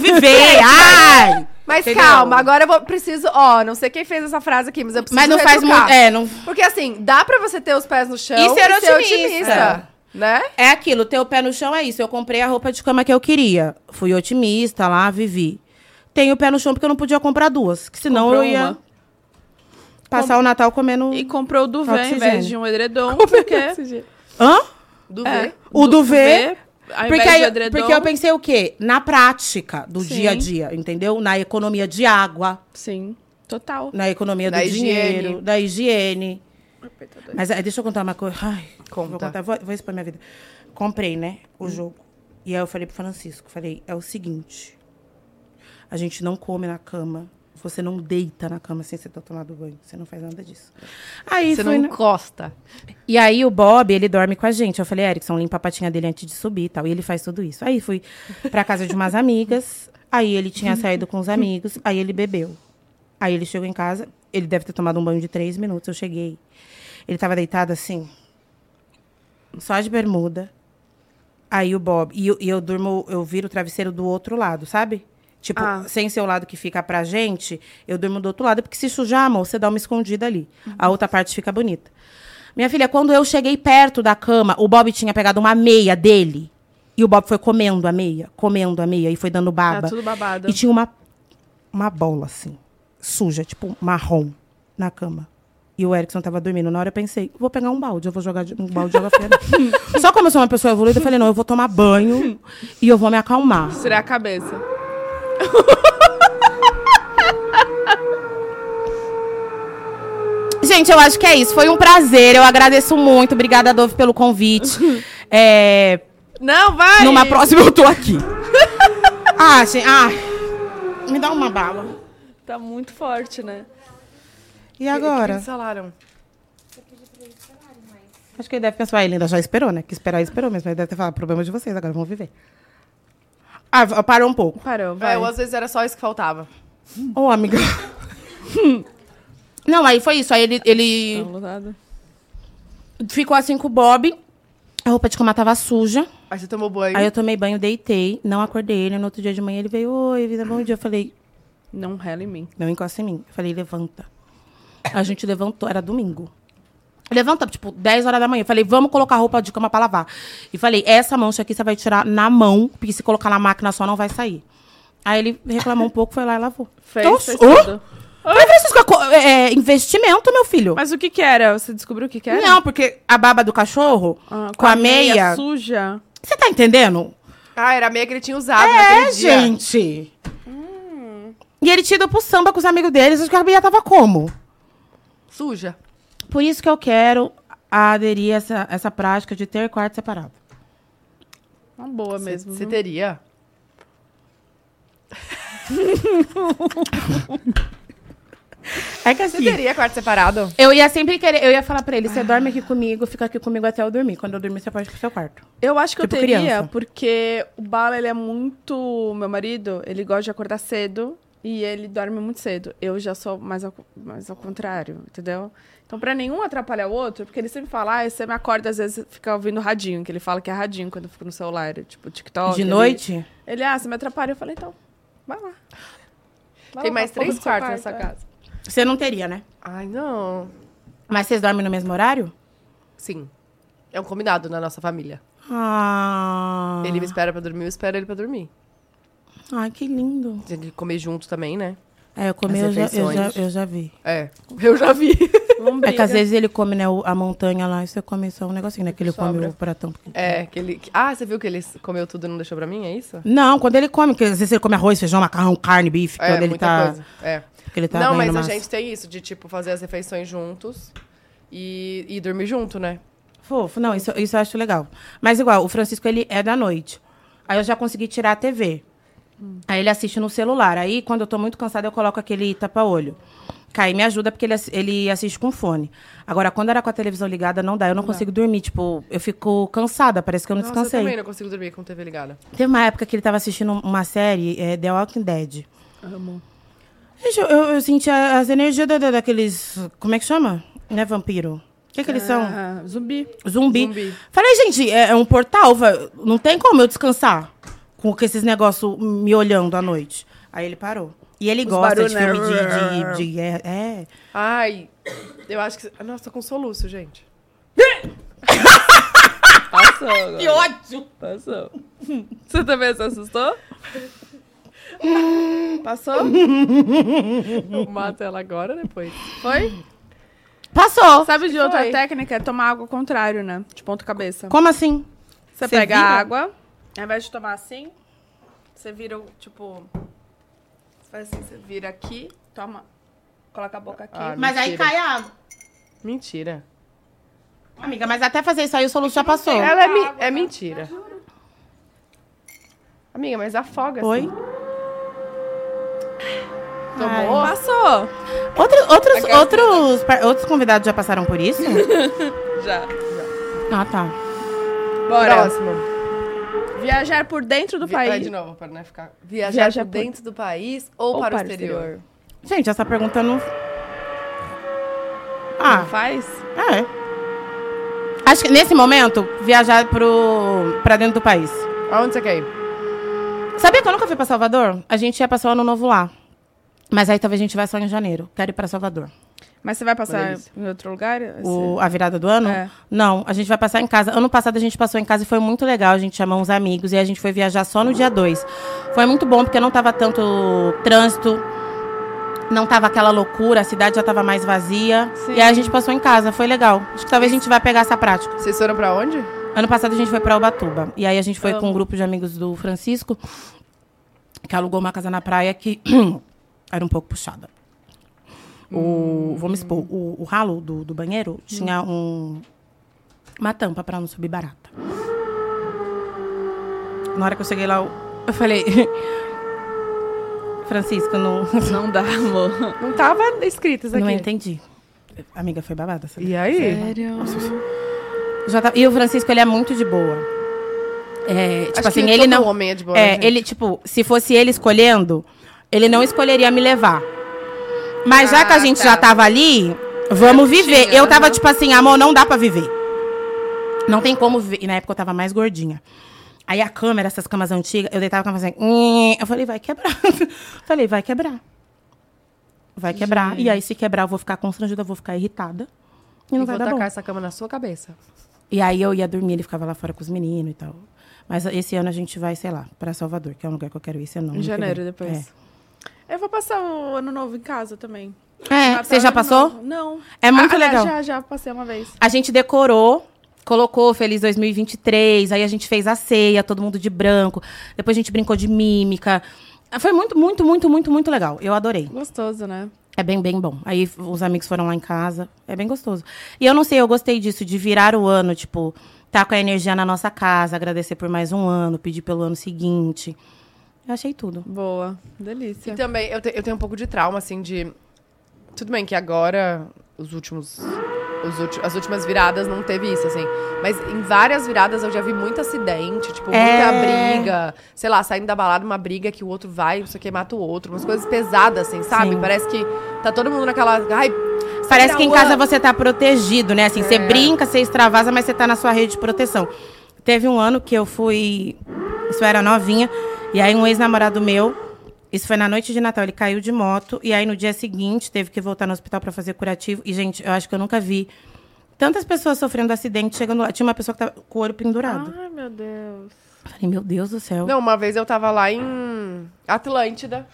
viver. Ai! Mas Entendeu? calma, agora eu vou, preciso. Ó, não sei quem fez essa frase aqui, mas eu preciso. Mas não faz retrucar. muito. É, não. Porque assim, dá pra você ter os pés no chão E ser otimista. né? É aquilo, ter o pé no chão é isso. Eu comprei a roupa de cama que eu queria. Fui otimista lá, vivi. Tenho o pé no chão porque eu não podia comprar duas. Que senão Comprou eu ia uma. passar o Natal comendo. E comprou o duvet ao invés Oxigênio. de um edredom, porque... Hã? Do É, ver. O du- duvet, ao Porque, invés aí- de edredom. porque eu pensei o quê? Na prática do Sim. dia a dia, entendeu? Na economia de água, Sim, total. na economia Da do higiene. dinheiro, da higiene. Mas aí, deixa eu contar uma coisa. Ai, Conta. Hum. Vou contar, vou, vou expor minha vida. Comprei, né, o jogo. E aí eu falei pro Francisco, falei, é o seguinte. A gente não come na cama. Você não deita na cama sem você ter tomado banho. Você não faz nada disso. Aí Você não fui, né? encosta. E aí o Bob, ele dorme com a gente. Eu falei, Erickson, limpa a patinha dele antes de subir e tal. E ele faz tudo isso. Aí fui pra casa de umas amigas. Aí ele tinha saído com os amigos. Aí ele bebeu. Aí ele chegou em casa. Ele deve ter tomado um banho de três minutos. Eu cheguei. Ele tava deitado assim, só de bermuda, Aí o Bob. E eu, e eu durmo, eu viro o travesseiro do outro lado, sabe? Tipo, Ah. sem ser o lado que fica pra gente, eu durmo do outro lado, porque se sujar, amor, você dá uma escondida ali. A outra parte fica bonita. Minha filha, quando eu cheguei perto da cama, o Bob tinha pegado uma meia dele. E o Bob foi comendo a meia, comendo a meia, e foi dando baba. Tá tudo babado. E tinha uma, uma bola, assim, suja, tipo marrom, na cama. E o Erickson tava dormindo. Na hora eu pensei, vou pegar um balde, eu vou jogar de- um balde de água fria. nele. Só como eu sou uma pessoa evoluída, eu falei, não, eu vou tomar banho e eu vou me acalmar. Tirar a cabeça. Gente, eu acho que é isso. Foi um prazer. Eu agradeço muito. Obrigada, Adolfo, pelo convite. É, Não, vai! numa próxima eu tô aqui. ah, gente, ah, me dá uma bala. Tá muito forte, né? E agora? Eles falaram. É, Acho que ele deve pensar, ah, ele ainda já esperou, né? Que esperar, esperou mesmo. Ele deve ter falado, problema de vocês, agora vão viver. Ah, v- parou um pouco. Parou, vai. É, ou às vezes era só isso que faltava. Ô, amiga. Não, aí foi isso. Aí ele, ele ficou assim com o Bob. A roupa de cama tava suja. Aí você tomou banho. Aí eu tomei banho, deitei. Não acordei ele. No outro dia de manhã ele veio, oi, vida, bom dia. Eu falei, Não rela em mim. Não encosta em mim. Eu falei, levanta. A gente levantou, era domingo. Levanta, tipo, 10 horas da manhã. Eu falei, vamos colocar a roupa de cama pra lavar. E falei, essa mancha aqui você vai tirar na mão, porque se colocar na máquina só não vai sair. Aí ele reclamou um pouco, foi lá e lavou. Fez, Então, fez hã? tudo. Mas, Francisco, é co- é, é investimento, meu filho. Mas o que que era? Você descobriu o que que era? Não, porque a baba do cachorro, Ah, com, a meia... suja. Você tá entendendo? Ah, era a meia que ele tinha usado É, naquele dia. gente. Hum. E ele tinha ido pro samba com os amigos deles, acho que a Bia tava como? Suja. Por isso que eu quero aderir a essa, essa prática de ter quarto separado. Uma boa Cê- mesmo. Você viu? teria? É que assim. Você teria quarto separado? Eu ia sempre querer, eu ia falar pra ele, você dorme aqui comigo, fica aqui comigo até eu dormir. Quando eu dormir, você pode ir pro seu quarto. Eu acho que Tipo eu teria, criança. porque o Bala, ele é muito... Meu marido, ele gosta de acordar cedo e ele dorme muito cedo. Eu já sou mais ao, mais ao contrário, entendeu? Então, pra nenhum atrapalhar o outro, porque ele sempre fala, ah, você me acorda, às vezes fica ouvindo radinho, que ele fala que é radinho quando eu fico no celular, tipo TikTok. de ele- noite? Ele, ah, você me atrapalha. Eu falei, então, vai lá. Vai Tem lá, mais pra três porra do quartos seu nessa quarto, é." casa. Você não teria, né? Ai, não. Mas vocês dormem no mesmo horário? Sim. É um combinado na nossa família. Ah. Ele me espera pra dormir, eu espero ele pra dormir. Ai, que lindo. Tem que comer junto também, né? É, eu comi, As eu já, eu, já, refeições. eu já vi. É. Eu já vi. é. Não É que briga. às vezes ele come, né, o- a montanha lá, e você come só um negocinho, né? Que ele come Sobra. o pratão. É, que ele. que- Ah, você viu que ele comeu tudo e não deixou pra mim? É isso? Não, quando ele come, porque às vezes ele come arroz, feijão, macarrão, carne, bife, que é, É, quando ele muita tá. coisa. É. que ele tá não, mas ganhando a massa. gente tem isso, de tipo, fazer as refeições juntos e, e dormir junto, né? Fofo, não, isso, isso eu acho legal. Mas igual, o Francisco, ele é da noite. Aí eu já consegui tirar a TV. Aí ele assiste no celular. Aí, quando eu tô muito cansada, eu coloco aquele tapa-olho. Cai me ajuda, porque ele, ass- ele assiste com fone. Agora, quando era com a televisão ligada, não dá. Eu não, consigo dormir. Tipo, eu fico cansada. Parece que eu não Nossa, eu descansei. também não consigo dormir com TV ligada. Teve uma época que ele tava assistindo uma série, é, The Walking Dead. Amo. Gente, eu, eu, eu senti a- as energias da, da- daqueles... Como é que chama? Né, vampiro? O que, que eles são? Ah, zumbi. Zumbi. Zumbi. Falei, gente, é, é um portal, vai- não tem como eu descansar com que esses negócios me olhando à noite. Aí ele parou. E ele Os gosta barulhos, de né? filme de, de, de guerra. É. Ai, eu acho que. Nossa, tô com soluço, gente. Passou. agora. ódio! Passou. Você também se assustou? Passou? Eu mato ela agora depois. Foi? Passou! Sabe de outra Foi. técnica? É tomar água ao contrário, né? De ponta cabeça. Como assim? Você Você pega vira? a água, ao invés de tomar assim, você vira, o, tipo... Você faz assim, você vira aqui, toma... Coloca a boca aqui. Ah, Mas aí Mentira. cai a água. Mentira. Amiga, mas até fazer isso aí o soluço já passou. Ela é, mi- é mentira. Amiga, mas afoga Oi? assim. Tomou? Passou! Outro, outros, Aquela- outros, par- outros convidados já passaram por isso? Já. ah, tá. Bora. Próximo. Viajar por dentro do Vi- país. vai de novo, para não ficar. Viajar, Viajar por por- dentro do país ou, para, o exterior? Gente, essa pergunta não. Ah, Faz? é. Acho que nesse momento, viajar pro, pra dentro do país. Aonde você quer ir? Sabia que eu nunca fui pra Salvador? A gente ia passar o ano novo lá. Mas aí talvez a gente vá só em janeiro. Quero ir pra Salvador. Mas você vai passar Delícia. em outro lugar? O- a virada do ano? É. Não, a gente vai passar em casa. Ano passado a gente passou em casa e foi muito legal. A gente chamou uns amigos e a gente foi viajar só no dia 2. Foi muito bom porque não tava tanto trânsito, não tava aquela loucura, a cidade já tava mais vazia. Sim. E aí a gente passou em casa, foi legal. Acho que talvez a gente vai pegar essa prática. Vocês foram pra onde? Ano passado a gente foi pra Ubatuba. E aí a gente foi Amo. com um grupo de amigos do Francisco, que alugou uma casa na praia que era um pouco puxada. O, vamos expor, o, o ralo do, do banheiro tinha um, uma tampa pra não subir barata. Na hora que eu cheguei lá, eu- eu falei... Francisco, não, Não dá, amor. Não tava escrito isso aqui. não entendi. Amiga, foi babada. Sabe? E aí? Sério? Já tá- E o Francisco, ele é muito de boa. É, tipo Acho assim, que ele todo não... homem é de boa, né, É, gente? ele, tipo, se fosse ele escolhendo, ele não escolheria me levar. Mas já que Ah, a gente tá. já tava ali, vamos tinha, viver. eu tava, aham. tipo assim, amor, não dá pra viver. Não tem como viver. E na época eu tava mais gordinha. Aí a câmera, essas camas antigas, eu deitava com a cama assim. "Nhê". Eu falei, vai quebrar. falei, vai quebrar. Vai quebrar. E aí, se quebrar, eu vou ficar constrangida, eu vou ficar irritada. E não Eu vai vou dar bom. tacar essa cama na sua cabeça. E aí eu ia dormir, ele ficava lá fora com os meninos e tal. Mas esse ano a gente vai, sei lá, pra Salvador, que é um lugar que eu quero ir, senão. Em janeiro, depois. Eu vou passar o ano novo em casa também. É, Natal, você já Ano passou? Novo. Não. É muito Ah, aliás, legal. Já, já passei uma vez. A gente decorou, colocou Feliz 2023, aí a gente fez a ceia, todo mundo de branco. Depois a gente brincou de mímica. Ah, Foi muito, muito, muito, muito, muito legal. Eu adorei. Gostoso, né? É bem, bem bom. Aí f- os amigos foram lá em casa. É bem gostoso. E eu não sei, eu gostei disso, de virar o ano, tipo, tá com a energia na nossa casa, agradecer por mais um ano, pedir pelo ano seguinte. Eu achei tudo. Boa. Delícia. E também, eu, te- eu tenho um pouco de trauma, assim, de... Tudo bem que agora, os últimos... os ulti- as últimas viradas não teve isso, assim. Mas em várias viradas eu já vi muito acidente, tipo, É. muita briga. Sei lá, saindo da balada, uma briga que o outro vai, não sei o que, mata o outro. Umas coisas pesadas, assim, sabe? Sim. Parece que tá todo mundo naquela... Ai, Parece que em casa você você tá protegido, né? Assim, você brinca, você extravasa, mas você tá na sua rede de proteção. Teve um ano que eu fui. Isso eu era novinha. E aí, um ex-namorado meu. Isso foi na noite de Natal. Ele caiu de moto. E aí, no dia seguinte, teve que voltar no hospital pra fazer curativo. E, gente, eu acho que eu nunca vi tantas pessoas sofrendo acidente chegando lá. Tinha uma pessoa que tava com o olho pendurado. Ai, meu Deus. Eu Falei, meu Deus do céu. Não, uma vez eu tava lá em Atlântida.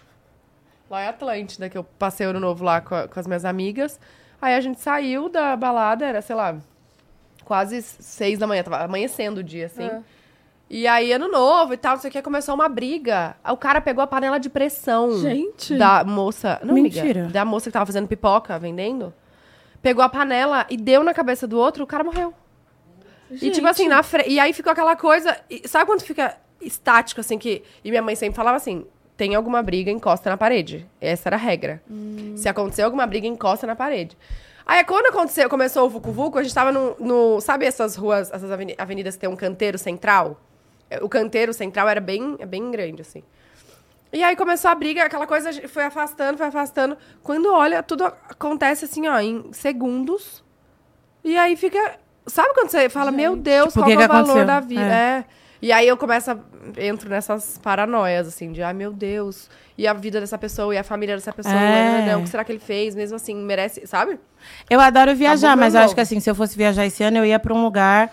Lá em Atlântida, que eu passei o ano novo lá com, a- com as minhas amigas. Aí a gente saiu da balada, era, sei lá, quase seis da manhã, tava amanhecendo o dia, assim. É. E aí, ano novo e tal, não sei o que, começou uma briga. Aí O cara pegou a panela de pressão Gente. da moça. Não, amiga, Mentira. da moça que tava fazendo pipoca, vendendo. Pegou a panela e deu na cabeça do outro, o cara morreu. E tipo assim, na frente. E aí ficou aquela coisa. e sabe quando fica estático, assim, que. E minha mãe sempre falava assim: tem alguma briga, encosta na parede. Essa era a regra. Se acontecer alguma briga, encosta na parede. Aí quando aconteceu, começou o Vucu Vucu, a gente tava no. no- sabe essas ruas, essas aveni- avenidas que tem um canteiro central? É, O canteiro central era bem, é bem grande, assim. E aí começou a briga, aquela coisa a gente foi afastando, foi afastando. Quando olha, tudo acontece assim, ó, em segundos. E aí fica. Sabe quando você fala, meu Deus, Tipo, o qual que que é o que valor aconteceu? da vida? É. É. E aí eu começo, a, entro nessas paranoias, assim, de, ai meu Deus, e a vida dessa pessoa, e a família dessa pessoa, É. né, né, o que será que ele fez? Mesmo assim, merece, sabe? Eu adoro viajar, Acabou mas meu eu novo. acho que assim, se eu fosse viajar esse ano, eu ia pra um lugar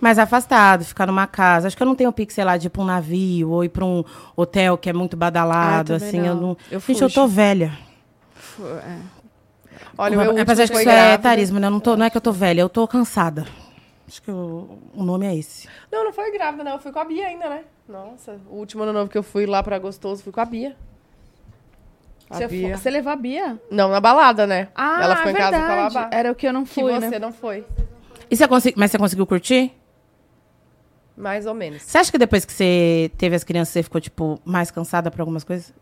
mais afastado, ficar numa casa. Acho que eu não tenho pique, sei lá, de ir pra um navio ou ir pra um hotel que é muito badalado, Ah, também assim. Eu não. não. Eu Gente, eu fujo. tô velha. é. Olha, o meu é, último mas acho que foi isso é grávida. etarismo, né? Eu não, tô, não é que eu tô velha, eu tô cansada. Acho que eu- o nome é esse. Não, não foi grávida, não. Eu fui com a Bia ainda, né? Nossa, o último ano novo que eu fui lá pra Gostoso, fui com a Bia. A Você, Bia. fo- você levou a Bia? Não, na balada, né? Ah, Ela ficou é em casa com a verdade. Labá. Era o que eu não Que fui, você né? não foi. E você consegui- Mas você conseguiu curtir? Mais ou menos. Você acha que depois que você teve as crianças, você ficou, tipo, mais cansada por algumas coisas?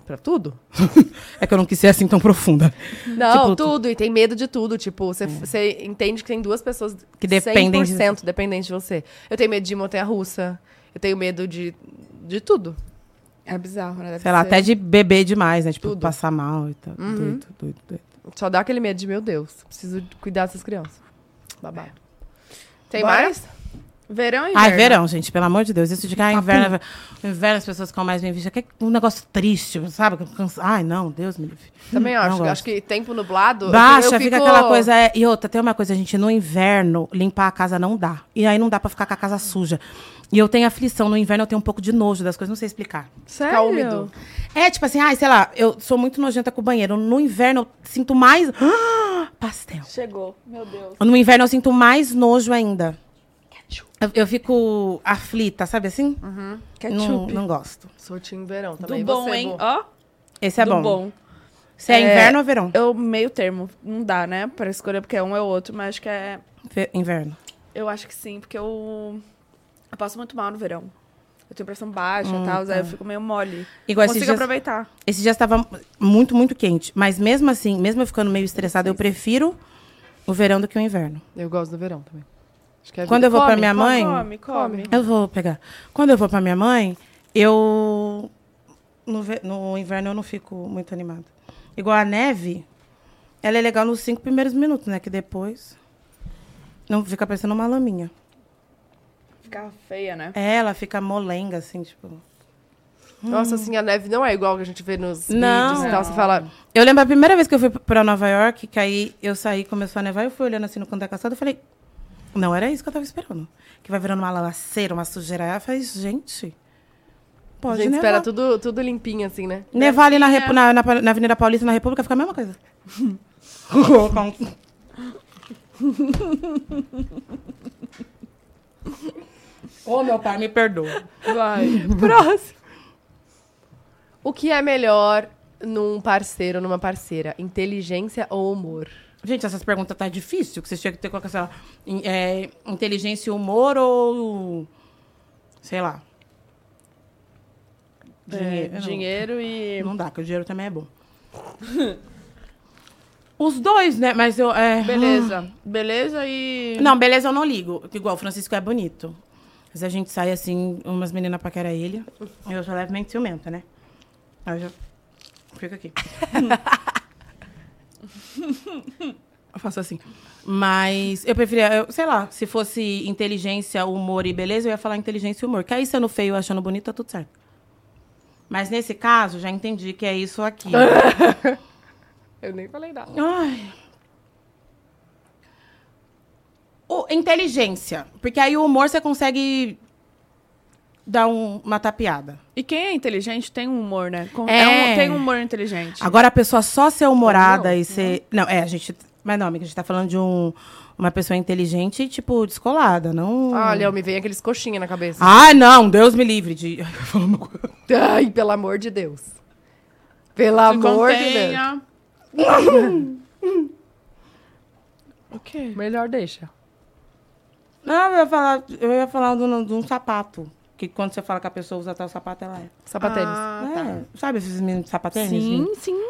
Pra tudo? É que eu não quis ser assim tão profunda. Não, Tipo, tu- Hum. tudo. E tem medo de tudo. Tipo, você você entende que tem duas pessoas Que dependem de- 100% dependentes de você. Eu tenho medo de montanha-russa. Eu tenho medo de, de tudo. É bizarro, né? Deve Sei lá, ser. até de beber demais, né? Tipo, Tudo. Uhum. passar mal e tal. Doido, doido, doido. É. Só dá aquele medo de, meu Deus, preciso de cuidar dessas crianças. Babado. Tem Bora? mais? Verão É e inverno. Ai, Ah, é verão, gente, pelo amor de Deus. Isso de que ah, inverno, inverno, inverno as pessoas ficam mais bem vistas. Que um negócio triste, sabe? Cansa- Ai, não, Deus me livre. Também Hum, Não acho. gosto. Acho que tempo nublado. Baixa, eu fica fico- aquela coisa. é, E outra, tem uma coisa, gente, no inverno, limpar a casa não dá. E aí não dá pra ficar com a casa suja. E eu tenho aflição, no inverno eu tenho um pouco de nojo das coisas, não sei explicar. Sério? Fica úmido. É, tipo assim, ai, sei lá, eu sou muito nojenta com o banheiro. No inverno eu sinto mais. Ah, pastel. Chegou. Meu Deus. No inverno eu sinto mais nojo ainda. Eu, eu fico aflita, sabe assim? Não, Ketchup. não gosto. Sou time verão Do também. bom, Você, é hein? Bu? Ó, Esse é do bom. bom. Se é, É, inverno ou verão? Eu meio termo. Não dá, né? Pra escolher, porque é um é o outro, mas acho que é. Fe- Inverno. Eu acho que sim, porque eu. Eu passo muito mal no verão. Eu tenho pressão baixa e tal, aí eu fico meio mole. Hum, tá. Igual Consigo esses dias, aproveitar. esses dias tava muito, muito quente. Mas mesmo assim, mesmo eu ficando meio estressada, eu prefiro o verão do que o inverno. Eu gosto do verão também. Acho que é Quando vida. eu vou pra Come, minha come. Come, mãe, come. eu vou pegar. Quando eu vou pra minha mãe, eu. No, ve- no inverno eu não fico muito animada. Igual a neve, ela é legal nos cinco primeiros minutos, né? Que depois. Não fica parecendo uma laminha. Ficar feia, né? É, ela fica molenga, assim, tipo. Nossa, assim, a neve não é igual que a gente vê nos Não. vídeos e tal. Você fala, Eu lembro a primeira vez que eu fui pra Nova York, que aí eu saí, começou a nevar, eu fui olhando assim no canto da calçada, eu falei, não era isso que eu tava esperando. Que vai virando uma lavaceira, uma sujeira. Aí eu falei, gente, a pode gente nevar. espera tudo, tudo limpinho, assim, né? Nevar ali na, Deve- Repu- na, na, pa- na Avenida Paulista, na República, fica a mesma coisa. Ô, meu pai, me perdoa. Vai. Próximo. O que é melhor num parceiro ou numa parceira? Inteligência ou humor? Gente, essas perguntas tá difícil, que vocês tinham que ter colocado, sei lá, in- é, inteligência e humor ou. Sei lá. Dinheiro. É, não. dinheiro e. Não dá, que o dinheiro também é bom. Os dois, né? Mas eu. é, Beleza. Beleza e. Não, beleza, eu não ligo. Igual o Francisco é bonito. Mas a gente sai assim, umas meninas paquera ele. Eu sou levemente ciumenta, né? Aí eu já. Fico aqui. eu faço assim. Mas eu preferia, eu, sei lá, se fosse inteligência, humor e beleza, eu ia falar inteligência e humor. Que aí, sendo feio e achando bonito, tá tudo certo. Mas nesse caso, já entendi que é isso aqui. Eu nem falei nada. Ai. O- inteligência. Porque aí o humor você consegue dar um- uma tapeada. E quem é inteligente tem um humor, né? Com- É. é um- tem um humor inteligente. Agora a pessoa só ser humorada né? Não, e ser. Não, é, a gente. Mas não, amiga, a gente tá falando de um, uma pessoa inteligente e, tipo, descolada, não. Ah, Léo, me vem aqueles coxinha na cabeça. Ai, não, Deus me livre de. Ai, eu falo uma coisa. Ai, pelo amor de Deus. Pelo Se amor de Deus. contenha. O quê? Melhor deixa. Não, eu ia falar, eu ia falar de um, de um sapato. Que quando você fala que a pessoa usa tal sapato, ela é. Sapatênis. Ah, tá. É, Sabe esses meninos de sapatênis? Sim, sim.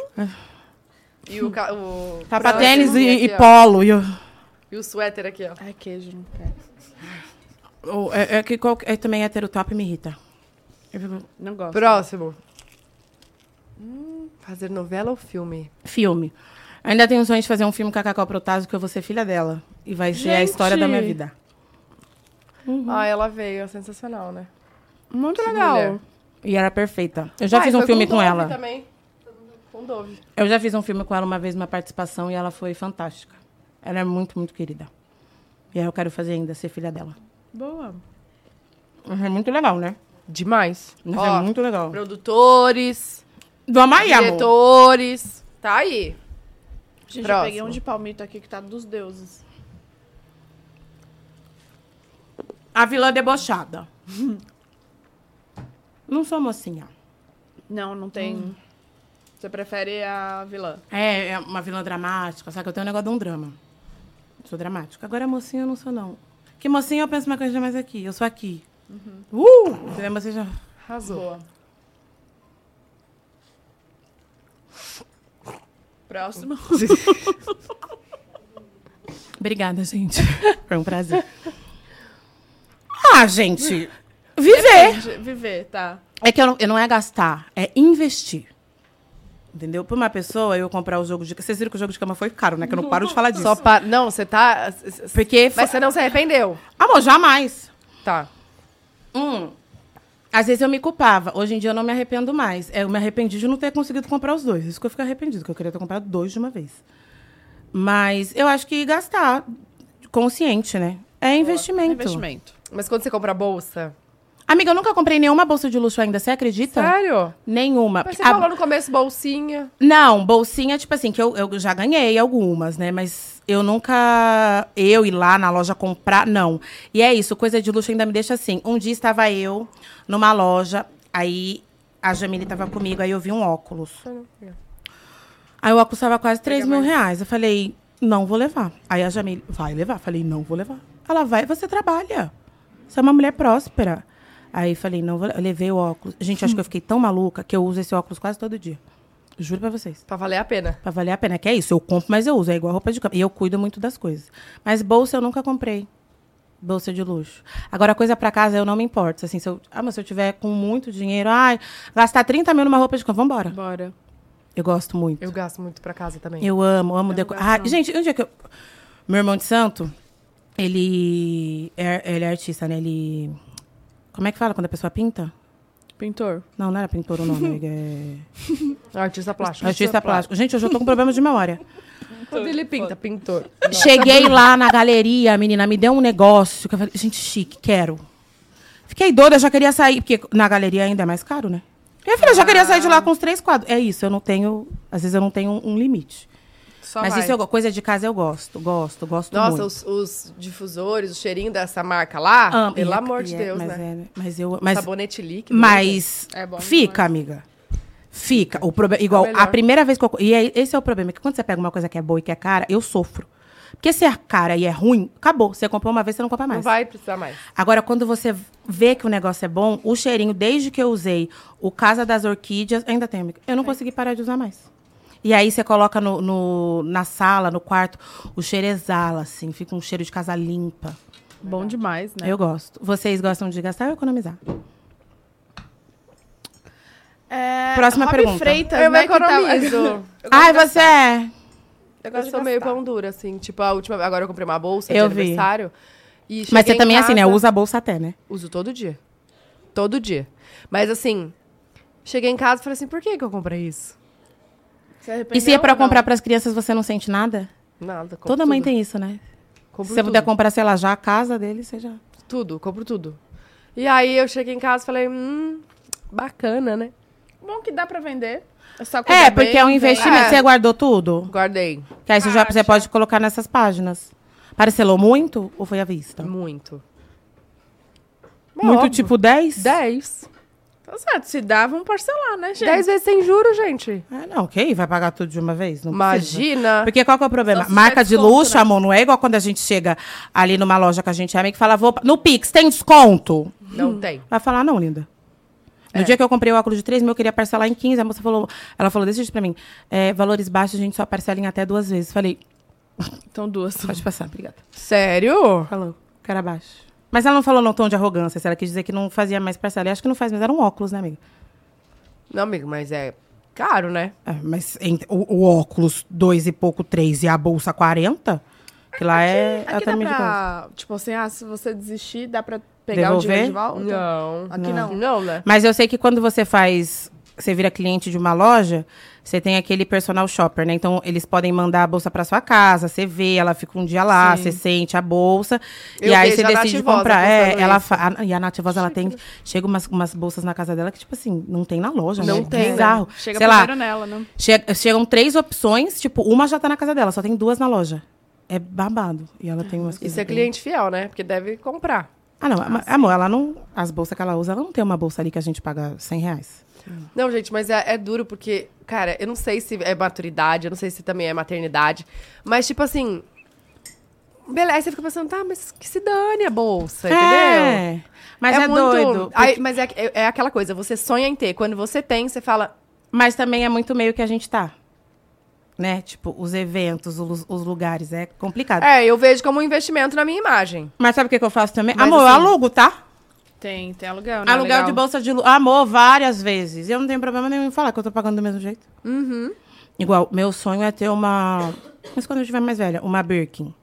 E o, ca- o... é Sapatênis um e, e aqui, ó. polo. E eu... E o suéter aqui, ó. Ai, queijo, não quero. Ou é, é que qual, é, também hétero top me irrita. Eu fico- Não gosto. Próximo. Hum, fazer novela ou filme? Filme. Ainda tenho sonho de fazer um filme com a Cacau Protásio que eu vou ser filha dela. E vai ser a Gente! história da minha vida. Ah, ela veio. É sensacional, né? Muito Que legal. mulher. E era perfeita. Eu já Ah, fiz e um foi filme com, Dove ela. Também. Com Dove. Eu já fiz um filme com ela uma vez, uma participação, e ela foi fantástica. Ela é muito, muito querida. E aí eu quero fazer ainda, ser filha dela. Boa. Mas É muito legal, né? Demais. Mas Ó, é muito legal. Produtores, Do Amaia, amor. diretores. Tá aí. Gente, Próximo. eu peguei um de palmito aqui que tá dos deuses. A vilã debochada. Não sou mocinha. Não, não tem. Você prefere a vilã? É, é uma vilã dramática, só que eu tenho um negócio de um drama. Sou dramática. Agora, mocinha, eu não sou, não. Que mocinha, eu penso uma coisa mais aqui. Eu sou aqui. Uh! Entendeu? Você já... Arrasou. Boa. Próximo. Obrigada, gente. Foi um prazer. Ah, gente. Viver. Viver, tá. É que eu não, eu não é gastar, é investir. Entendeu? Pra uma pessoa, eu comprar o jogo de cama. Vocês viram que o jogo de cama foi caro, né? Que eu não paro de falar disso. Só pa... Não, você tá. Porque. Mas fa- você não se arrependeu. Amor, jamais. Tá. Hum. Às vezes eu me culpava. Hoje em dia eu não me arrependo mais. É, Eu me arrependi de não ter conseguido comprar os dois. Isso que eu fico arrependido, que eu queria ter comprado dois de uma vez. Mas eu acho que gastar consciente, né? É investimento. Investimento. Mas quando você compra a bolsa. Amiga, eu nunca comprei nenhuma bolsa de luxo ainda, você acredita? Sério? Tá. Nenhuma. Mas você A- falou no começo bolsinha. Não, bolsinha, tipo assim, que eu, eu já ganhei algumas, né? Mas eu nunca. Eu ir lá na loja comprar, não. E é isso, coisa de luxo ainda me deixa assim. Um dia estava eu numa loja, aí a Jamile estava comigo, aí eu vi um óculos. Aí o óculos estava quase 3 mil reais. Eu falei, não vou levar. Aí a Jamile, vai levar. Falei, não vou levar. Ela vai, você trabalha. Você é uma mulher próspera. Aí falei, não vou. le- Eu levei o óculos. Gente, acho que eu fiquei tão maluca que eu uso esse óculos quase todo dia. Juro pra vocês. Pra valer a pena. Pra valer a pena. Que é isso, eu compro, mas eu uso. É igual roupa de cama. E eu cuido muito das coisas. Mas bolsa eu nunca comprei. Bolsa de luxo. Agora, coisa pra casa, eu não me importo. Assim, se eu, ah, mas se eu tiver com muito dinheiro, ai, gastar 30 mil numa roupa de cama, vambora. Bora. Eu gosto muito. Eu gasto muito pra casa também. Eu amo, amo decorar. Ah, gente, onde é que eu. Meu irmão de santo, ele é, ele é artista, né? Ele. Como é que fala quando a pessoa pinta? Pintor. Não, não era pintor o nome, amiga. É... Artista plástico. Artista plástico. Gente, hoje eu já tô com problema de memória. Quando ele pinta, pintor. Cheguei lá na galeria, a menina me deu um negócio que eu falei, gente, chique, quero. Fiquei doida, eu já queria sair, porque na galeria ainda é mais caro, né? Minha filha, eu já queria sair de lá com os três quadros. É isso, eu não tenho. Às vezes eu não tenho um, um limite. Só Mas vai. isso eu, go- coisa de casa eu gosto, gosto, gosto muito. Nossa, os, os difusores, o cheirinho dessa marca lá. Amo. pelo E é- amor e de é- Deus, mas né? é, né? mas eu. Mas, Sabonete líquido. né? mas É bom fica, amiga. Fica. O problema igual melhor. a primeira vez que eu. E é- esse é o problema, que quando você pega uma coisa que é boa e que é cara, eu sofro. Porque se é cara e é ruim, acabou. Você comprou uma vez, você não compra mais. Não vai precisar mais. Agora, quando você vê que o negócio é bom, o cheirinho, desde que eu usei o Casa das Orquídeas, ainda tem, amiga. Eu não consegui parar de usar mais. E aí você coloca no, no- na sala, no quarto, o cheiro exala, assim, fica um cheiro de casa limpa. Bom demais, né? Eu gosto. Vocês gostam de gastar ou economizar? É, Próxima Rob pergunta. Freitas, Eu né, que tava- economizo. Ai, você é. Eu Eu gosto sou de meio gastar. pão dura, assim. Tipo, a última. Agora eu comprei uma bolsa Eu de vi. aniversário. E Mas cheguei você em também é assim, né? casa- Usa a bolsa até, né? Uso todo dia. Todo dia. Mas assim, cheguei em casa e falei assim, por que, que eu comprei isso? Se E arrependeu se é pra ou não? comprar pras crianças, você não sente nada? Nada. Compro Toda mãe tudo. tem isso, né? Compro se você tudo, puder comprar, sei lá, já a casa dele, você já. tudo, compro tudo. E aí eu cheguei em casa e falei, hum, bacana, né? Bom que dá pra vender. Só cuidar É, porque bem, é um vender. investimento. É. Você guardou tudo? Guardei Que aí você, já, você Caixa. pode colocar nessas páginas. Parcelou muito ou foi à vista? muito. Muito óbvio. tipo 10? 10. Tá certo, se dá, vamos parcelar, né, gente? 10 vezes sem juros, gente. Ah, não, ok. Vai pagar tudo de uma vez? Não precisa. Imagina. Porque qual que é o problema? Só se tiver Marca de desconto, luxo, né? amor, não é igual quando a gente chega ali numa loja que a gente ama e que fala, vou... pa- no Pix, tem desconto? Não tem. Vai falar, não, linda. É. No dia que eu comprei o óculos de 3 mil, eu queria parcelar em 15. A moça falou, ela falou desse jeito pra mim, é, valores baixos a gente só parcela em até duas vezes. Falei, Então duas. pode passar, obrigada. Sério? Falou, que era baixo. Mas ela não falou num tom de arrogância, se ela quis dizer que não fazia mais parcela. E acho que não faz, mas era um óculos, né, amiga? Não, amigo, mas é caro, né? É, mas ent- o, o óculos dois e pouco, três e a bolsa 40, que lá é a Aqui dá tá também de coisa. pra, tipo assim, ah, se você desistir, dá pra pegar o dinheiro Devolver? de volta? Não. Aqui não. Não, né? Mas eu sei que quando você faz, você vira cliente de uma loja, você tem aquele personal shopper, né? Então eles podem mandar a bolsa pra sua casa, você vê, ela fica um dia lá, você sente a bolsa Eu e aí vejo você a decide Nativosa comprar. É, postando ela isso. fa- a- e a Nativosa ela tem chega umas, umas bolsas na casa dela que tipo assim, não tem na loja, Não né? tem, né? Bizarro. Chega sei lá, primeiro nela, né? Che- chegam três opções, tipo, uma já tá na casa dela, só tem duas na loja. É babado. E ela tem umas coisas. Isso é bem- cliente fiel, né? Porque deve comprar. Ah, não. ama- amor, ela não. As bolsas que ela usa, ela não tem uma bolsa ali que a gente paga 100 reais. Não, gente, mas é, é duro porque, cara, eu não sei se é maturidade, eu não sei se também é maternidade, mas tipo assim. Beleza, aí você fica pensando, tá, mas que se dane a bolsa, entendeu? É. Mas é, muito- doido. Aí, mas é, é, é aquela coisa, você sonha em ter. Quando você tem, você fala. Mas também é muito meio que a gente tá. Né? Tipo, os eventos, os, os lugares. É complicado. É, eu vejo como um investimento na minha imagem. Mas sabe o que, que eu faço também? Mas amor, assim- eu alugo, tá? Tem, tem aluguel, né? Aluguel Legal. de bolsa de lu- Amor, várias vezes. Eu não tenho problema nenhum em falar que eu tô pagando do mesmo jeito. Uhum. Igual, meu sonho é ter uma. Mas quando eu estiver mais velha, uma Birkin.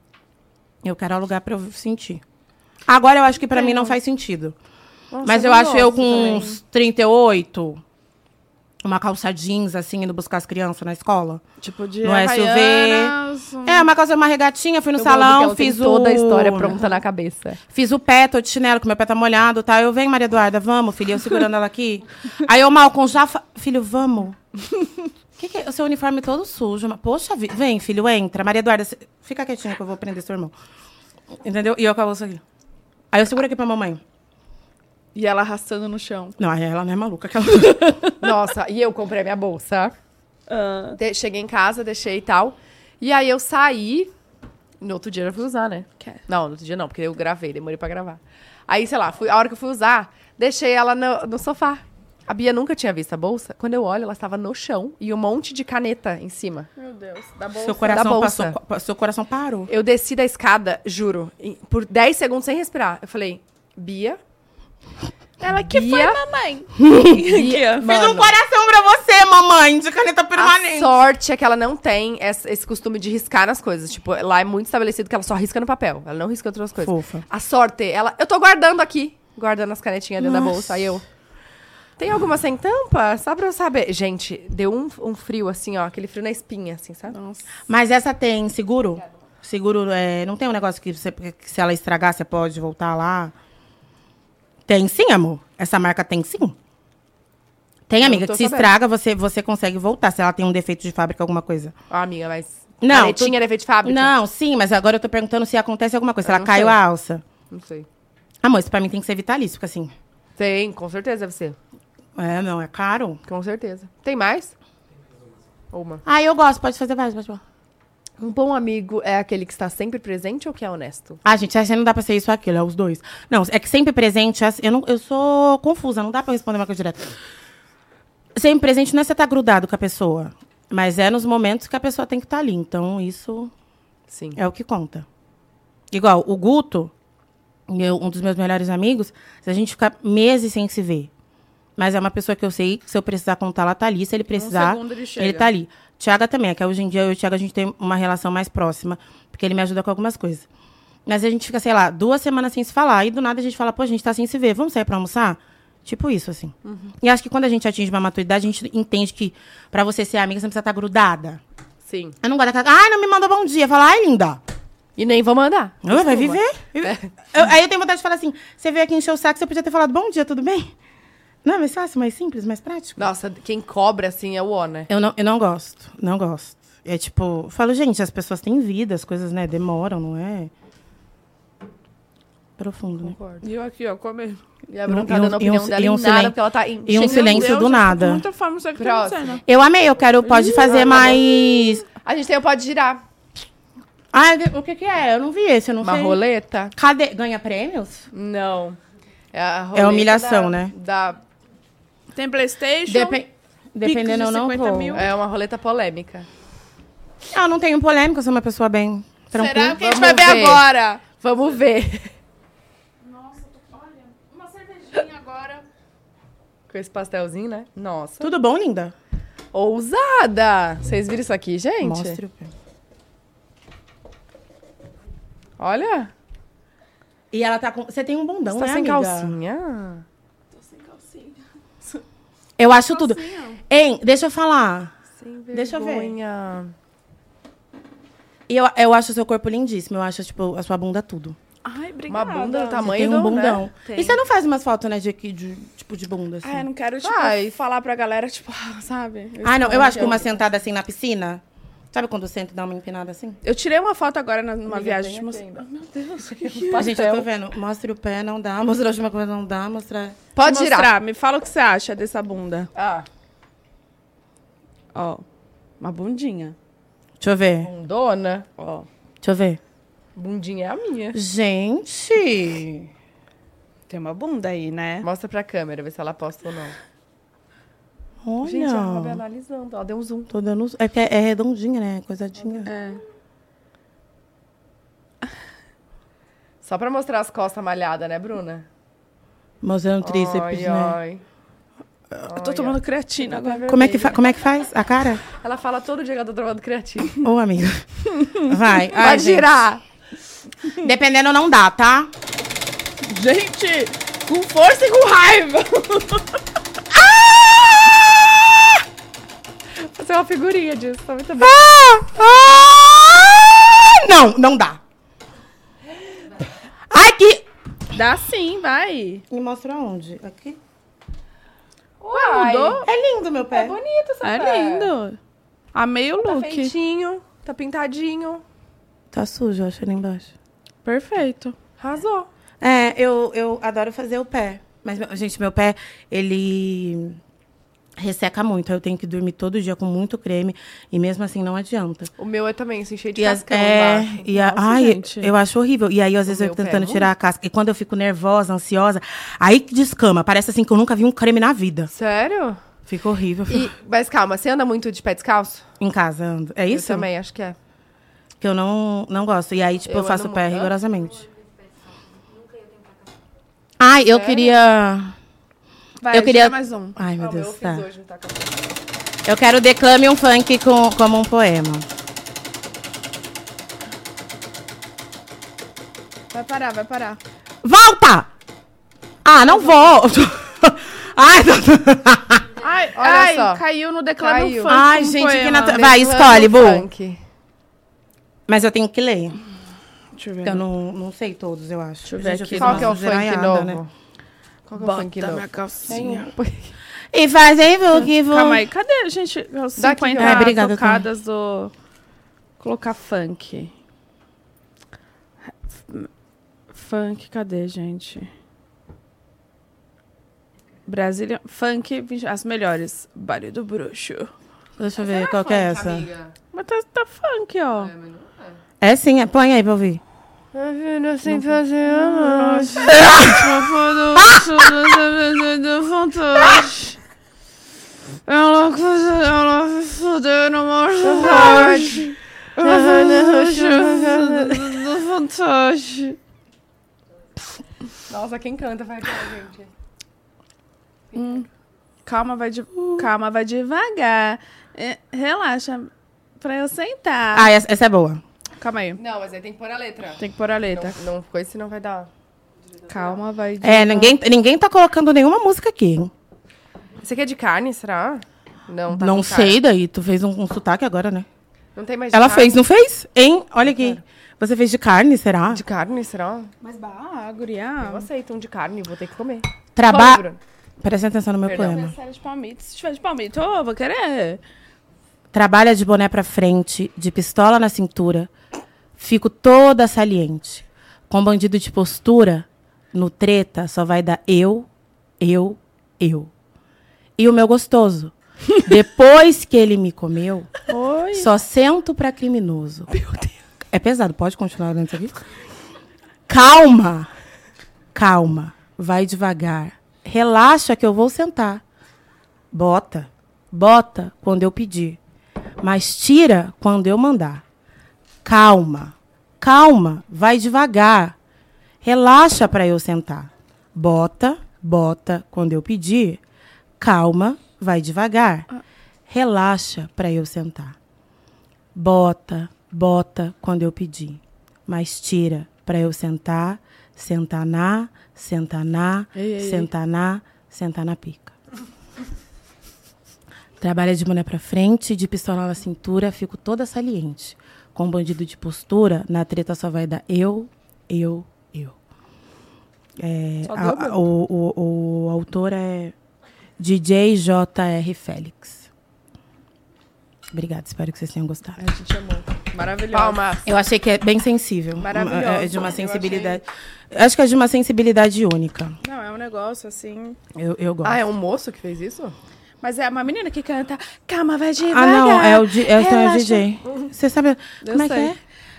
Eu quero alugar pra eu sentir. Agora eu acho que pra mim não faz sentido. Nossa, Mas eu não acho eu gosto com também. uns 38, uma calça jeans, assim, indo buscar as crianças na escola. Tipo de no SUV. Havaianas, um- É, uma calça, uma regatinha, fui no Hum. Eu amo que salão, ela tem fiz um o... toda a história pronta na cabeça. Fiz o pé, tô de chinelo, que meu pé tá molhado, tá? Eu, venho Maria Eduarda, vamos, filha, eu segurando ela aqui. Aí eu, Malcom, já... Fa... Filho, vamos. que que é? O seu uniforme todo sujo. mas- Poxa, vi- vem, filho, entra. Maria Eduarda, cê- fica quietinha que eu vou prender seu irmão. Entendeu? E eu com a bolsa aqui. Aí eu seguro aqui pra mamãe. E ela arrastando no chão. Não, aí ela não é maluca. Aquela... Nossa, e eu comprei a minha bolsa. Ah, De- cheguei em casa, deixei e tal. E aí eu saí. No outro dia eu já fui usar, né? Quer. Não, no outro dia não, porque eu gravei, demorei pra gravar. Aí, sei lá, fui, a hora que eu fui usar, deixei ela no, no sofá. A Bia nunca tinha visto a bolsa. Quando eu olho, ela estava no chão e um monte de caneta em cima. meu Deus. Da Seu bolsa. coração, bolsa. passou, pa- seu coração parou. Eu desci da escada, juro, em- por 10 segundos sem respirar. Eu falei, Bia. Ela que foi Bia- mamãe. Bia, Aqui, ó. Fiz um mano. coração pra você, mamãe, de caneta A permanente. sorte é que ela não tem essa- esse costume de riscar nas coisas. Tipo, lá é muito estabelecido que ela só risca no papel. Ela não risca em outras coisas. Fofa. A sorte, ela. Eu tô guardando aqui. Guardando as canetinhas dentro da Nossa. bolsa. Aí eu. Tem alguma sem tampa? Só pra eu saber. Gente, deu um, um frio assim, ó. Aquele frio na espinha, assim, sabe? Nossa. Mas essa tem seguro? Seguro, é, não tem um negócio que, você- que se ela estragar, você pode voltar lá? Tem sim, amor. Essa marca tem sim. Tem, Eu amiga, tô que se sabendo. estraga, você, você consegue voltar, se ela tem um defeito de fábrica, alguma coisa. Ó, amiga, mas. Não, Canetinha tu- era efeito de fábrica? Não, sim, mas agora eu tô perguntando se acontece alguma coisa, se Eu ela não caiu sei. a alça. Não sei. Amor, isso pra mim tem que ser vitalício, porque assim, Tem, com certeza deve ser. é, não, é caro. Com certeza. Tem mais? Uma. Ah, eu gosto, pode fazer vários, pode falar. Um bom amigo é aquele que está sempre presente ou que é honesto? Ah, gente, acho que não dá pra ser isso ou aquilo, é os dois. Não, é que sempre presente, assim, eu, não, eu sou confusa, não dá pra responder uma coisa direta. Sempre presente não é você estar grudado com a pessoa, mas é nos momentos que a pessoa tem que estar ali. Então, isso Sim. é o que conta. Igual, o Guto, meu- um dos meus melhores amigos, se a gente ficar meses sem se ver. Mas é uma pessoa que eu sei que se eu precisar contar, ela tá ali. Se ele precisar, Um segundo ele chega. ele tá ali. Tiaga também, é que hoje em dia eu e o Tiaga a gente tem uma relação mais próxima, porque ele me ajuda com algumas coisas. Mas a gente fica, sei lá, duas semanas sem se falar, e do nada a gente fala, pô, a gente tá sem se ver, vamos sair pra almoçar? Tipo isso, assim. Uhum. E acho que quando a gente atinge uma maturidade, a gente entende que pra você ser amiga, você não precisa estar grudada. Sim. Eu não gosto daquela. Ai, não me manda bom dia. Fala, ai, linda. E nem vou mandar. Ah, vai viver. É. Eu- aí eu tenho vontade de falar assim: você veio aqui encher o saco, você podia ter falado bom dia, tudo bem? Não é mais fácil, mais simples, mais prático? Nossa, quem cobra assim é o O, né? Eu não, eu não gosto, não gosto. É tipo, eu falo, gente, as pessoas têm vida, as coisas, né, demoram, não é? Profundo, né? Concordo. E eu aqui, ó, comer. E a E um- Bruna tá dando a e um- opinião dela e um em nada, silen- porque ela tá em e um silêncio do nada. Muita fome, não sei o que tá Próximo. acontecendo. Eu amei, eu quero, pode fazer tá bom. mais. A gente tem o Pode Girar. Ah, o que que é? Eu não vi esse, eu não Uma sei. roleta? Cadê? Ganha prêmios? Não. É, a roleta É humilhação, da- né? Da, Tem Playstation. Depen- Dependendo, um de eu não 50 vou. mil. é uma roleta polêmica. Ah, eu não tenho polêmica, eu sou uma pessoa bem tranquila. Será que a gente Vamos vai ver ver. agora? Vamos ver. Nossa, olha. Uma cervejinha agora. Com esse pastelzinho, né? Nossa. Tá. Tudo bom, linda? Ousada! Vocês viram isso aqui, gente? Mostre o pé. Olha. E ela tá com. Você tem um bundão, Você né? tá sem amiga? calcinha. Tô sem calcinha. Eu acho tudo. Calcinha. Hein, deixa eu falar. Sem vergonha. Deixa eu ver. E eu, eu acho o seu corpo lindíssimo. Eu acho, tipo, a sua bunda tudo. Ai, obrigada. Uma bunda tá do Você tamanho tem do, um bundão. Né? Tem. E você não faz umas fotos, né, de, aqui, de tipo de bunda, assim? Ah, eu Ah, não quero, tipo, Vai. falar pra galera, tipo, ah, sabe? não. eu acho que uma sentada assim na piscina. Sabe quando senta e dá uma empinada assim? Eu tirei uma foto agora na- numa Amiga, viagem tem de moça. aqui ainda. Meu Deus, o que que Ó, gente, eu tô vendo. Mostre o pé, não dá. Mostra a última coisa, não dá. Mostra. Pode Vou girar. mostrar, Me fala o que você acha dessa bunda. Ah, Ó, uma bundinha. Deixa eu ver. bundona. Ó, Deixa eu ver. Bundinha é a minha. Gente! tem uma bunda aí, né? Mostra pra câmera, ver se ela aposta ou não. Olha. Gente, a Rob analisando. Ela deu um zoom. Tô dando. É porque é redondinha, né? Coisadinha. É. Só pra mostrar as costas malhadas, né, Bruna? Mostrando o tríceps, Oi, né? oi. Eu tô tomando creatina agora. Como é, que fa- como é que faz a cara? Ela tá fala todo dia que eu tô tomando creatina. Ô, amiga. Vai. Vai Ai, é, gente. girar. Dependendo não dá, tá? Gente, com força e com raiva. Fazer uma figurinha disso, tá muito bom. Ah! Ah! Não, não dá. Ai, que... Dá sim, vai. Me mostra onde? Aqui? Uai, mudou? É lindo meu pé. É bonito essa É pé. lindo. Amei o Tá look. feitinho, tá pintadinho. Tá sujo, eu acho, ali embaixo. Perfeito. Arrasou. É, eu, eu adoro fazer o pé. Mas, meu- gente, meu pé, ele resseca muito. Aí Eu tenho que dormir todo dia com muito creme. E mesmo assim, não adianta. O meu é também, se encher de E as, cascão é, embaixo. e a, Nossa, ai, gente. eu acho horrível. E aí, às vezes, eu meu pé é tentando muito. tirar a casca. E quando eu fico nervosa, ansiosa, aí que descama. Parece assim que eu nunca vi um creme na vida. Sério? Fica horrível. fico- E- mas calma, você anda muito de pé descalço? Em casa, ando. É isso? Eu também, acho que é. Que eu não, não gosto. E aí, tipo, Eu eu, faço ando o pé muito. rigorosamente. Ai, eu queria. Vai, Eu queria- gira mais um. Ai, meu Ah, o meu eu Deus, fiz tá. hoje, não tá acabando. Eu quero declame um funk com, como um poema. Vai parar, vai parar. Volta! Ah, não volto! Ai, não... Ai, Olha ai, só. caiu no declame Caiu. um funk. Ai, um gente, que poema. natu- Declama Vai, escolhe, o Bu. funk. Mas eu tenho que ler. Deixa eu ver. Eu não, não sei todos, eu Deixa acho. eu ver Gente, aqui. fiz Qual uma que é o funk suzeraiada, novo? né? Qual que é o Bota funk novo? minha calcinha. E fazem boogie Um. voo. Calma aí, cadê, gente, as Dá aqui, 50 ó. um É, obrigada, tocadas do... Colocar funk. F- Funk, cadê, gente? Brasília, funk, vinte- as melhores. Baile do Bruxo. Deixa eu ver qual que é essa. Mas tá, tá funk, ó. É sim, é- põe aí pra ouvir. A vida sem fazer amor. tá Tá Ela ela fudeu no Fantoche. Fantoche. Nossa, quem canta vai aqui, gente. Calma, vai de... Calma, vai devagar. É, Relaxa. Pra eu sentar. Ah, essa, essa é boa. Calma aí. Não, mas aí tem que pôr a letra. Tem que pôr a letra. Não, não coisa, senão vai dar. Calma, vai de... É, ninguém, ninguém tá colocando nenhuma música aqui. hein? Esse aqui é de carne, será? Não, tá não com carne. sei daí, tu fez um, um sotaque agora, né? Não tem mais de Ela carne? fez, não fez? Hein? Olha aqui. Você fez de carne, será? De carne, será? Mas bah, guria. Eu aceito um de carne, vou ter que comer. Come, Trabalho. Bruno. Presta atenção no meu Perdão. poema. Série de palmito. Se tiver de palmito, eu vou querer. Trabalha de boné pra frente, de pistola na cintura. Fico toda saliente. Com bandido de postura, no treta só vai dar eu, eu, eu. E o meu gostoso. Depois que ele me comeu, Oi. só sento pra criminoso. É pesado, pode continuar lendo isso aqui? Calma! Calma. Vai devagar. Relaxa que eu vou sentar. Bota. Bota quando eu pedir. Mas tira quando eu mandar. Calma. Calma. Vai devagar. Relaxa para eu sentar. Bota. Bota quando eu pedir. Calma. Vai devagar. Relaxa para eu sentar. Bota, bota quando eu pedir. Mas tira para eu sentar, sentar na, sentar na, Ei, ei, ei. sentar na, sentar na pica. Trabalha de boné pra frente, de pistola na cintura, fico toda saliente. Com um bandido de postura, na treta só vai dar eu, eu, eu. É, Só a- deu a- o, o, o autor é DJ JR Félix. Obrigada, espero que vocês tenham gostado. A gente amou. Maravilhoso. Palmas. Eu achei que é bem sensível. Maravilhosa. É de Eu uma sensibilidade. Acho que é de uma sensibilidade única. Não, é um negócio assim. Eu, eu gosto. Ah, é um moço que fez isso? Mas é uma menina que canta Calma, vai Ah, devagar. não, é o, di- é o senhor relaxa." Hum. DJ. Você sabe Eu como é sei. que é?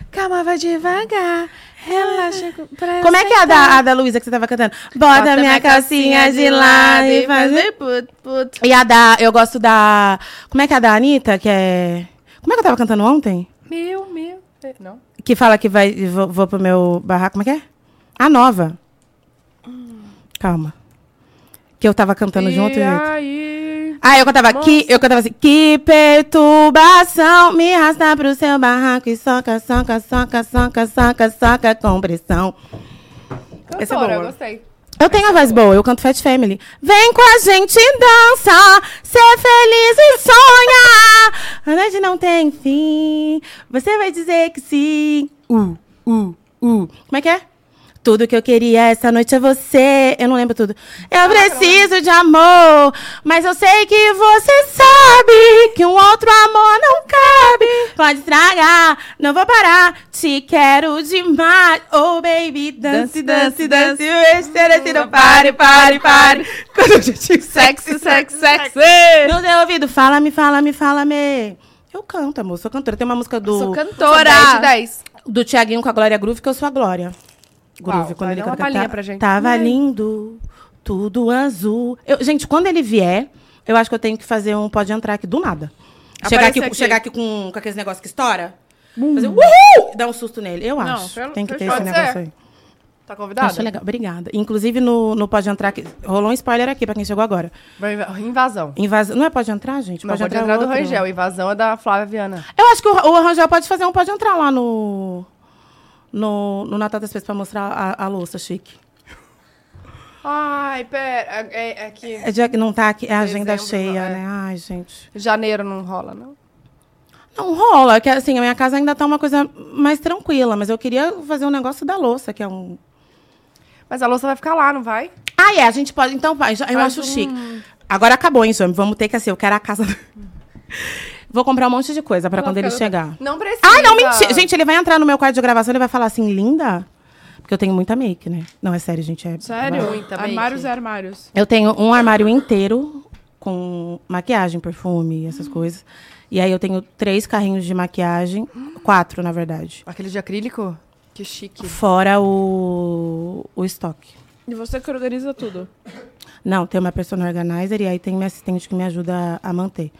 Calma, vai devagar. Relaxa. Pra eu Como é que é a sentar. da, a da Luísa que você tava cantando? Bota, Bota minha calcinha, de lado e faz... um put, put. E a da... Eu gosto da... Como é que é a da Anitta, que é... Como é que eu tava cantando ontem? Meu, meu. É, Não? Que fala que vai, vou, vou pro meu barraco. Como é que é? A nova. Calma. Que eu tava cantando junto, e gente. aí... Ah, eu cantava Nossa. que eu cantava assim, que perturbação, me arrasta pro seu barraco e soca, soca, soca, soca, soca, soca com pressão. Essa é Cantora, boa. gostei. Eu tenho a voz boa, eu canto Fat Family. Vem com a gente dançar, ser feliz e sonhar. A noite não tem fim, você vai dizer que sim. Uh, uh, uh. Como é que é? Tudo que eu queria essa noite é você. Eu não lembro tudo. Eu preciso de amor, mas eu sei que você sabe que um outro amor não cabe. Pode estragar, não vou parar. Te quero demais. Oh, baby, dance, dance, dance. Estrela, não pare, pare, pare. Quando eu te Sexy, sexy, sexy. Não deu ouvido. Fala-me, fala-me, fala-me. Eu canto, amor. Sou cantora. Tem uma música do, Sou cantora. 10 de 10. do Tiaguinho com a Glória Groove, que eu sou a Glória. Groove, Uau, quando vai ele dar uma canta. palhinha "Tá- pra gente." Tava lindo, tudo azul. Eu- gente, quando ele vier, eu acho que eu tenho que fazer um pode entrar aqui do nada. Chegar Aparece aqui, aqui. chegar aqui com, com aqueles negócios que estoura. Fazer uhul! Dar um susto nele. Eu acho. pelo- Tem que ter fechou. esse Hum. Pode negócio ser. aí. Tá convidada? Acho legal. Obrigada. Inclusive, no, no Pode Entrar, que, rolou um spoiler aqui pra quem chegou agora. Vai- vai- Invasão. Invas... Não é Pode Entrar, gente? Não, pode entrar é do outro. Rangel. Invasão é da Flávia Viana. Eu acho que o, o Rangel pode fazer um Pode Entrar lá no... No, no Natal das Pessoas pra mostrar a, a louça, chique. Ai, pera. É, é que É dia que não tá aqui, é agenda Dezembro, cheia, é. né? Ai, gente. janeiro não rola, não? Não rola, é que assim, a minha casa ainda tá uma coisa mais tranquila, mas eu queria fazer um negócio da louça, que é um. Mas a louça vai ficar lá, não vai? Ah, é, a gente pode. Então, vai, já- eu Faz acho um- chique. Agora acabou, hein, Jami? Vamos ter que assim, eu quero a casa. Hum. Vou comprar um monte de coisa pra Ela quando ele fica- chegar. Não precisa. Ai, não, mentira. Gente, ele vai entrar no meu quarto de gravação, ele vai falar assim, linda? Porque eu tenho muita make, né? Não, é sério, gente. É... Sério? Muita make. armários e armários. Eu tenho um armário inteiro com maquiagem, perfume, essas coisas. E aí eu tenho três carrinhos de maquiagem, quatro, na verdade. Aquele de acrílico? Que chique. Fora o, o estoque. E você que organiza tudo. Não, tem uma personal organizer e aí tem minha assistente que me ajuda a manter.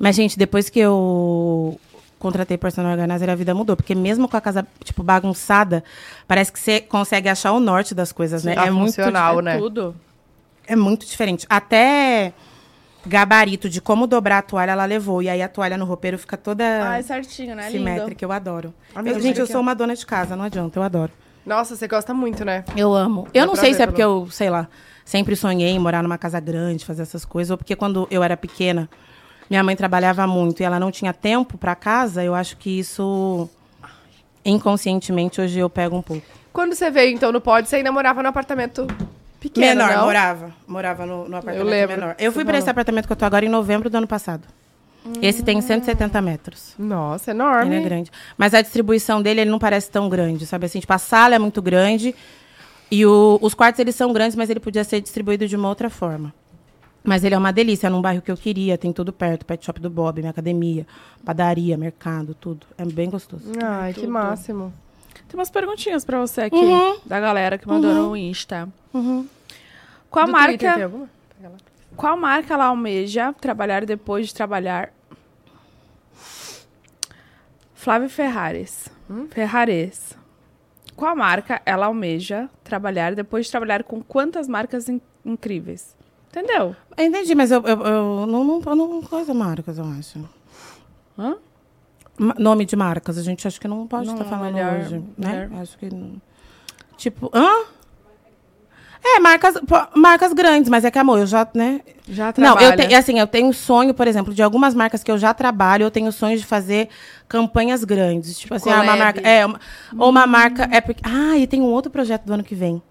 Mas, gente, depois que eu contratei personal organizer, a vida mudou. Porque mesmo com a casa, tipo, bagunçada, parece que você consegue achar o norte das coisas, né? Ah, funcional, é né? tudo. É muito diferente. Até gabarito de como dobrar a toalha ela levou. E aí a toalha no roupeiro fica toda Ah, é certinho, né? simétrica. Lindo. Eu adoro. Amiga, Eu- gente, olha eu aqui, sou uma dona de casa, não adianta, eu adoro. Nossa, você gosta muito, né? Eu amo. Eu Dá não pra sei ver se é porque eu, sei lá, sempre sonhei em morar numa casa grande, fazer essas coisas, ou porque quando eu era pequena, minha mãe trabalhava muito e ela não tinha tempo pra casa, eu acho que isso inconscientemente hoje eu pego um pouco. Quando você veio, então, no pod, você ainda morava no apartamento pequeno, menor, não? morava. Morava no, no apartamento Eu lembro. menor. Eu fui Você pra esse falou. apartamento que eu tô agora em novembro do ano passado. Esse tem 170 metros. Nossa, Ele enorme. é grande. Mas a distribuição dele, ele não parece tão grande, sabe? Assim, tipo, a sala é muito grande. E o- os quartos, eles são grandes, mas ele podia ser distribuído de uma outra forma. Mas ele é uma delícia, é num bairro que eu queria, tem tudo perto, pet shop do Bob, minha academia, padaria, mercado, tudo. É bem gostoso. Ai, que máximo. Tem umas perguntinhas pra você aqui, Uhum. da galera que mandou no Insta. Qual Do marca... Twitter, tem alguma? Pega lá. Qual marca ela almeja trabalhar depois de trabalhar? Flávio Ferrares. Ferrares. Qual marca ela almeja trabalhar depois de trabalhar com quantas marcas in- incríveis? Entendeu? Eu Ah, entendi, mas eu, eu, eu não, não, eu não coisa marcas, eu acho. Hã? Ma- nome de marcas, a gente acho que não pode Não, estar falando melhor- hoje, né? melhor. Acho que não. Tipo, hã? É, marcas, pô, marcas grandes, mas é que, amor, eu já, né? Já Não, trabalha. eu tenho, assim, eu tenho um sonho, por exemplo, de algumas marcas que eu já trabalho, eu tenho sonho de fazer campanhas grandes. Tipo assim, ah, uma Collab. marca. É, uma, ou uma marca. É porque, ah, e tem um outro projeto do ano que vem.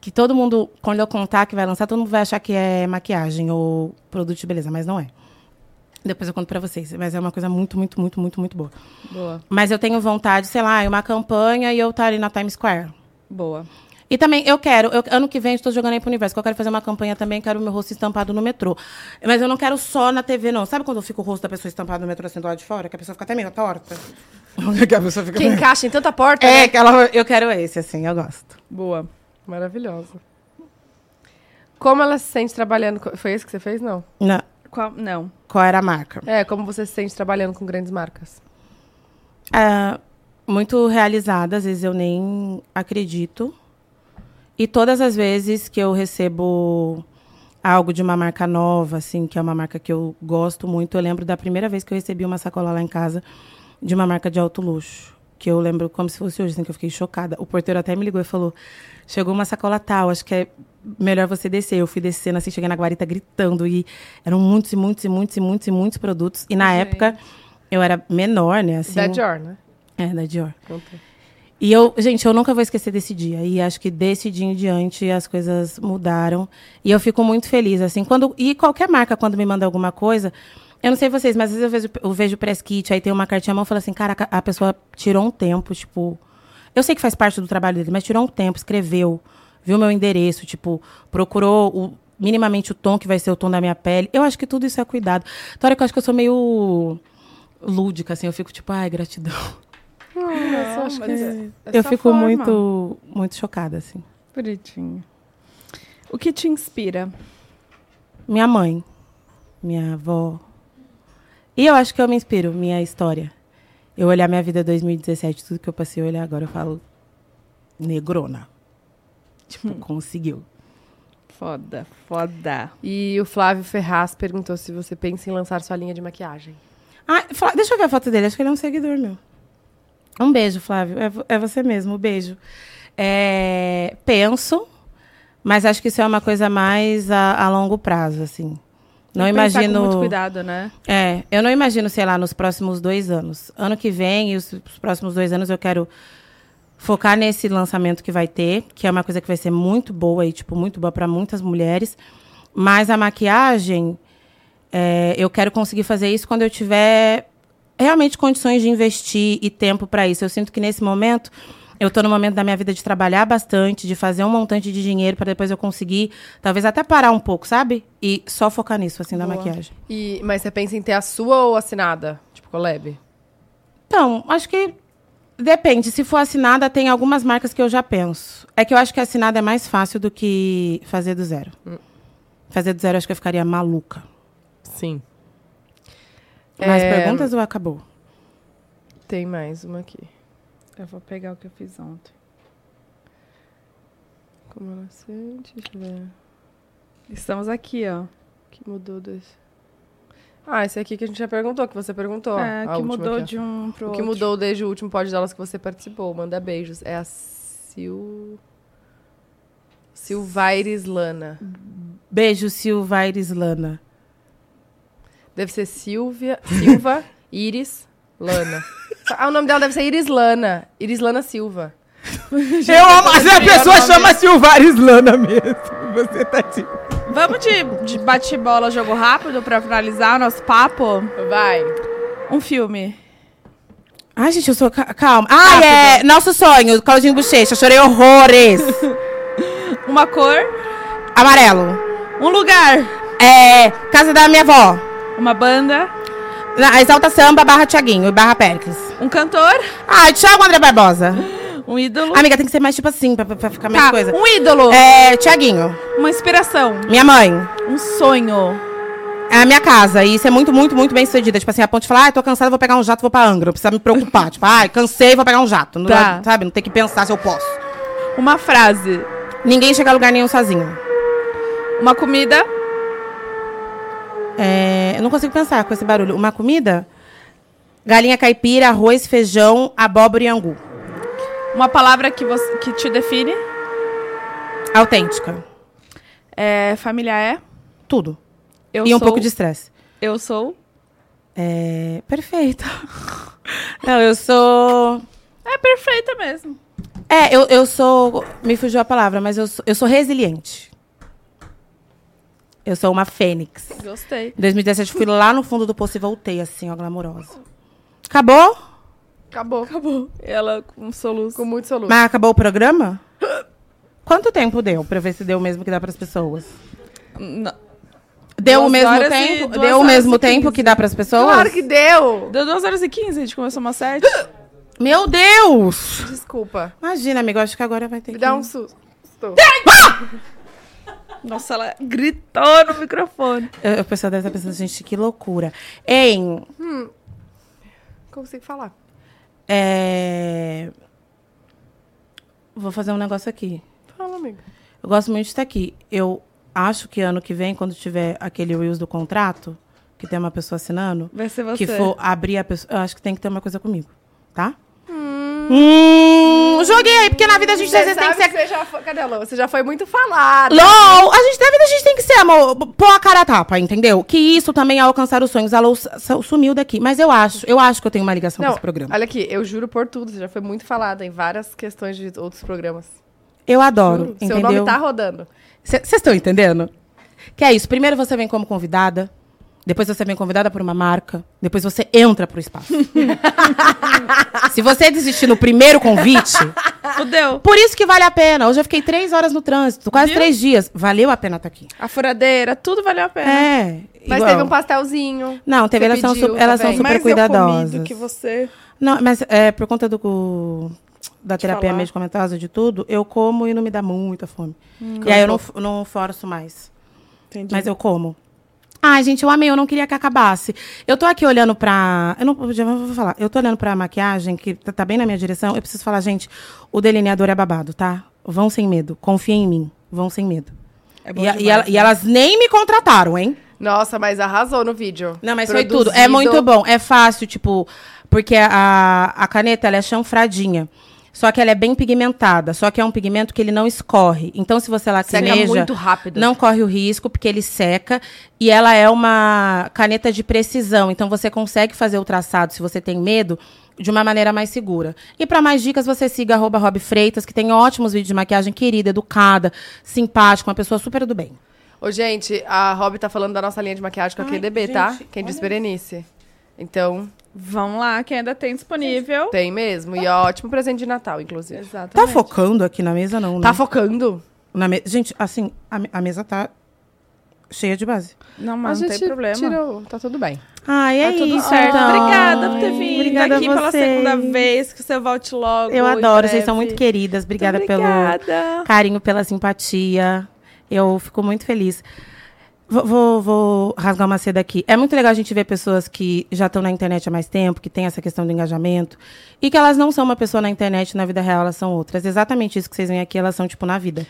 Que todo mundo, quando eu contar que vai lançar, todo mundo vai achar que é maquiagem ou produto de beleza, mas não é. Depois eu conto pra vocês. Mas é uma coisa muito, muito, muito, muito, muito boa. Boa. Mas eu tenho vontade, sei lá, em uma campanha e eu estar ali na Times Square. Boa. E também, eu quero, eu- ano que vem eu estou jogando aí pro universo, que eu quero fazer uma campanha também, quero o meu rosto estampado no metrô. Mas eu não quero só na TV, não. Sabe quando fica o rosto da pessoa estampado no metrô assim do lado de fora? Que a pessoa fica até meio torta? que a pessoa fica. Que encaixa em tanta porta, É, né? que ela, eu quero esse, assim, eu gosto. Boa. Maravilhosa. Como ela se sente trabalhando... com- Foi isso que você fez, não? Na- Qual... Não. qual era a marca? É, como você se sente trabalhando com grandes marcas. Ah, muito realizada, às vezes eu nem acredito. E todas as vezes que eu recebo algo de uma marca nova, assim, que é uma marca que eu gosto muito. Eu lembro da primeira vez que eu recebi uma sacola lá em casa de uma marca de alto luxo. Que eu lembro como se fosse hoje, assim, que eu fiquei chocada. O porteiro até me ligou e falou: chegou uma sacola tal, acho que é melhor você descer. Eu fui descendo, assim, cheguei na guarita gritando. E eram muitos e muitos e muitos e muitos e muitos produtos. E na Gente. época eu era menor, né? Assim, Da Dior, né? É, da Dior. Conta. E eu, gente, eu nunca vou esquecer desse dia. E acho que desse dia em diante as coisas mudaram. E eu fico muito feliz, assim. quando E qualquer marca, quando me manda alguma coisa. Eu não sei vocês, mas às vezes eu vejo, eu vejo press kit, aí tem uma cartinha à mão e falo assim: caraca, a pessoa tirou um tempo, tipo. Eu sei que faz parte do trabalho dele, mas tirou um tempo, escreveu, viu meu endereço, tipo, procurou o- minimamente o tom que vai ser o tom da minha pele. Eu acho que tudo isso é cuidado. Tem hora que eu acho que eu sou meio lúdica, assim. Eu fico tipo, ai, gratidão. Nossa, acho que mas é- é Eu só fico forma. muito, muito chocada, assim. Bonitinho. O que te inspira? Minha mãe, minha avó. E eu acho que eu me inspiro, minha história. Eu olhar minha vida 2017, tudo que eu passei, eu olhar agora, eu falo, negrona. Tipo, Hum. conseguiu. Foda, foda. E o Flávio Ferraz perguntou se você pensa em lançar sua linha de maquiagem. Ah, Flá- deixa eu ver a foto dele, acho que ele é um seguidor meu. Um beijo, Flávio. É, vo- é você mesmo, um beijo. É, penso, mas acho que isso é uma coisa mais a, a longo prazo, assim. Não Tem que pensar imagino. Com muito cuidado, né? É, eu não imagino, sei lá, nos próximos dois anos. Ano que vem e os, os próximos dois anos eu quero focar nesse lançamento que vai ter, que é uma coisa que vai ser muito boa e, tipo, muito boa para muitas mulheres. Mas a maquiagem, é, eu quero conseguir fazer isso quando eu tiver realmente condições de investir e tempo para isso. Eu sinto que nesse momento. Eu estou no momento da minha vida de trabalhar bastante, de fazer um montante de dinheiro para depois eu conseguir, talvez até parar um pouco, sabe? E só focar nisso, assim, na Boa. maquiagem. E, mas você pensa em ter a sua ou assinada? Tipo, collab? Então, acho que depende. Se for assinada, tem algumas marcas que eu já penso. É que eu acho que assinada é mais fácil do que fazer do zero. Fazer do zero, acho que eu ficaria maluca. Sim. Mais perguntas ou acabou? Tem mais uma aqui. Eu vou pegar o que eu fiz ontem. Como ela sente? Deixa eu ver. Estamos aqui, ó. O que mudou desse? Ah, esse aqui que a gente já perguntou, que você perguntou. é, a que última mudou aqui, ó. de um pro O que outro. mudou desde o último pod delas que você participou? Manda beijos. É a Sil... Silvaires Lana. Beijo, Silva Iris Lana. Deve ser Silvia... Silva Iris Lana. Ah, o nome dela deve ser Iris Lana. Iris Lana Silva. eu amo, mas a pessoa chama Silva Iris Lana mesmo. Você tá tipo. Vamos de, de bate-bola, jogo rápido, pra finalizar o nosso papo? Vai. Um filme. Ai, gente, eu sou. ca- Calma. Ah, é. Nosso sonho, Claudinho Bochecha. Chorei horrores. Uma cor. Amarelo. Um lugar. É. Casa da minha avó. Uma banda. Na- Exalta Samba, barra Tiaguinho e barra Péricles. Um cantor. Ah, Thiago André Barbosa. Um ídolo. Amiga, tem que ser mais tipo assim, pra, pra- pra ficar mais Tá, coisa. Um ídolo. É, Tiaguinho, Uma inspiração. minha mãe, Um sonho. é a minha casa. E isso é muito, muito, muito bem sucedida. Tipo assim, a ponto de falar, ah, tô cansada, vou pegar um jato, vou pra Angra. Não precisa me preocupar. tipo, ai, cansei, vou pegar um jato. Não, Tá. Sabe, não tem que pensar se eu posso. Uma frase. Ninguém chega a lugar nenhum sozinho. Uma comida. É, eu não consigo pensar com esse barulho. Uma comida? Galinha caipira, arroz, feijão, abóbora e angu. Uma palavra que, você, que te define. Autêntica. É, família é. Tudo. Eu e sou. um pouco de estresse. Eu sou. É, perfeita. Não, eu sou. É perfeita mesmo. É, eu, eu sou. Me fugiu a palavra, mas eu sou, eu sou resiliente. Eu sou uma fênix. Gostei. Em 2017, fui lá no fundo do poço e voltei, assim, ó, glamourosa. Acabou? Acabou. Acabou. Ela com um soluço. Com muito soluço. Mas acabou o programa? Quanto tempo deu pra ver se deu o mesmo que dá pras pessoas? Não. Deu Duas o mesmo horas e- tempo? duas Deu o horas mesmo e tempo que dá pras pessoas? Claro que deu! Deu 2 horas e 15, a gente começou uma 7. Meu Deus! Desculpa. Imagina, amigo, acho que agora vai ter Me que. dá um susto. Tá. Nossa, ela gritou no microfone. Eu- O pessoal deve estar pensando, gente, que loucura. Em. Consigo falar. É... Vou fazer um negócio aqui. Fala, amiga. Eu gosto muito de estar aqui. Eu acho que ano que vem, quando tiver aquele Wills do contrato, que tem uma pessoa assinando, Vai ser você. que for abrir a pessoa. Eu acho que tem que ter uma coisa comigo, tá? Hum, joguei aí, porque na vida a gente às Você vezes tem sabe que que ser. você já foi... Cadê, Lô? Você já foi muito falada. LOL! A gente, na vida a gente tem que ser, amor, pôr a cara a tapa, entendeu? Que isso também é alcançar os sonhos. A LOL sa- sa- sumiu daqui. Mas eu acho, eu acho que eu tenho uma ligação com esse programa. olha aqui, eu juro por tudo, você já foi muito falada em várias questões de outros programas. Eu adoro, Seu entendeu? nome tá rodando. Vocês estão entendendo? Que é isso. Primeiro você vem como convidada. Depois você vem convidada por uma marca. Depois você entra pro espaço. Se você desistir no primeiro convite. Fudeu. Por isso que vale a pena. Hoje eu fiquei três horas no trânsito, quase Viu? três dias. Valeu a pena estar aqui. A furadeira, tudo valeu a pena. É. Mas igual. teve um pastelzinho. Não, teve, Você elas são, pediu tá su- elas são também. super Mais eu cuidadosas. comi do que você. Não, mas é por conta do da terapia falar. medicamentosa, de tudo, eu como e não me dá muita fome. e aí eu não, f- não forço mais. Hum. Entendi. Mas eu como. Ai, gente, eu amei, eu não queria que acabasse. Eu tô aqui olhando pra. Eu não já vou falar. Eu tô olhando pra maquiagem, que tá tá bem na minha direção. Eu preciso falar, gente, o delineador é babado, tá? Vão sem medo. Confiem em mim. Vão sem medo. É bom e, a- e demais, ela- e né? elas nem me contrataram, hein? Nossa, mas arrasou no vídeo. Não, mas foi Produzido. tudo. É muito bom. É fácil, tipo, porque a, a caneta ela é chanfradinha. Só que ela é bem pigmentada. Só que é um pigmento que ele não escorre. Então, se você Seca lacrimeja, muito rápido. não corre o risco, porque ele seca. E ela é uma caneta de precisão. Então, você consegue fazer o traçado, se você tem medo, de uma maneira mais segura. E para mais dicas, você siga arroba Rob Freitas, que tem ótimos vídeos de maquiagem querida, educada, simpática, uma pessoa super do bem. Ô, gente, a Rob tá falando da nossa linha de maquiagem com a Ai, QDB, gente, tá? Quem olha disse isso. Berenice. Então, Vamos lá, quem ainda tem disponível. tem mesmo. E ó, ótimo presente de Natal, inclusive. Tá Exatamente. focando aqui na mesa, não, né? Tá focando? Na me- Gente, assim, a, me- a mesa tá cheia de base. Não, mas não tem problema. tirou, tá tudo bem. Ai, é Tá tudo isso. certo. então. Obrigada por ter vindo Obrigada aqui a pela vocês. segunda vez. Que você volte logo. Eu em adoro, vocês breve. são muito queridas. Obrigada, Muito pelo Obrigada. carinho, pela simpatia. Eu fico muito feliz. Vou, vou- vou rasgar uma seda aqui. É muito legal a gente ver pessoas que já estão na internet há mais tempo, que tem essa questão do engajamento, e que elas não são uma pessoa na internet, na vida real, elas são outras. Exatamente isso que vocês veem aqui, elas são, tipo, na vida.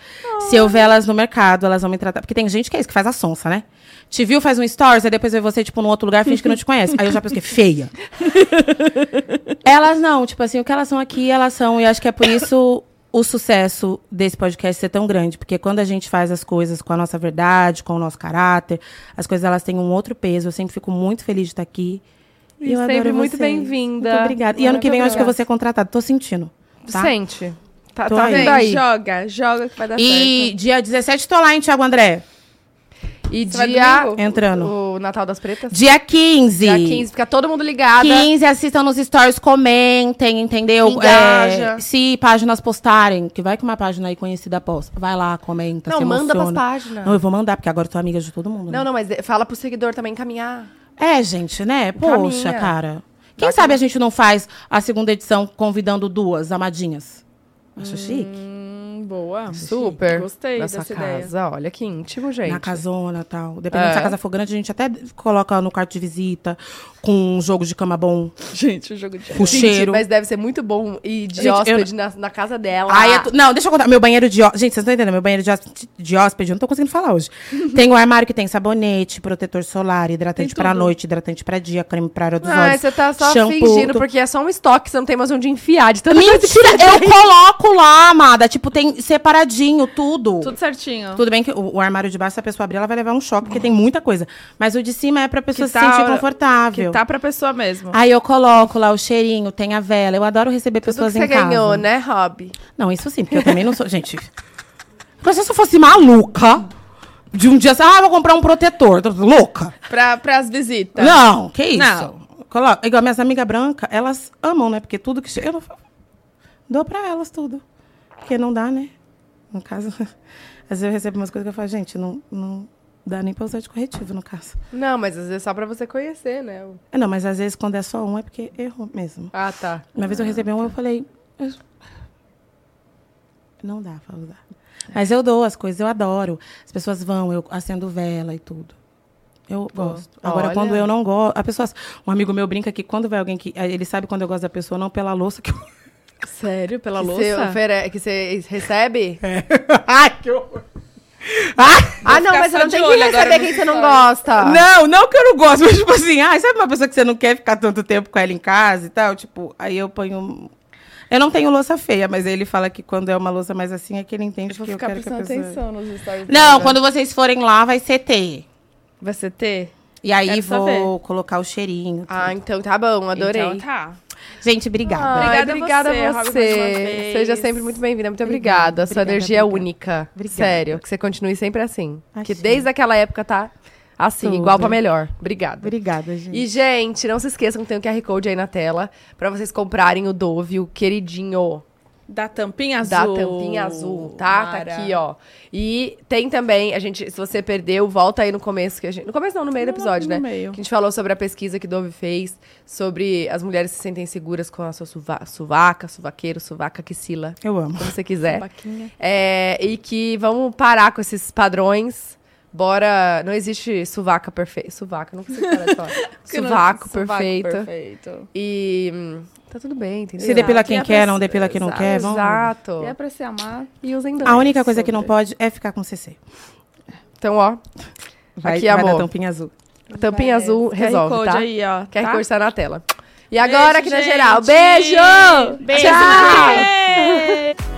Se eu ver elas no mercado, elas vão me tratar. Porque tem gente que é isso, que faz a sonsa, né? Te viu, faz um stories, aí depois vê você, tipo, num outro lugar, finge que não te conhece. Aí eu já penso que é feia. Elas não, tipo assim, o que elas são aqui, elas são. E acho que é por isso o sucesso desse podcast ser tão grande. Porque quando a gente faz as coisas com a nossa verdade, com o nosso caráter, as coisas elas têm um outro peso. Eu sempre fico muito feliz de estar aqui. E eu sempre adoro muito vocês. bem-vinda. Muito obrigada. E Ah, ano que vem eu acho que eu obrigada. vou ser contratada. Tô sentindo. Tá? Sente. Tá, Tô tá aí. vendo Vem, aí. joga, joga que vai dar E dia 17 tô lá, hein, Thiago Tá André? E Você vai dia... domingo? Entrando. O Natal das Pretas? Dia 15. Dia 15, fica todo mundo ligado. 15, assistam nos stories, comentem, entendeu? Engaja. É, se páginas postarem, que vai que uma página aí conhecida posta. Vai lá, comenta, Não, se manda pras emociona. páginas. Não, eu vou mandar, porque agora eu tô amiga de todo mundo. né? Não, não, mas fala pro seguidor também encaminhar. É, gente, né? Poxa, Caminha. cara. Quem sabe a gente não faz a segunda edição convidando duas amadinhas? Acho chique. Hum, boa. Super. Gostei Na dessa sua ideia. casa, olha que íntimo, gente. Na casona e tal. Dependendo se É. a casa for grande, a gente até coloca no quarto de visita, com um jogo de cama bom, Gente, o jogo de com Gente, cheiro. Mas deve ser muito bom ir de Gente, eu é hóspede na, na casa dela. Aí eu tô- Não, deixa eu contar. Meu banheiro de. hó- Gente, vocês não estão entendendo. Meu banheiro de, hós- de hóspede, eu não tô conseguindo falar hoje. tem um armário que tem sabonete, protetor solar, hidratante Tem pra tudo. noite, hidratante pra dia, creme pra área dos Ai, olhos. você tá só shampoo, fingindo, tu- porque é só um estoque, você não tem mais onde enfiar de tanto Mentira, eu coloco lá, amada. Tipo, tem separadinho, tudo. Tudo certinho. Tudo bem que o, o armário de baixo, se a pessoa abrir, ela vai levar um choque, porque tem muita coisa. Mas o de cima é pra pessoa Que se tá- sentir confortável. Que tá pra pessoa mesmo. Aí eu coloco lá o cheirinho, tem a vela. Eu adoro receber Tudo que pessoas você em casa. ganhou, né, Rob? Não, isso sim, porque eu também não sou. Gente. Mas se eu fosse maluca, de um dia assim, ah, vou comprar um protetor. tô Louca! Pra, pras visitas. Não, que isso? Não. Coloca. Igual minhas amigas brancas, elas amam, né? Porque tudo que chega. Eu não fa- dou pra elas tudo. Porque não dá, né? No caso. Às vezes eu recebo umas coisas que eu falo, gente, não, não dá nem pra usar de corretivo, no caso. Não, mas às vezes é só pra você conhecer, né? o- É, Não, mas às vezes quando é só um é porque errou mesmo. Ah, tá. Uma vez eu recebi um, eu falei. "Mas Não dá pra usar. Mas eu dou as coisas, eu adoro. As pessoas vão, eu acendo vela e tudo. Eu gosto. Agora, olha. quando eu não gosto. A pessoa. Um amigo meu brinca que quando vai alguém que. eh, Ele sabe quando eu gosto da pessoa, não pela louça que eu. Sério? Pela Que louça? É. você, ofere- que você recebe? Ai, que horror. Ah, não, ficar mas você só não de tem que olho agora receber nos quem você não stories. gosta. Não, não que eu não gosto, mas tipo assim, ai, sabe uma pessoa que você não quer ficar tanto tempo com ela em casa e tal? Tipo, aí eu ponho. Eu não tenho louça feia, mas ele fala que quando é uma louça mais assim é que ele entende Eu vou que eu ficar quero que a prestando pessoa. atenção nos stories. Não, dela. quando vocês forem lá vai ser T. Vai ser T? E aí Quero vou saber. colocar o cheirinho. Ah, então tá bom, adorei. Então tá. Gente, obrigada. Ai, Obrigada a obrigada você, a Robin, você. mais uma vez. Seja sempre muito bem-vinda. Muito obrigada. Sua obrigada, energia é obrigada. única. Obrigada. Sério, que você continue sempre assim. Achei. Que desde aquela época tá assim, Tudo. igual pra melhor. Obrigada. Obrigada, gente. E, gente, não se esqueçam que tem o QR Code aí na tela pra vocês comprarem o Dove, o queridinho Da tampinha azul. da tampinha azul, tá? Tá aqui, ó. E tem também, a gente, se você perdeu, volta aí no começo que a gente, no começo não, no meio do No- episódio, no né? meio. Que a gente falou sobre a pesquisa que Dove fez, sobre as mulheres se sentem seguras com a sua suva, suvaca, suvaqueiro, suvaca, quicila, Eu amo. como você quiser. Tabaquinha. É, e que vamos parar com esses padrões. Bora, não existe suvaca perfeita, suvaca, não consigo parar de falar. suvaco perfeito. é perfeito. E hum, tá tudo bem, entendeu? Se depila E quem a quer, não pessoa- depila quem não exato, quer. Vamos. Exato. E é pra se amar. E usem dois. A única coisa que não Super. pode é ficar com CC. Então, ó, Vai, Aqui, vai amor. da tampinha azul. Tampinha Vai, é azul esse resolve, QR Code tá? aí, ó. QR tá? Code tá na tela. E Beijo, agora aqui na gente. geral. Beijo! Beijo! Tchau! gente.